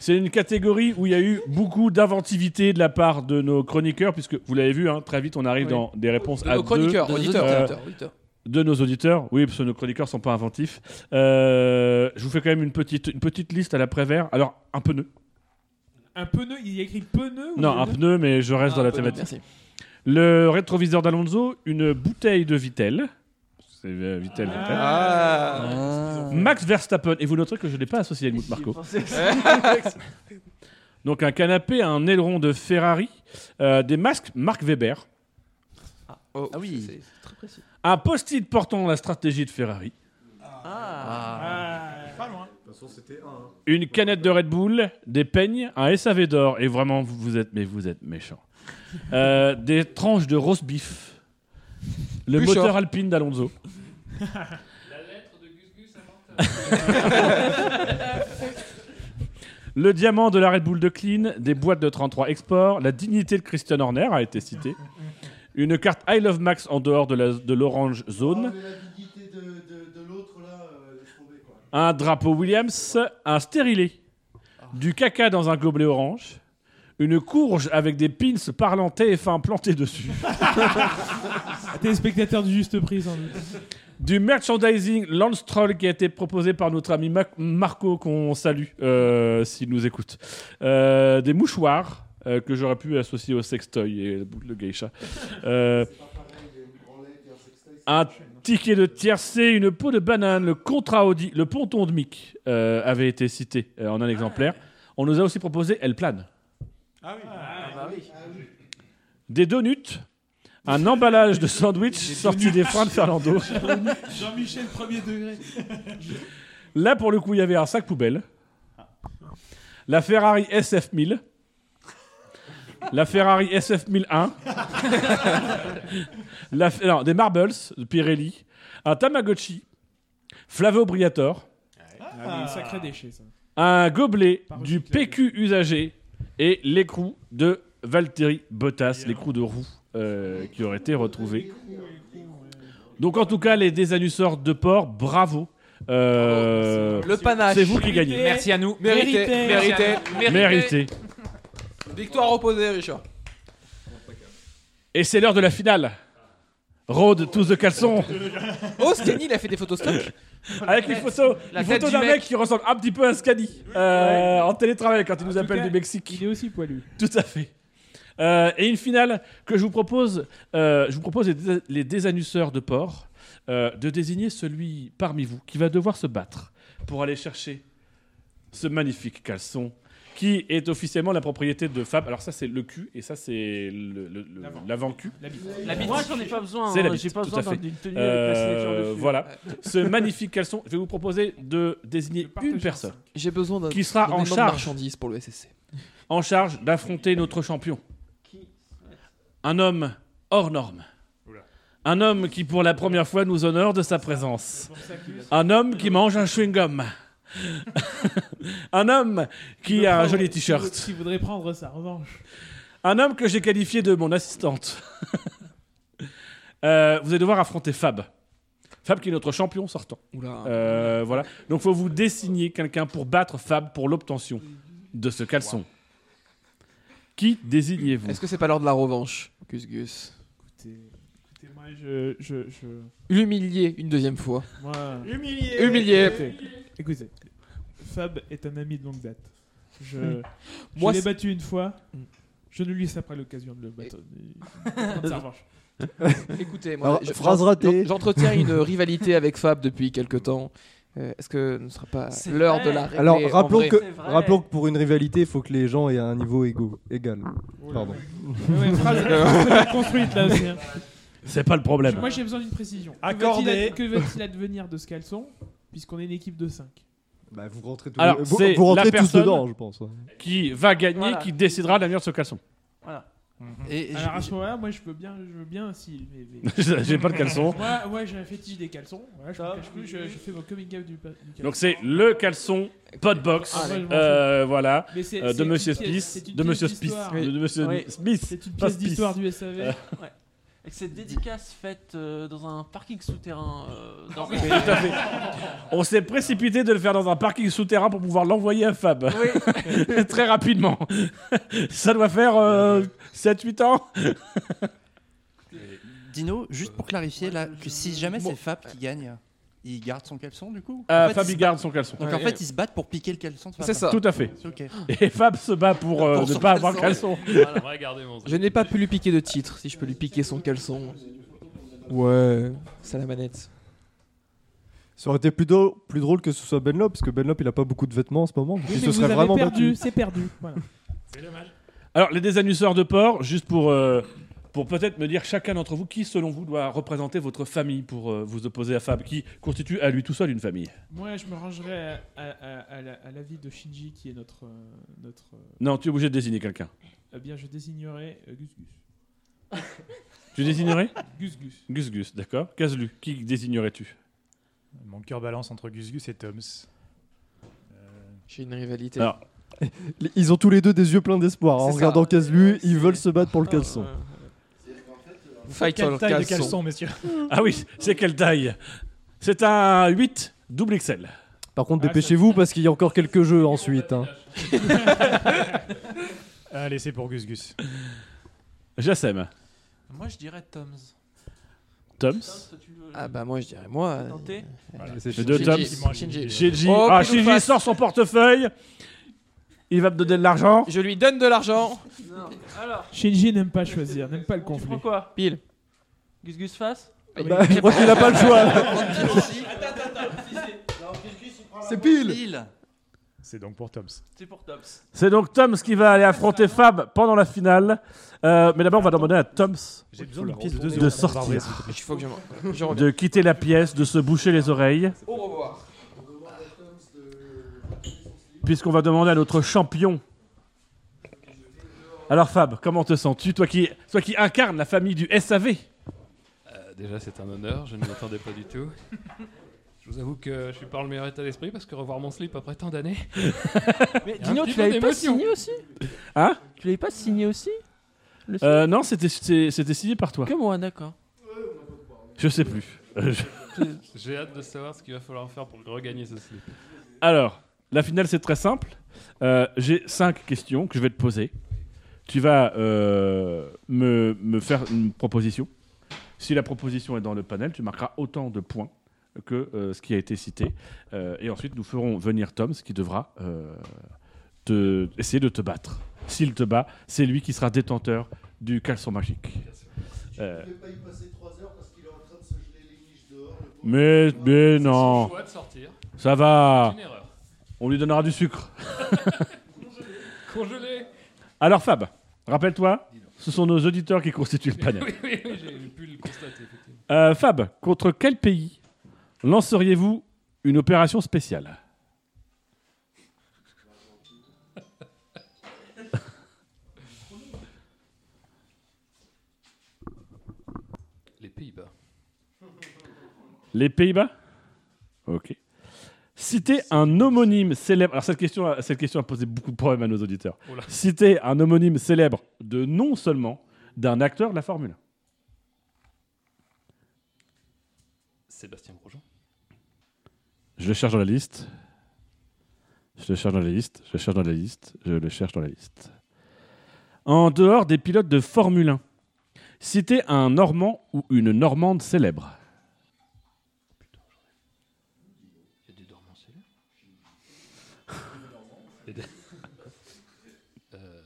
C: C'est une catégorie où il y a eu beaucoup d'inventivité de la part de nos chroniqueurs, puisque vous l'avez vu, hein, très vite on arrive
B: Oui.
C: dans des réponses
B: De
C: à
B: nos chroniqueurs,
C: deux,
B: auditeurs,
C: euh,
B: auditeurs, auditeurs.
C: de nos auditeurs. Oui, parce que nos chroniqueurs sont pas inventifs. Euh, je vous fais quand même une petite, une petite liste à l'après-vert. Alors, un pneu.
D: Un pneu, il y a écrit pneu ou
C: Non, un pneu, mais je reste
D: Ah,
C: dans la
D: un pneu,
C: thématique.
D: merci.
C: Le rétroviseur d'Alonso, une bouteille de Vitel. C'est euh, Vittel,
B: Ah.
C: Vittel. Max Verstappen. Et vous noterez que je ne l'ai pas associé à Helmut Marco. Donc un canapé, un aileron de Ferrari, euh, des masques Marc Weber,
B: Oh,
H: Ah oui.
B: c'est- c'est très précis.
C: un post-it portant la stratégie de Ferrari, Ah.
D: Ah.
J: Pas loin.
I: De toute façon, c'était un. hein.
C: une canette de Red Bull, des peignes, un SAV d'or. Et vraiment, vous- vous êtes, mais vous êtes méchants. Euh, des tranches de roast beef, le
B: Plus
C: moteur
B: short.
C: alpine d'Alonso. Le diamant de la Red Bull de Clean, des boîtes de 33 exports, la dignité de Christian Horner a été citée. Une carte I Love Max en dehors de la- de l'orange zone. Un drapeau Williams, un stérilet, du caca dans un gobelet orange, une courge avec des pins parlant TF1 plantés dessus.
D: Téléspectateur du juste prix, sans doute.
C: du merchandising Lance Troll qui a été proposé par notre ami Mac- Marco qu'on salue euh, s'il nous écoute. Euh, des mouchoirs euh, que j'aurais pu associer au sextoy et le geisha. Euh, un ticket de tiercé, une peau de banane, le contrat Audi, le ponton de Mick euh, avait été cité euh, en un exemplaire. On nous a aussi proposé Elle plane.
J: Ah oui. Ah, bah oui.
C: Des donuts, un emballage de sandwich sorti des freins de Fernando.
D: Jean-Michel, premier degré.
C: Là, pour le coup, il y avait un sac poubelle. La Ferrari SF1000. La Ferrari SF1001. La, F- non, des Marbles de Pirelli. Un Tamagotchi. Flavo Briator.
D: Ah, mais sacré déchet, ça.
C: Un gobelet du PQ usagé. Et l'écrou de Valtteri Bottas, l'écrou de roue euh, qui aurait été retrouvé. Donc, en tout cas, les désannusseurs de porc, bravo. Euh,
O: Le panache.
C: C'est vous qui gagnez.
O: Merci à nous.
B: Mérité, mérité,
C: Mérité.
B: Victoire opposée, Richard.
C: Et c'est l'heure de la finale. Road tous de caleçon.
B: Oh, Scanny, il a fait des photos stock.
C: Avec une photo,
B: La
C: une
B: tête
C: photo
B: du
C: d'un
B: mec.
C: mec. qui ressemble un petit peu à Scani euh, en télétravail quand il nous
D: tout
C: appelle
D: cas,
C: du Mexique.
D: Il est aussi poilu.
C: Tout à fait. Euh, et une finale que je vous propose, euh, je vous propose les, dés- les désannusseurs de porc, euh, de désigner celui parmi vous qui va devoir se battre pour aller chercher ce magnifique caleçon qui est officiellement la propriété de Fab. Alors ça c'est le cul et ça c'est le- le- le- l'avant-cul.
E: La bite. Moi, j'en ai pas besoin,
C: C'est la
E: hein,
C: bite,
E: j'ai pas
C: tout
E: besoin
C: à fait.
E: d'une tenue avec la signature
C: Euh,
E: dessus.
C: Voilà.
E: Ouais.
C: Ce magnifique caleçon, je vais vous proposer de désigner une personne
B: J'ai besoin d'un
C: qui sera
B: d'un
C: en
B: énorme
C: charge
B: marchandise pour le SSC.
C: en charge d'affronter notre champion. Un homme hors norme. Un homme qui, pour la première fois, nous honore de sa présence. Un homme qui mange un chewing-gum. un homme qui a un joli t-shirt.
D: Qui voudrait prendre sa revanche.
C: Un homme que j'ai qualifié de mon assistante. Euh, vous allez devoir affronter Fab. Fab qui est notre champion sortant.
B: Oula.
C: Euh, voilà. Donc faut vous désigner quelqu'un pour battre Fab pour l'obtention de ce caleçon. Qui désignez-vous
B: Est-ce que c'est pas l'heure de la revanche, Gus Gus
D: Écoutez, moi, je. je, je...
B: L'humilier une deuxième fois.
D: Moi...
B: Humilié. Humilié.
D: Écoutez, écoutez, Fab est un ami de longue date. Je,
B: Mm.
D: je
B: Moi,
D: l'ai
B: c'est-
D: battu une fois. Je ne lui laisse pas l'occasion de le battre. de prendre sa revanche.
B: Écoutez, moi,
F: Alors,
B: je-
F: phrase
B: j'en-
F: ratée.
B: j'en- j'entretiens une rivalité avec Fab depuis quelque temps. Euh, Est-ce que ne sera pas
E: C'est
B: l'heure
E: vrai.
B: de la régler
F: Alors
B: en
F: rappelons
B: vrai
F: que,
E: C'est vrai.
F: rappelons que pour une rivalité, il faut que les gens aient un niveau égo- égal. Pardon.
D: Ouais, ouais, phrase- phrase très bien construite là aussi. hein.
C: C'est pas le problème.
D: Moi j'ai besoin d'une précision. Que
N: Accordé.
D: va-t-il ad- Que va-t-il advenir de ce caleçon Puisqu'on est une équipe de 5.
F: Bah, vous rentrez tous,
C: Alors,
F: vous,
C: c'est
F: vous rentrez
C: la
F: tous
C: personne
F: dedans, je pense. hein.
C: qui va gagner,
D: Voilà.
C: qui décidera de l'avenir de ce caleçon.
E: Voilà.
H: Et- et
D: Mm-hmm. Alors
H: je-
D: à ce moment-là, moi je veux bien, je veux bien si. mais- mais-
C: J'ai- j'ai pas le caleçon.
D: Moi, moi j'ai un fétiche des caleçons. Voilà, je m'en cache plus, je, je fais mon coming out du, pa- du caleçon.
C: Donc c'est le caleçon Podbox,
D: Ah, ouais, je m'en
C: euh,
D: fous.
C: voilà,
D: Mais c'est-
C: euh,
D: c'est
C: de
D: une
C: Monsieur
D: pièce-
C: Spice,
D: c'est une
C: de
D: pièce
C: Monsieur Spice,
D: d'histoire.
C: de de Monsieur
D: Ouais.
C: Smith.
D: C'est une
C: pas
D: pièce
C: Spice.
D: d'histoire du SAV.
C: Euh,
E: Ouais. Avec cette dédicace faite euh, dans un parking souterrain. euh, dans...
C: Tout à fait. On s'est précipité de le faire dans un parking souterrain pour pouvoir l'envoyer à Fab. Très rapidement. Ça doit faire 7-8 ans.
H: Dino, juste pour clarifier là, que si jamais c'est Fab qui gagne, il garde son caleçon du coup
C: Euh,
H: fait,
C: Fab,
H: se
C: il garde
H: bat-
C: son caleçon.
H: Donc en
C: Ouais.
H: fait, ils se battent pour piquer le caleçon de Fab.
C: Tout à fait.
H: Ok.
C: Et Fab se bat pour, euh,
H: Pour
C: ne
H: son
C: pas avoir
H: caleçon.
C: caleçon.
O: Voilà, on va garder mon-
B: Je n'ai pas pu lui piquer de titre, si je peux lui piquer son caleçon. Ouais, ça la manette.
F: Ça aurait été plus, do- plus drôle que ce soit Benlop, parce que Benlop il a pas beaucoup de vêtements en ce moment.
D: Oui,
F: il
D: mais
F: se
D: vous
F: serait
D: avez
F: vraiment
D: perdu,
F: battu.
D: c'est perdu. Voilà.
C: Alors, les désannuisseurs de porc, juste pour, euh, pour peut-être me dire chacun d'entre vous qui, selon vous, doit représenter votre famille pour euh, vous opposer à Fab, qui constitue à lui tout seul une famille.
D: Moi, je me rangerais à, à, à- à la, à l'avis de Shinji, qui est notre. euh, notre euh,
C: Non, tu es obligé de désigner quelqu'un.
D: eh bien, je désignerais euh, Gus Gus.
C: Tu désignerais
D: Gus Gus.
C: Gus Gus, d'accord. Caslu, qui désignerais-tu
G: Mon cœur balance entre Gus Gus et Tom's. Euh,
B: J'ai une rivalité.
C: Alors,
F: Ils ont tous les deux des yeux pleins d'espoir. hein. En
B: ça.
F: regardant Caslu, ils veulent se battre pour le caleçon.
B: Fight
G: Quelle
B: for le
G: taille de
B: caleçon.
G: caleçon, messieurs
C: Ah oui, c'est quelle taille C'est un 8 double XL.
F: Par contre, dépêchez-vous parce qu'il y a encore quelques jeux ensuite. hein.
G: Allez, c'est pour Gus Gus.
C: Jassem.
O: Moi, je dirais Tom's.
C: Toms.
B: Ah bah moi je dirais moi.
O: Tenté
C: Voilà.
B: c'est
C: Les deux
B: Shinji.
C: Toms.
B: Shinji.
C: Shinji.
B: Oh,
C: ah,
B: qu'il nous
C: Shinji
B: fasse.
C: sort son portefeuille. Il va me donner de l'argent.
B: Je lui donne de l'argent.
D: Shinji n'aime pas choisir, n'aime pas le conflit.
E: Prends quoi
B: Pile.
E: Gus Gus face
F: Bah, je crois qu'il a pas le choix.
E: C'est
F: pile.
G: C'est donc pour Tom's.
E: C'est pour Tops.
C: C'est donc Toms qui va aller affronter Fab pendant la finale. Euh, mais d'abord, on va demander à Toms
G: J'ai besoin d'une pièce de deux
C: de
G: euros.
C: sortir,
B: Il faut que je m'en- je reviens.
C: de quitter la pièce, de se boucher les oreilles.
B: Au revoir.
C: puisqu'on va demander à notre champion. Alors Fab, comment te sens-tu, toi qui, toi qui incarne la famille du SAV
O: Euh, déjà, c'est un honneur, je ne m'attendais pas du tout. Je vous avoue que je suis pas en le meilleur état d'esprit parce que revoir mon slip après tant d'années.
E: Mais
O: Il y a un
E: Dino,
O: petit
E: tu
O: peu
E: l'avais pas
O: d'émotion.
E: signé aussi
C: Hein
E: Tu l'avais pas signé aussi Le
C: Euh, Non, c'était c'était c'était signé par toi.
E: Que moi, hein, d'accord.
C: Je sais plus. Euh, je-
O: J'ai hâte de savoir ce qu'il va falloir faire pour regagner ce slip.
C: Alors, la finale, c'est très simple. Euh, J'ai cinq questions que je vais te poser. Tu vas euh, me, me faire une proposition. Si la proposition est dans le panel, tu marqueras autant de points que euh, ce qui a été cité. Euh, et ensuite, nous ferons venir Tom, ce qui devra euh, te- essayer de te battre. S'il te bat, c'est lui qui sera détenteur du caleçon magique. Euh,
I: Je vais pas y passer 3 heures parce qu'il est en train de se geler les niches dehors. le pauvre.
O: Euh,
C: mais, mais
I: C'est son
C: non.
I: choix de sortir.
C: Ça va.
O: C'est une erreur.
C: On lui donnera du sucre.
O: Congelé
C: Alors Fab, rappelle-toi, ce sont nos auditeurs qui constituent le panel.
O: Oui, oui, oui, j'ai pu le constater, effectivement.
C: Euh, Fab, contre quel pays lanceriez-vous une opération spéciale
O: Les Pays-Bas.
C: Les Pays-Bas Ok. Citez un homonyme célèbre. Alors cette question, cette question a posé beaucoup de problèmes à nos auditeurs.
O: Oula.
C: Citez un homonyme célèbre de nom seulement d'un acteur de la Formule
O: Sébastien Grosjean.
C: 1. Je le cherche dans la liste. Je le cherche dans la liste. Je le cherche dans la liste. Je le cherche dans la liste. En dehors des pilotes de Formule 1, citez un Normand ou une Normande célèbre.
O: Il y a des dormants célèbres. Il y a des- Euh,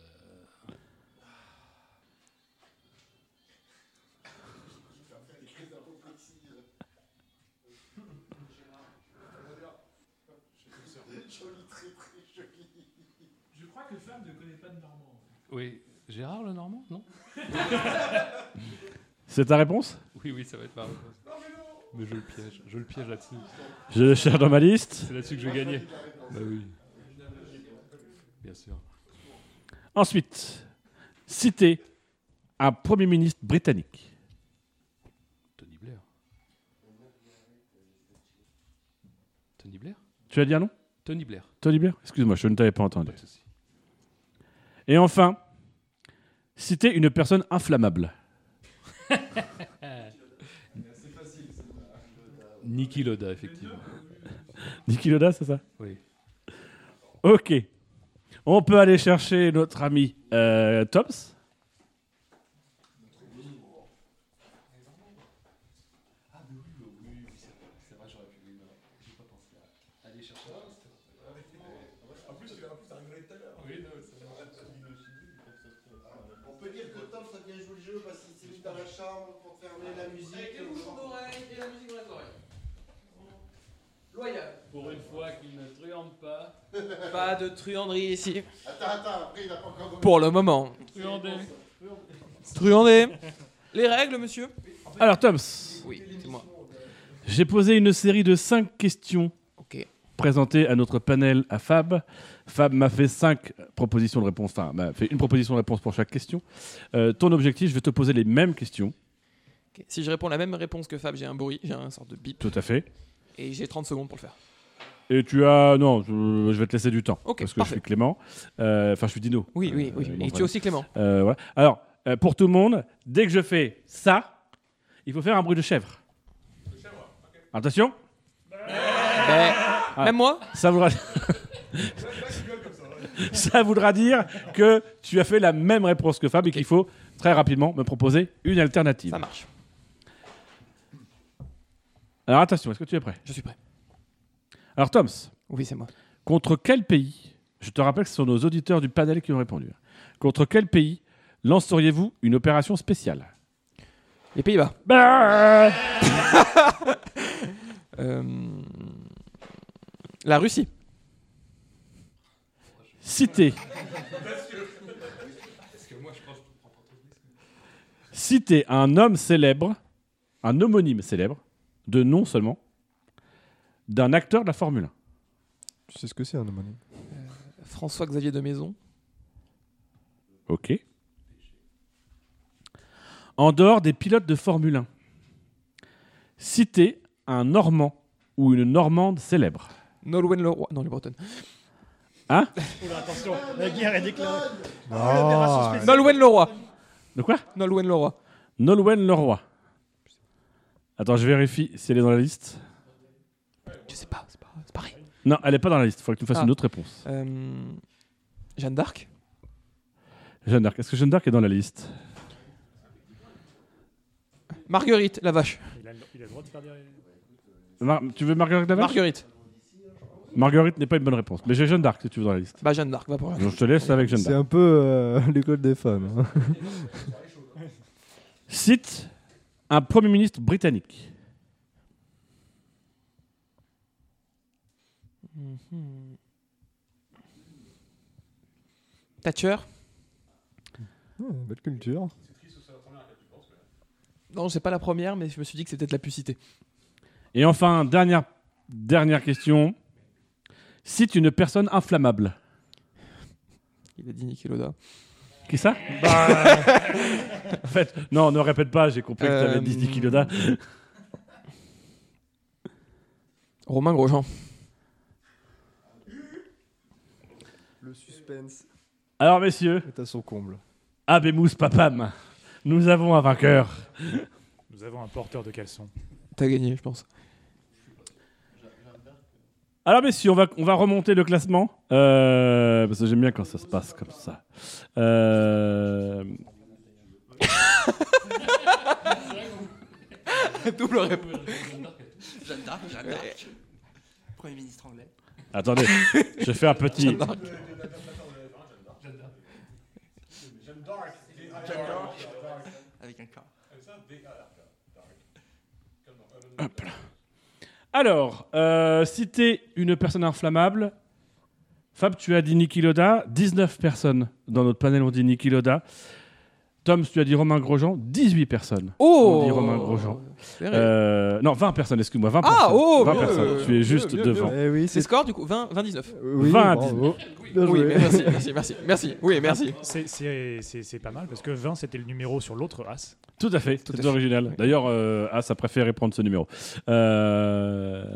D: Je crois que Femme ne connaît pas de Normand.
O: Oui, Gérard le Normand, non
C: C'est ta réponse
O: Oui, oui, ça va être ma réponse. Mais je le piège, je le piège là-dessus.
C: Je le cherche dans ma liste.
O: C'est là-dessus que je vais gagner. Bah oui. Bien sûr.
C: Ensuite, citez un Premier ministre britannique
O: Tony Blair. Tony Blair
C: Tu as dit un nom
O: Tony Blair.
C: Tony Blair Excuse-moi, je ne t'avais pas entendu. Et enfin, citer une personne inflammable.
O: Niki Loda, effectivement.
C: Niki Loda, c'est ça
O: Oui.
C: Ok. On peut aller chercher notre ami euh, Tops.
I: On peut dire que Tom, ça bien joué le jeu parce qu'il s'est mis dans la chambre pour fermer la musique. Avec les bouchons d'oreilles et la musique dans les oreilles.
B: Loyal.
O: Pour une fois qu'il ne truande pas.
B: Pas de truanderie ici.
I: Attends, attends, après il a pas encore donné.
B: Pour le moment.
O: Truandé.
B: Truandé. Les règles, monsieur
C: Alors, Tops.
B: Oui, c'est moi.
C: J'ai posé une série de 5 questions présentées à notre panel à Fab. Fab m'a fait 5 propositions de réponse, enfin, m'a fait une proposition de réponse pour chaque question. Euh, ton objectif, je vais te poser les mêmes questions.
B: Ok. Si je réponds la même réponse que Fab, j'ai un bruit, j'ai un sorte de bip.
C: Tout à fait.
B: Et j'ai 30 secondes pour le faire.
C: Et tu as. Non, je, je vais te laisser du temps.
B: Ok,
C: parce que
B: parfait.
C: je suis Clément. Euh, Enfin, je suis Dino.
B: Oui, oui, oui.
C: mon
B: Et
C: prénom.
B: tu es aussi Clément.
C: Euh, voilà. Alors, euh, pour tout le monde, dès que je fais ça, il faut faire un bruit de chèvre. Attention. Ah.
B: Ben, même moi
C: Ça voudra... ça voudra dire que tu as fait la même réponse que Fab et qu'il faut très rapidement me proposer une alternative. Ça
B: marche.
C: Alors attention, est-ce que tu es prêt
B: Je suis prêt.
C: Alors Toms.
B: Oui, c'est moi.
C: Contre quel pays, je te rappelle que ce sont nos auditeurs du panel qui ont répondu, contre quel pays lanceriez-vous une opération spéciale
B: Les Pays-Bas.
F: Bah.
B: Euh, La Russie.
C: Cité. Citer un homme célèbre, un homonyme célèbre, de nom seulement, d'un acteur de la Formule 1.
F: Tu sais ce que c'est un homonyme
B: François-Xavier de Maison.
C: Ok. En dehors des pilotes de Formule 1, citer un Normand ou une Normande célèbre.
B: Nolwenn Leroy. Non, les Bretonnes.
C: Hein
N: Oula, attention, la guerre est déclarée.
C: Ah.
B: Nolwenn Leroy.
C: De quoi
B: Nolwenn Leroy.
C: Nolwenn Leroy. Attends, je vérifie si elle est dans la liste.
B: Je sais pas, c'est pas- c'est pareil.
C: Non, elle n'est pas dans la liste. Il faut que tu me fasses
B: Ah.
C: une autre réponse.
B: Euh, Jeanne d'Arc.
C: Jeanne d'Arc. Est-ce que Jeanne d'Arc est dans la liste
B: Marguerite, la vache.
N: Il a, le droit de faire des.
C: Mar- Tu veux Marguerite Damas
B: Marguerite.
C: Marguerite n'est pas une bonne réponse. Mais j'ai Jeanne d'Arc si tu veux dans la liste.
B: Bah, Jeanne d'Arc, va pour Jeanne
C: Donc, je te laisse avec Jeanne
F: C'est
C: d'Arc.
F: un peu euh, l'école des femmes. hein.
C: Cite un Premier ministre britannique.
B: Mhm. Thatcher.
F: Ouais, belle culture.
B: Non, c'est pas la première, mais je me suis dit que c'était peut-être la plus citée.
C: Et enfin, dernière, dernière question. Cite une personne inflammable.
B: Il a dit Niki Loda.
C: Qui ça
F: Bah.
C: En fait, non, ne répète pas, j'ai compris que t'avais
B: Euh,
C: dit Niki Loda.
B: Romain Grosjean.
F: Le suspense.
C: Alors, messieurs.
F: est à son comble.
C: Abemous Papam, nous avons un vainqueur.
G: Nous avons un porteur de caleçon.
B: T'as gagné, je pense.
C: Alors messieurs, on va, on va remonter le classement. Euh, parce que j'aime bien quand ça se passe comme ça. Euh,
B: Double réponse.
H: Jeanne d'Arc, Jeanne d'Arc. Premier ministre anglais.
C: Attendez, je fais un petit...
I: J'aime Dark.
H: Avec un corps.
C: Alors, euh, citer une personne inflammable. Fab, tu as dit Niki Loda. 19 personnes dans notre panel ont dit Niki Loda. Tom, tu as dit Romain Grosjean, 18 personnes.
B: Oh
C: On dit Romain Grosjean.
B: Serré.
C: Euh, non, 20 personnes, excuse-moi. 20
B: Ah,
C: personnes.
B: oh
C: 20
B: bien,
C: personnes.
B: euh,
C: tu es juste
B: bien, bien,
C: devant.
B: bien. C'est score du coup 20, 19.
C: Oui, 20 à
G: Oh.
C: bravo. 19. Bien
B: Oui,
C: joué.
B: mais merci, merci, merci, merci. Oui, merci.
G: C'est- C'est c'est- c'est pas mal parce que 20 c'était le numéro sur l'autre as.
C: Tout à fait,
G: à
C: c'est
G: fait.
C: original. D'ailleurs, euh, ah, ça préférait prendre ce numéro. Euh,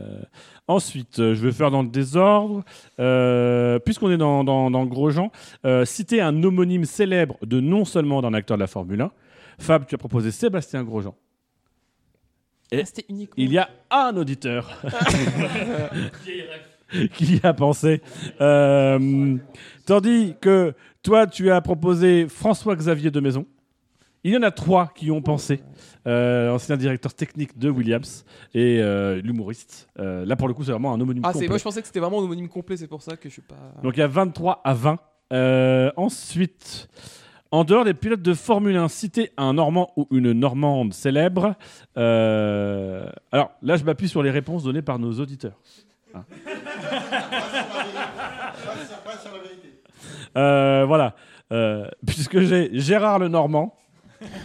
C: Ensuite, euh, je vais faire dans le désordre. Euh, Puisqu'on est dans, dans, dans Grosjean, euh, citer un homonyme célèbre de non seulement d'un acteur de la Formule 1. Fab, tu as proposé Sébastien Grosjean. Et il y a un auditeur qui y a pensé. Euh, tandis que toi, tu as proposé François-Xavier de Maison. Il y en a trois qui y ont pensé. Euh, ancien directeur technique de Williams et euh, l'humoriste. Euh, là, pour le coup, c'est vraiment un homonyme
B: Ah, c'est
C: complet.
B: moi je pensais que c'était vraiment un homonyme complet, c'est pour ça que je suis pas.
C: Donc il y a 23 à 20. Euh, ensuite, en dehors des pilotes de Formule 1, citer un Normand ou une Normande célèbre. Euh, alors là, je m'appuie sur les réponses données par nos auditeurs. Hein. Euh, voilà. Euh, puisque j'ai Gérard le Normand,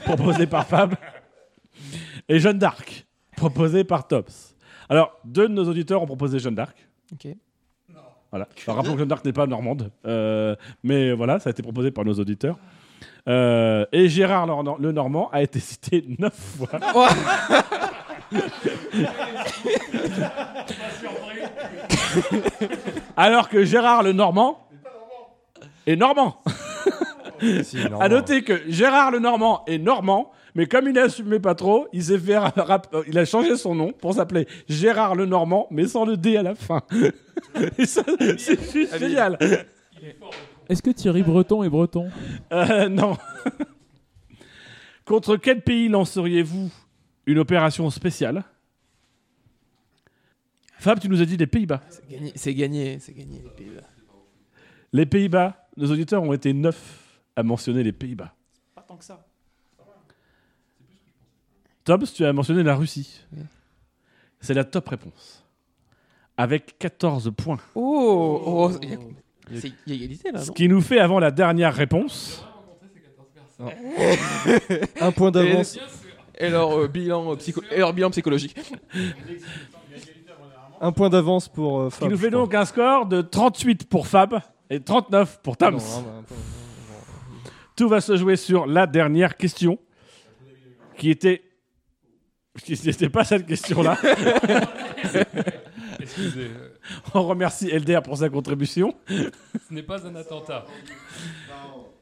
C: proposé par Fab, et Jeanne d'Arc, proposé par Tops. Alors, deux de nos auditeurs ont proposé Jeanne d'Arc.
B: Ok.
C: Voilà. Alors, rappelons que Jeanne d'Arc n'est pas normande. Euh, mais voilà, ça a été proposé par nos auditeurs. Euh, et Gérard le, le Normand a été cité neuf fois. Alors que Gérard le Normand est normand.
P: Si, il est normand.
C: À noter que Gérard le Normand est normand, mais comme il n'assumait pas trop, il s'est fait ra- rap- euh, il a changé son nom pour s'appeler Gérard le Normand, mais sans le D à la fin. Et ça, c'est juste génial.
D: Est-ce que Thierry Breton est breton
C: Euh, non. Contre quel pays lanceriez-vous une opération spéciale Fab, tu nous as dit les Pays-Bas.
B: Gagné- C'est gagné, c'est gagné les Pays-Bas.
C: Les Pays-Bas, nos auditeurs ont été neuf à mentionner les Pays-Bas.
D: Pas tant que ça.
C: Tom, tu as mentionné la Russie. C'est la top réponse. Avec 14 points.
B: Oh, oh, il y a- c'est- il y a égalité là.
C: Ce
B: non
C: qui nous fait avant la dernière réponse.
F: Un point d'avance.
B: Et, leur, euh, bilan, euh, psycho- et leur bilan psychologique.
F: Un point d'avance pour euh,
C: Ce qui
F: Fab.
C: nous fait donc un score de 38 pour Fab et 39 pour
B: Ah
C: Tams.
F: Non, hein, non, non,
C: Tout va se jouer sur la dernière question, qui était, qui n'était pas cette question-là.
O: Excusez.
C: On remercie LDR pour sa contribution,
O: Ce n'est pas un attentat.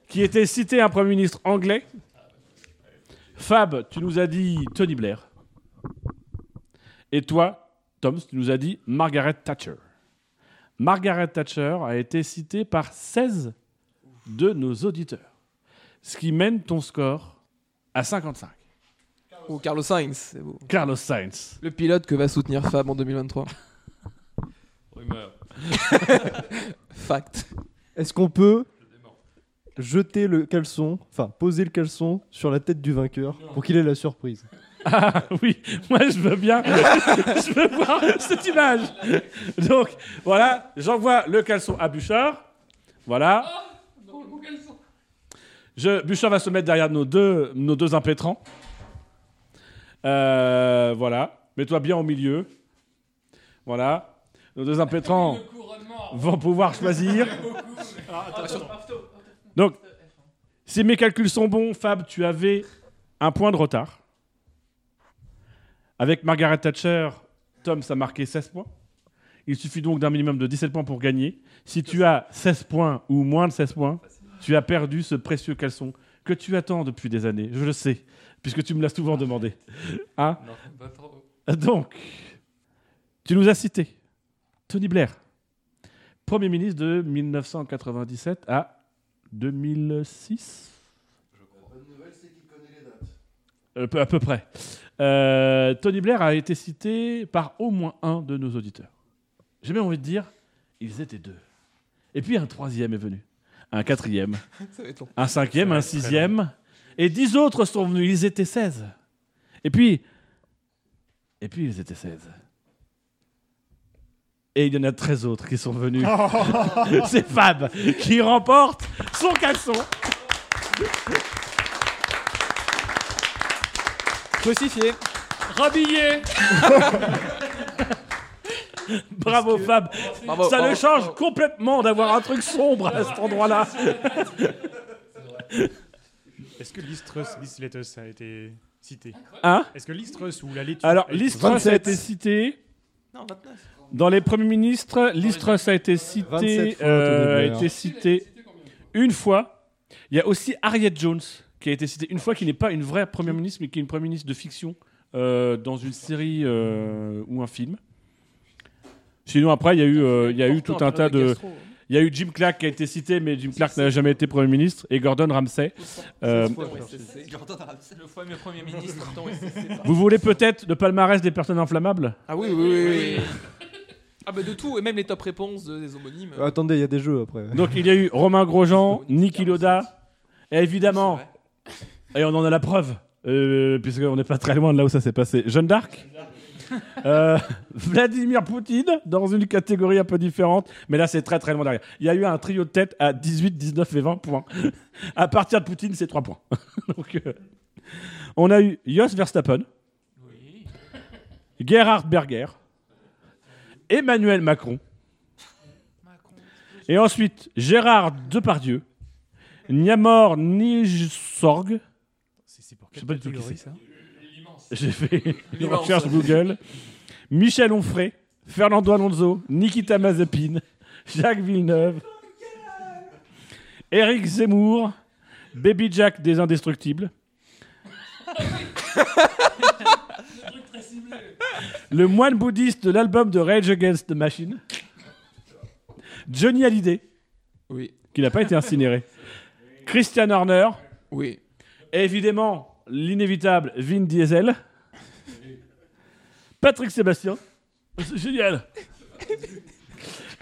C: qui était cité un premier ministre anglais. Fab, tu nous as dit Tony Blair. Et toi, Tom, tu nous as dit Margaret Thatcher. Margaret Thatcher a été citée par 16 de nos auditeurs, ce qui mène ton score à 55.
B: Ou Carlos Sainz, c'est beau.
C: Carlos Sainz.
B: Le pilote que va soutenir Fab en 2023.
O: Rumeur.
B: Bah
C: Euh.
B: Fact.
F: Est-ce qu'on peut jeter le caleçon, enfin poser le caleçon sur la tête du vainqueur pour qu'il ait la surprise
C: Ah oui, moi je veux bien. je veux voir cette image. Donc voilà, j'envoie le caleçon à Bouchard. Voilà. Je, Bouchard va se mettre derrière nos deux, nos deux impétrants. Euh, voilà. Mets-toi bien au milieu. Voilà. Nos deux impétrants vont pouvoir choisir.
I: Ah,
C: Donc, si mes calculs sont bons, Fab, tu avais un point de retard. Avec Margaret Thatcher, Tom, ça marqué 16 points. Il suffit donc d'un minimum de 17 points pour gagner. Si tu as 16 points ou moins de 16 points, tu as perdu ce précieux caleçon que tu attends depuis des années. Je le sais, puisque tu me l'as souvent demandé. Hein
O: Non, pas trop.
C: donc, tu nous as cité Tony Blair, Premier ministre de 1997 à 2006, Euh, peu- à peu près. Euh, Tony Blair a été cité par au moins un de nos auditeurs. J'ai même envie de dire, ils étaient deux. Et puis un troisième est venu, un quatrième,
B: Ça va être long.
C: un cinquième,
B: Ça va
C: un
B: être très long.
C: sixième, et dix autres sont venus, ils étaient 16. Et puis, et puis ils étaient 16. Et il y en a 13 autres qui sont venus. C'est Fab qui remporte son caleçon.
B: Crucifié.
O: Rabillé
C: Bravo Fab
O: Bravo.
C: Ça
O: Oh,
C: le change complètement d'avoir un truc sombre à cet endroit-là.
G: Est-ce que Listros, Listletus a été cité
C: Hein
G: Est-ce que Listros ou la Litu
C: Alors, Listras a été cité. Dans les premiers ministres, Listras a été cité,
G: 27 fois,
C: euh,
G: Anthony
C: a
G: Blair.
C: été cité une fois. Il y a aussi Harriet Jones qui a été citée une fois, qui n'est pas une vraie première ministre, mais qui est une première ministre de fiction euh, dans une série euh, ou un film. Sinon, après, il y a eu, euh, il y a eu tout un tas de. Il y a eu Jim Clark qui a été cité, mais Jim Clark n'a jamais été Premier ministre, et Gordon Ramsay. Euh,
B: Le fois mieux Premier ministre. Attends, ouais, c'est- c'est pas-
C: vous voulez peut-être le palmarès des personnes inflammables
B: Ah oui, oui, oui. oui. ah bah de tout, et même les top réponses de- des homonymes.
F: Euh, Attendez, il y a des jeux après.
C: Donc il y a eu Romain Grosjean, Niki Loda, et évidemment, et on en a la preuve, euh, puisqu'on n'est pas très loin de là où ça s'est passé, Jeanne d'Arc, euh, Vladimir Poutine, dans une catégorie un peu différente, mais là c'est très très loin derrière. Il y a eu un trio de tête à 18, 19 et 20 points. À partir de Poutine, c'est 3 points. Donc, euh, on a eu Jos Verstappen, Gerhard Berger, Emmanuel Macron, et ensuite, Gérard Depardieu, Niamor Nijsorg. Je sais pas du tout qui c'est. hein. J'ai fait une
O: L'immense.
C: recherche Google. Michel Onfray, Fernando Alonso, Nikita Mazepin, Jacques Villeneuve, Eric Zemmour, Baby Jack des Indestructibles, le moine bouddhiste de l'album de Rage Against the Machine, Johnny Hallyday,
B: oui.
C: qui n'a pas été incinéré, Christian Horner,
B: oui,
C: et évidemment l'inévitable Vin Diesel, Patrick Sébastien, c'est génial,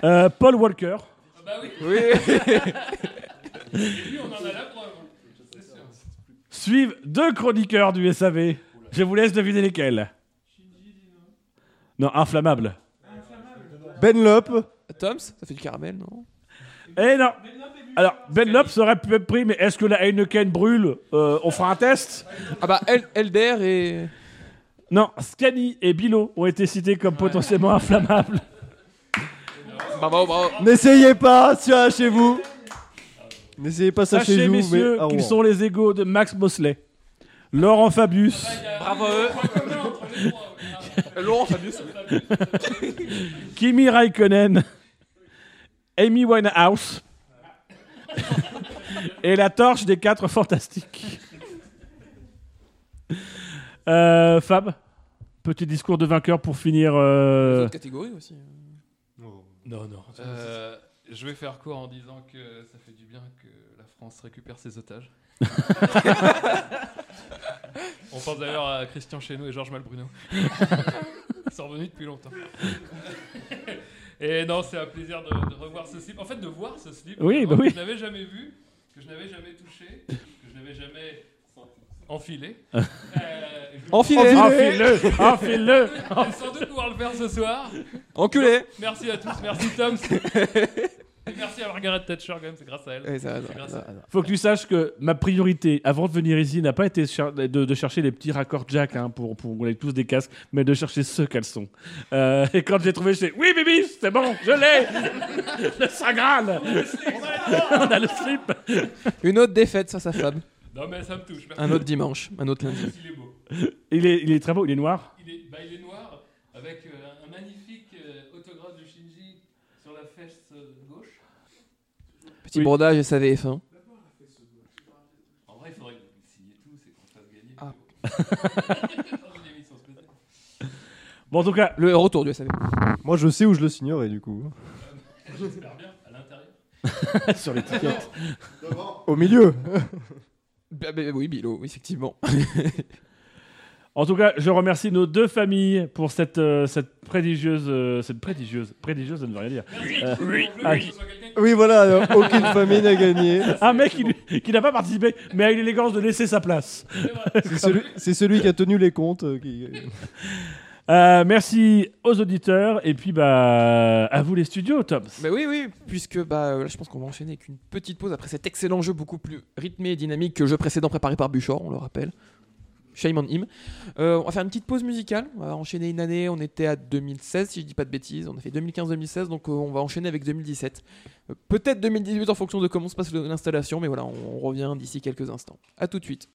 C: Euh, Paul Walker,
B: Ah bah
O: Lui, on en a la preuve. C'est sûr.
C: suivent deux chroniqueurs du SAV. Je vous laisse deviner lesquels. Non, inflammable.
F: Ben Lop.
B: Toms, ça fait du caramel, non
C: Eh non Alors, Ben Lopes aurait pu être pris, mais est-ce que la Heineken brûle Euh, On fera un test
B: Ah bah, Elder et...
C: Non, Scani et Bilo ont été cités comme potentiellement inflammables.
B: Bravo, bravo.
F: N'essayez pas, ça chez vous. N'essayez pas ça
C: Sachez,
F: chez vous,
C: messieurs,
F: mais ah, à
C: qu'ils
F: Rouen.
C: sont les égaux de Max Mosley, Laurent Fabius,
B: Bravo à eux. Laurent Fabius.
C: Kimi Raikkonen, Amy Winehouse et la torche des quatre fantastiques. Euh, Fab, petit discours de vainqueur pour finir. euh,
B: D'autres catégories aussi. hein.
O: Non, non. Euh, je vais faire court en disant que ça fait du bien que la France récupère ses otages. On pense d'ailleurs à Christian Chesneau et Georges Malbruno. Ils sont revenus depuis longtemps. et non, c'est un plaisir de, de revoir ce slip. En fait, de voir ce slip
C: Oui,
O: vraiment,
C: bah oui.
O: que je n'avais jamais vu, que je n'avais jamais touché, que je n'avais jamais enfilé. Euh, et je-
C: Enfilé. Enfile-le, enfile-le.
O: Je vais sans doute pouvoir le faire ce soir.
B: Enculé.
O: Merci à tous, merci Tom. Et merci à Margaret Thatcher quand même, c'est grâce à elle.
B: Ouais, ça va, ça va,
O: C'est grâce
B: ça
O: à
B: va, ça va.
C: Faut que tu saches que ma priorité avant de venir ici n'a pas été cher- de, de chercher les petits raccords jack hein, pour, pour on a tous des casques, mais de chercher ce caleçon. Euh, et quand j'ai trouvé, j'ai oui, Bibi, c'est bon, je l'ai Le Saint Graal On a le slip
B: Une autre défaite, ça, ça flamme.
O: Non, mais ça me touche, merci.
B: Un autre dimanche, un autre lundi.
O: Il est beau.
C: Il est, il est très beau, il est noir.
O: Il est, bah, il est noir avec euh, un magnifique euh, autographe de Shinji sur la fesse euh, gauche.
B: Petit brodage SAVF1.
O: En vrai, il faudrait que vous le signiez tous et qu'on le fasse gagner.
B: Ah.
O: Une émission spéciale.
C: Bon, en tout cas,
B: le retour du SAV.
F: Moi, je sais où je le signerai du coup.
O: J'espère bien, à l'intérieur.
C: Sur l'étiquette.
F: Au milieu.
B: Bah, bah, oui, Bilo, effectivement.
C: En tout cas, je remercie nos deux familles pour cette, euh, cette prodigieuse. euh, cette prodigieuse. Prodigieuse, ça ne veut rien dire. Euh, ah, qui-
F: Oui, voilà, euh, aucune famille n'a gagné.
C: Un mec qui, lui- qui n'a pas participé, mais a eu l'élégance de laisser sa place.
F: C'est celui, c'est celui qui a tenu les comptes. euh, qui-
C: Euh, merci aux auditeurs et puis bah à vous les studios, Tom.
B: Bah oui, oui, puisque bah, euh, là, je pense qu'on va enchaîner avec une petite pause après cet excellent jeu beaucoup plus rythmé et dynamique que le jeu précédent préparé par Buchor, on le rappelle. Shame on him. Euh, on va faire une petite pause musicale. On va enchaîner une année. On était à 2016, si je dis pas de bêtises. On a fait 2015-2016, donc euh, on va enchaîner avec 2017. Euh, Peut-être 2018 en fonction de comment se passe le- l'installation, mais voilà, on on revient d'ici quelques instants. À tout de suite.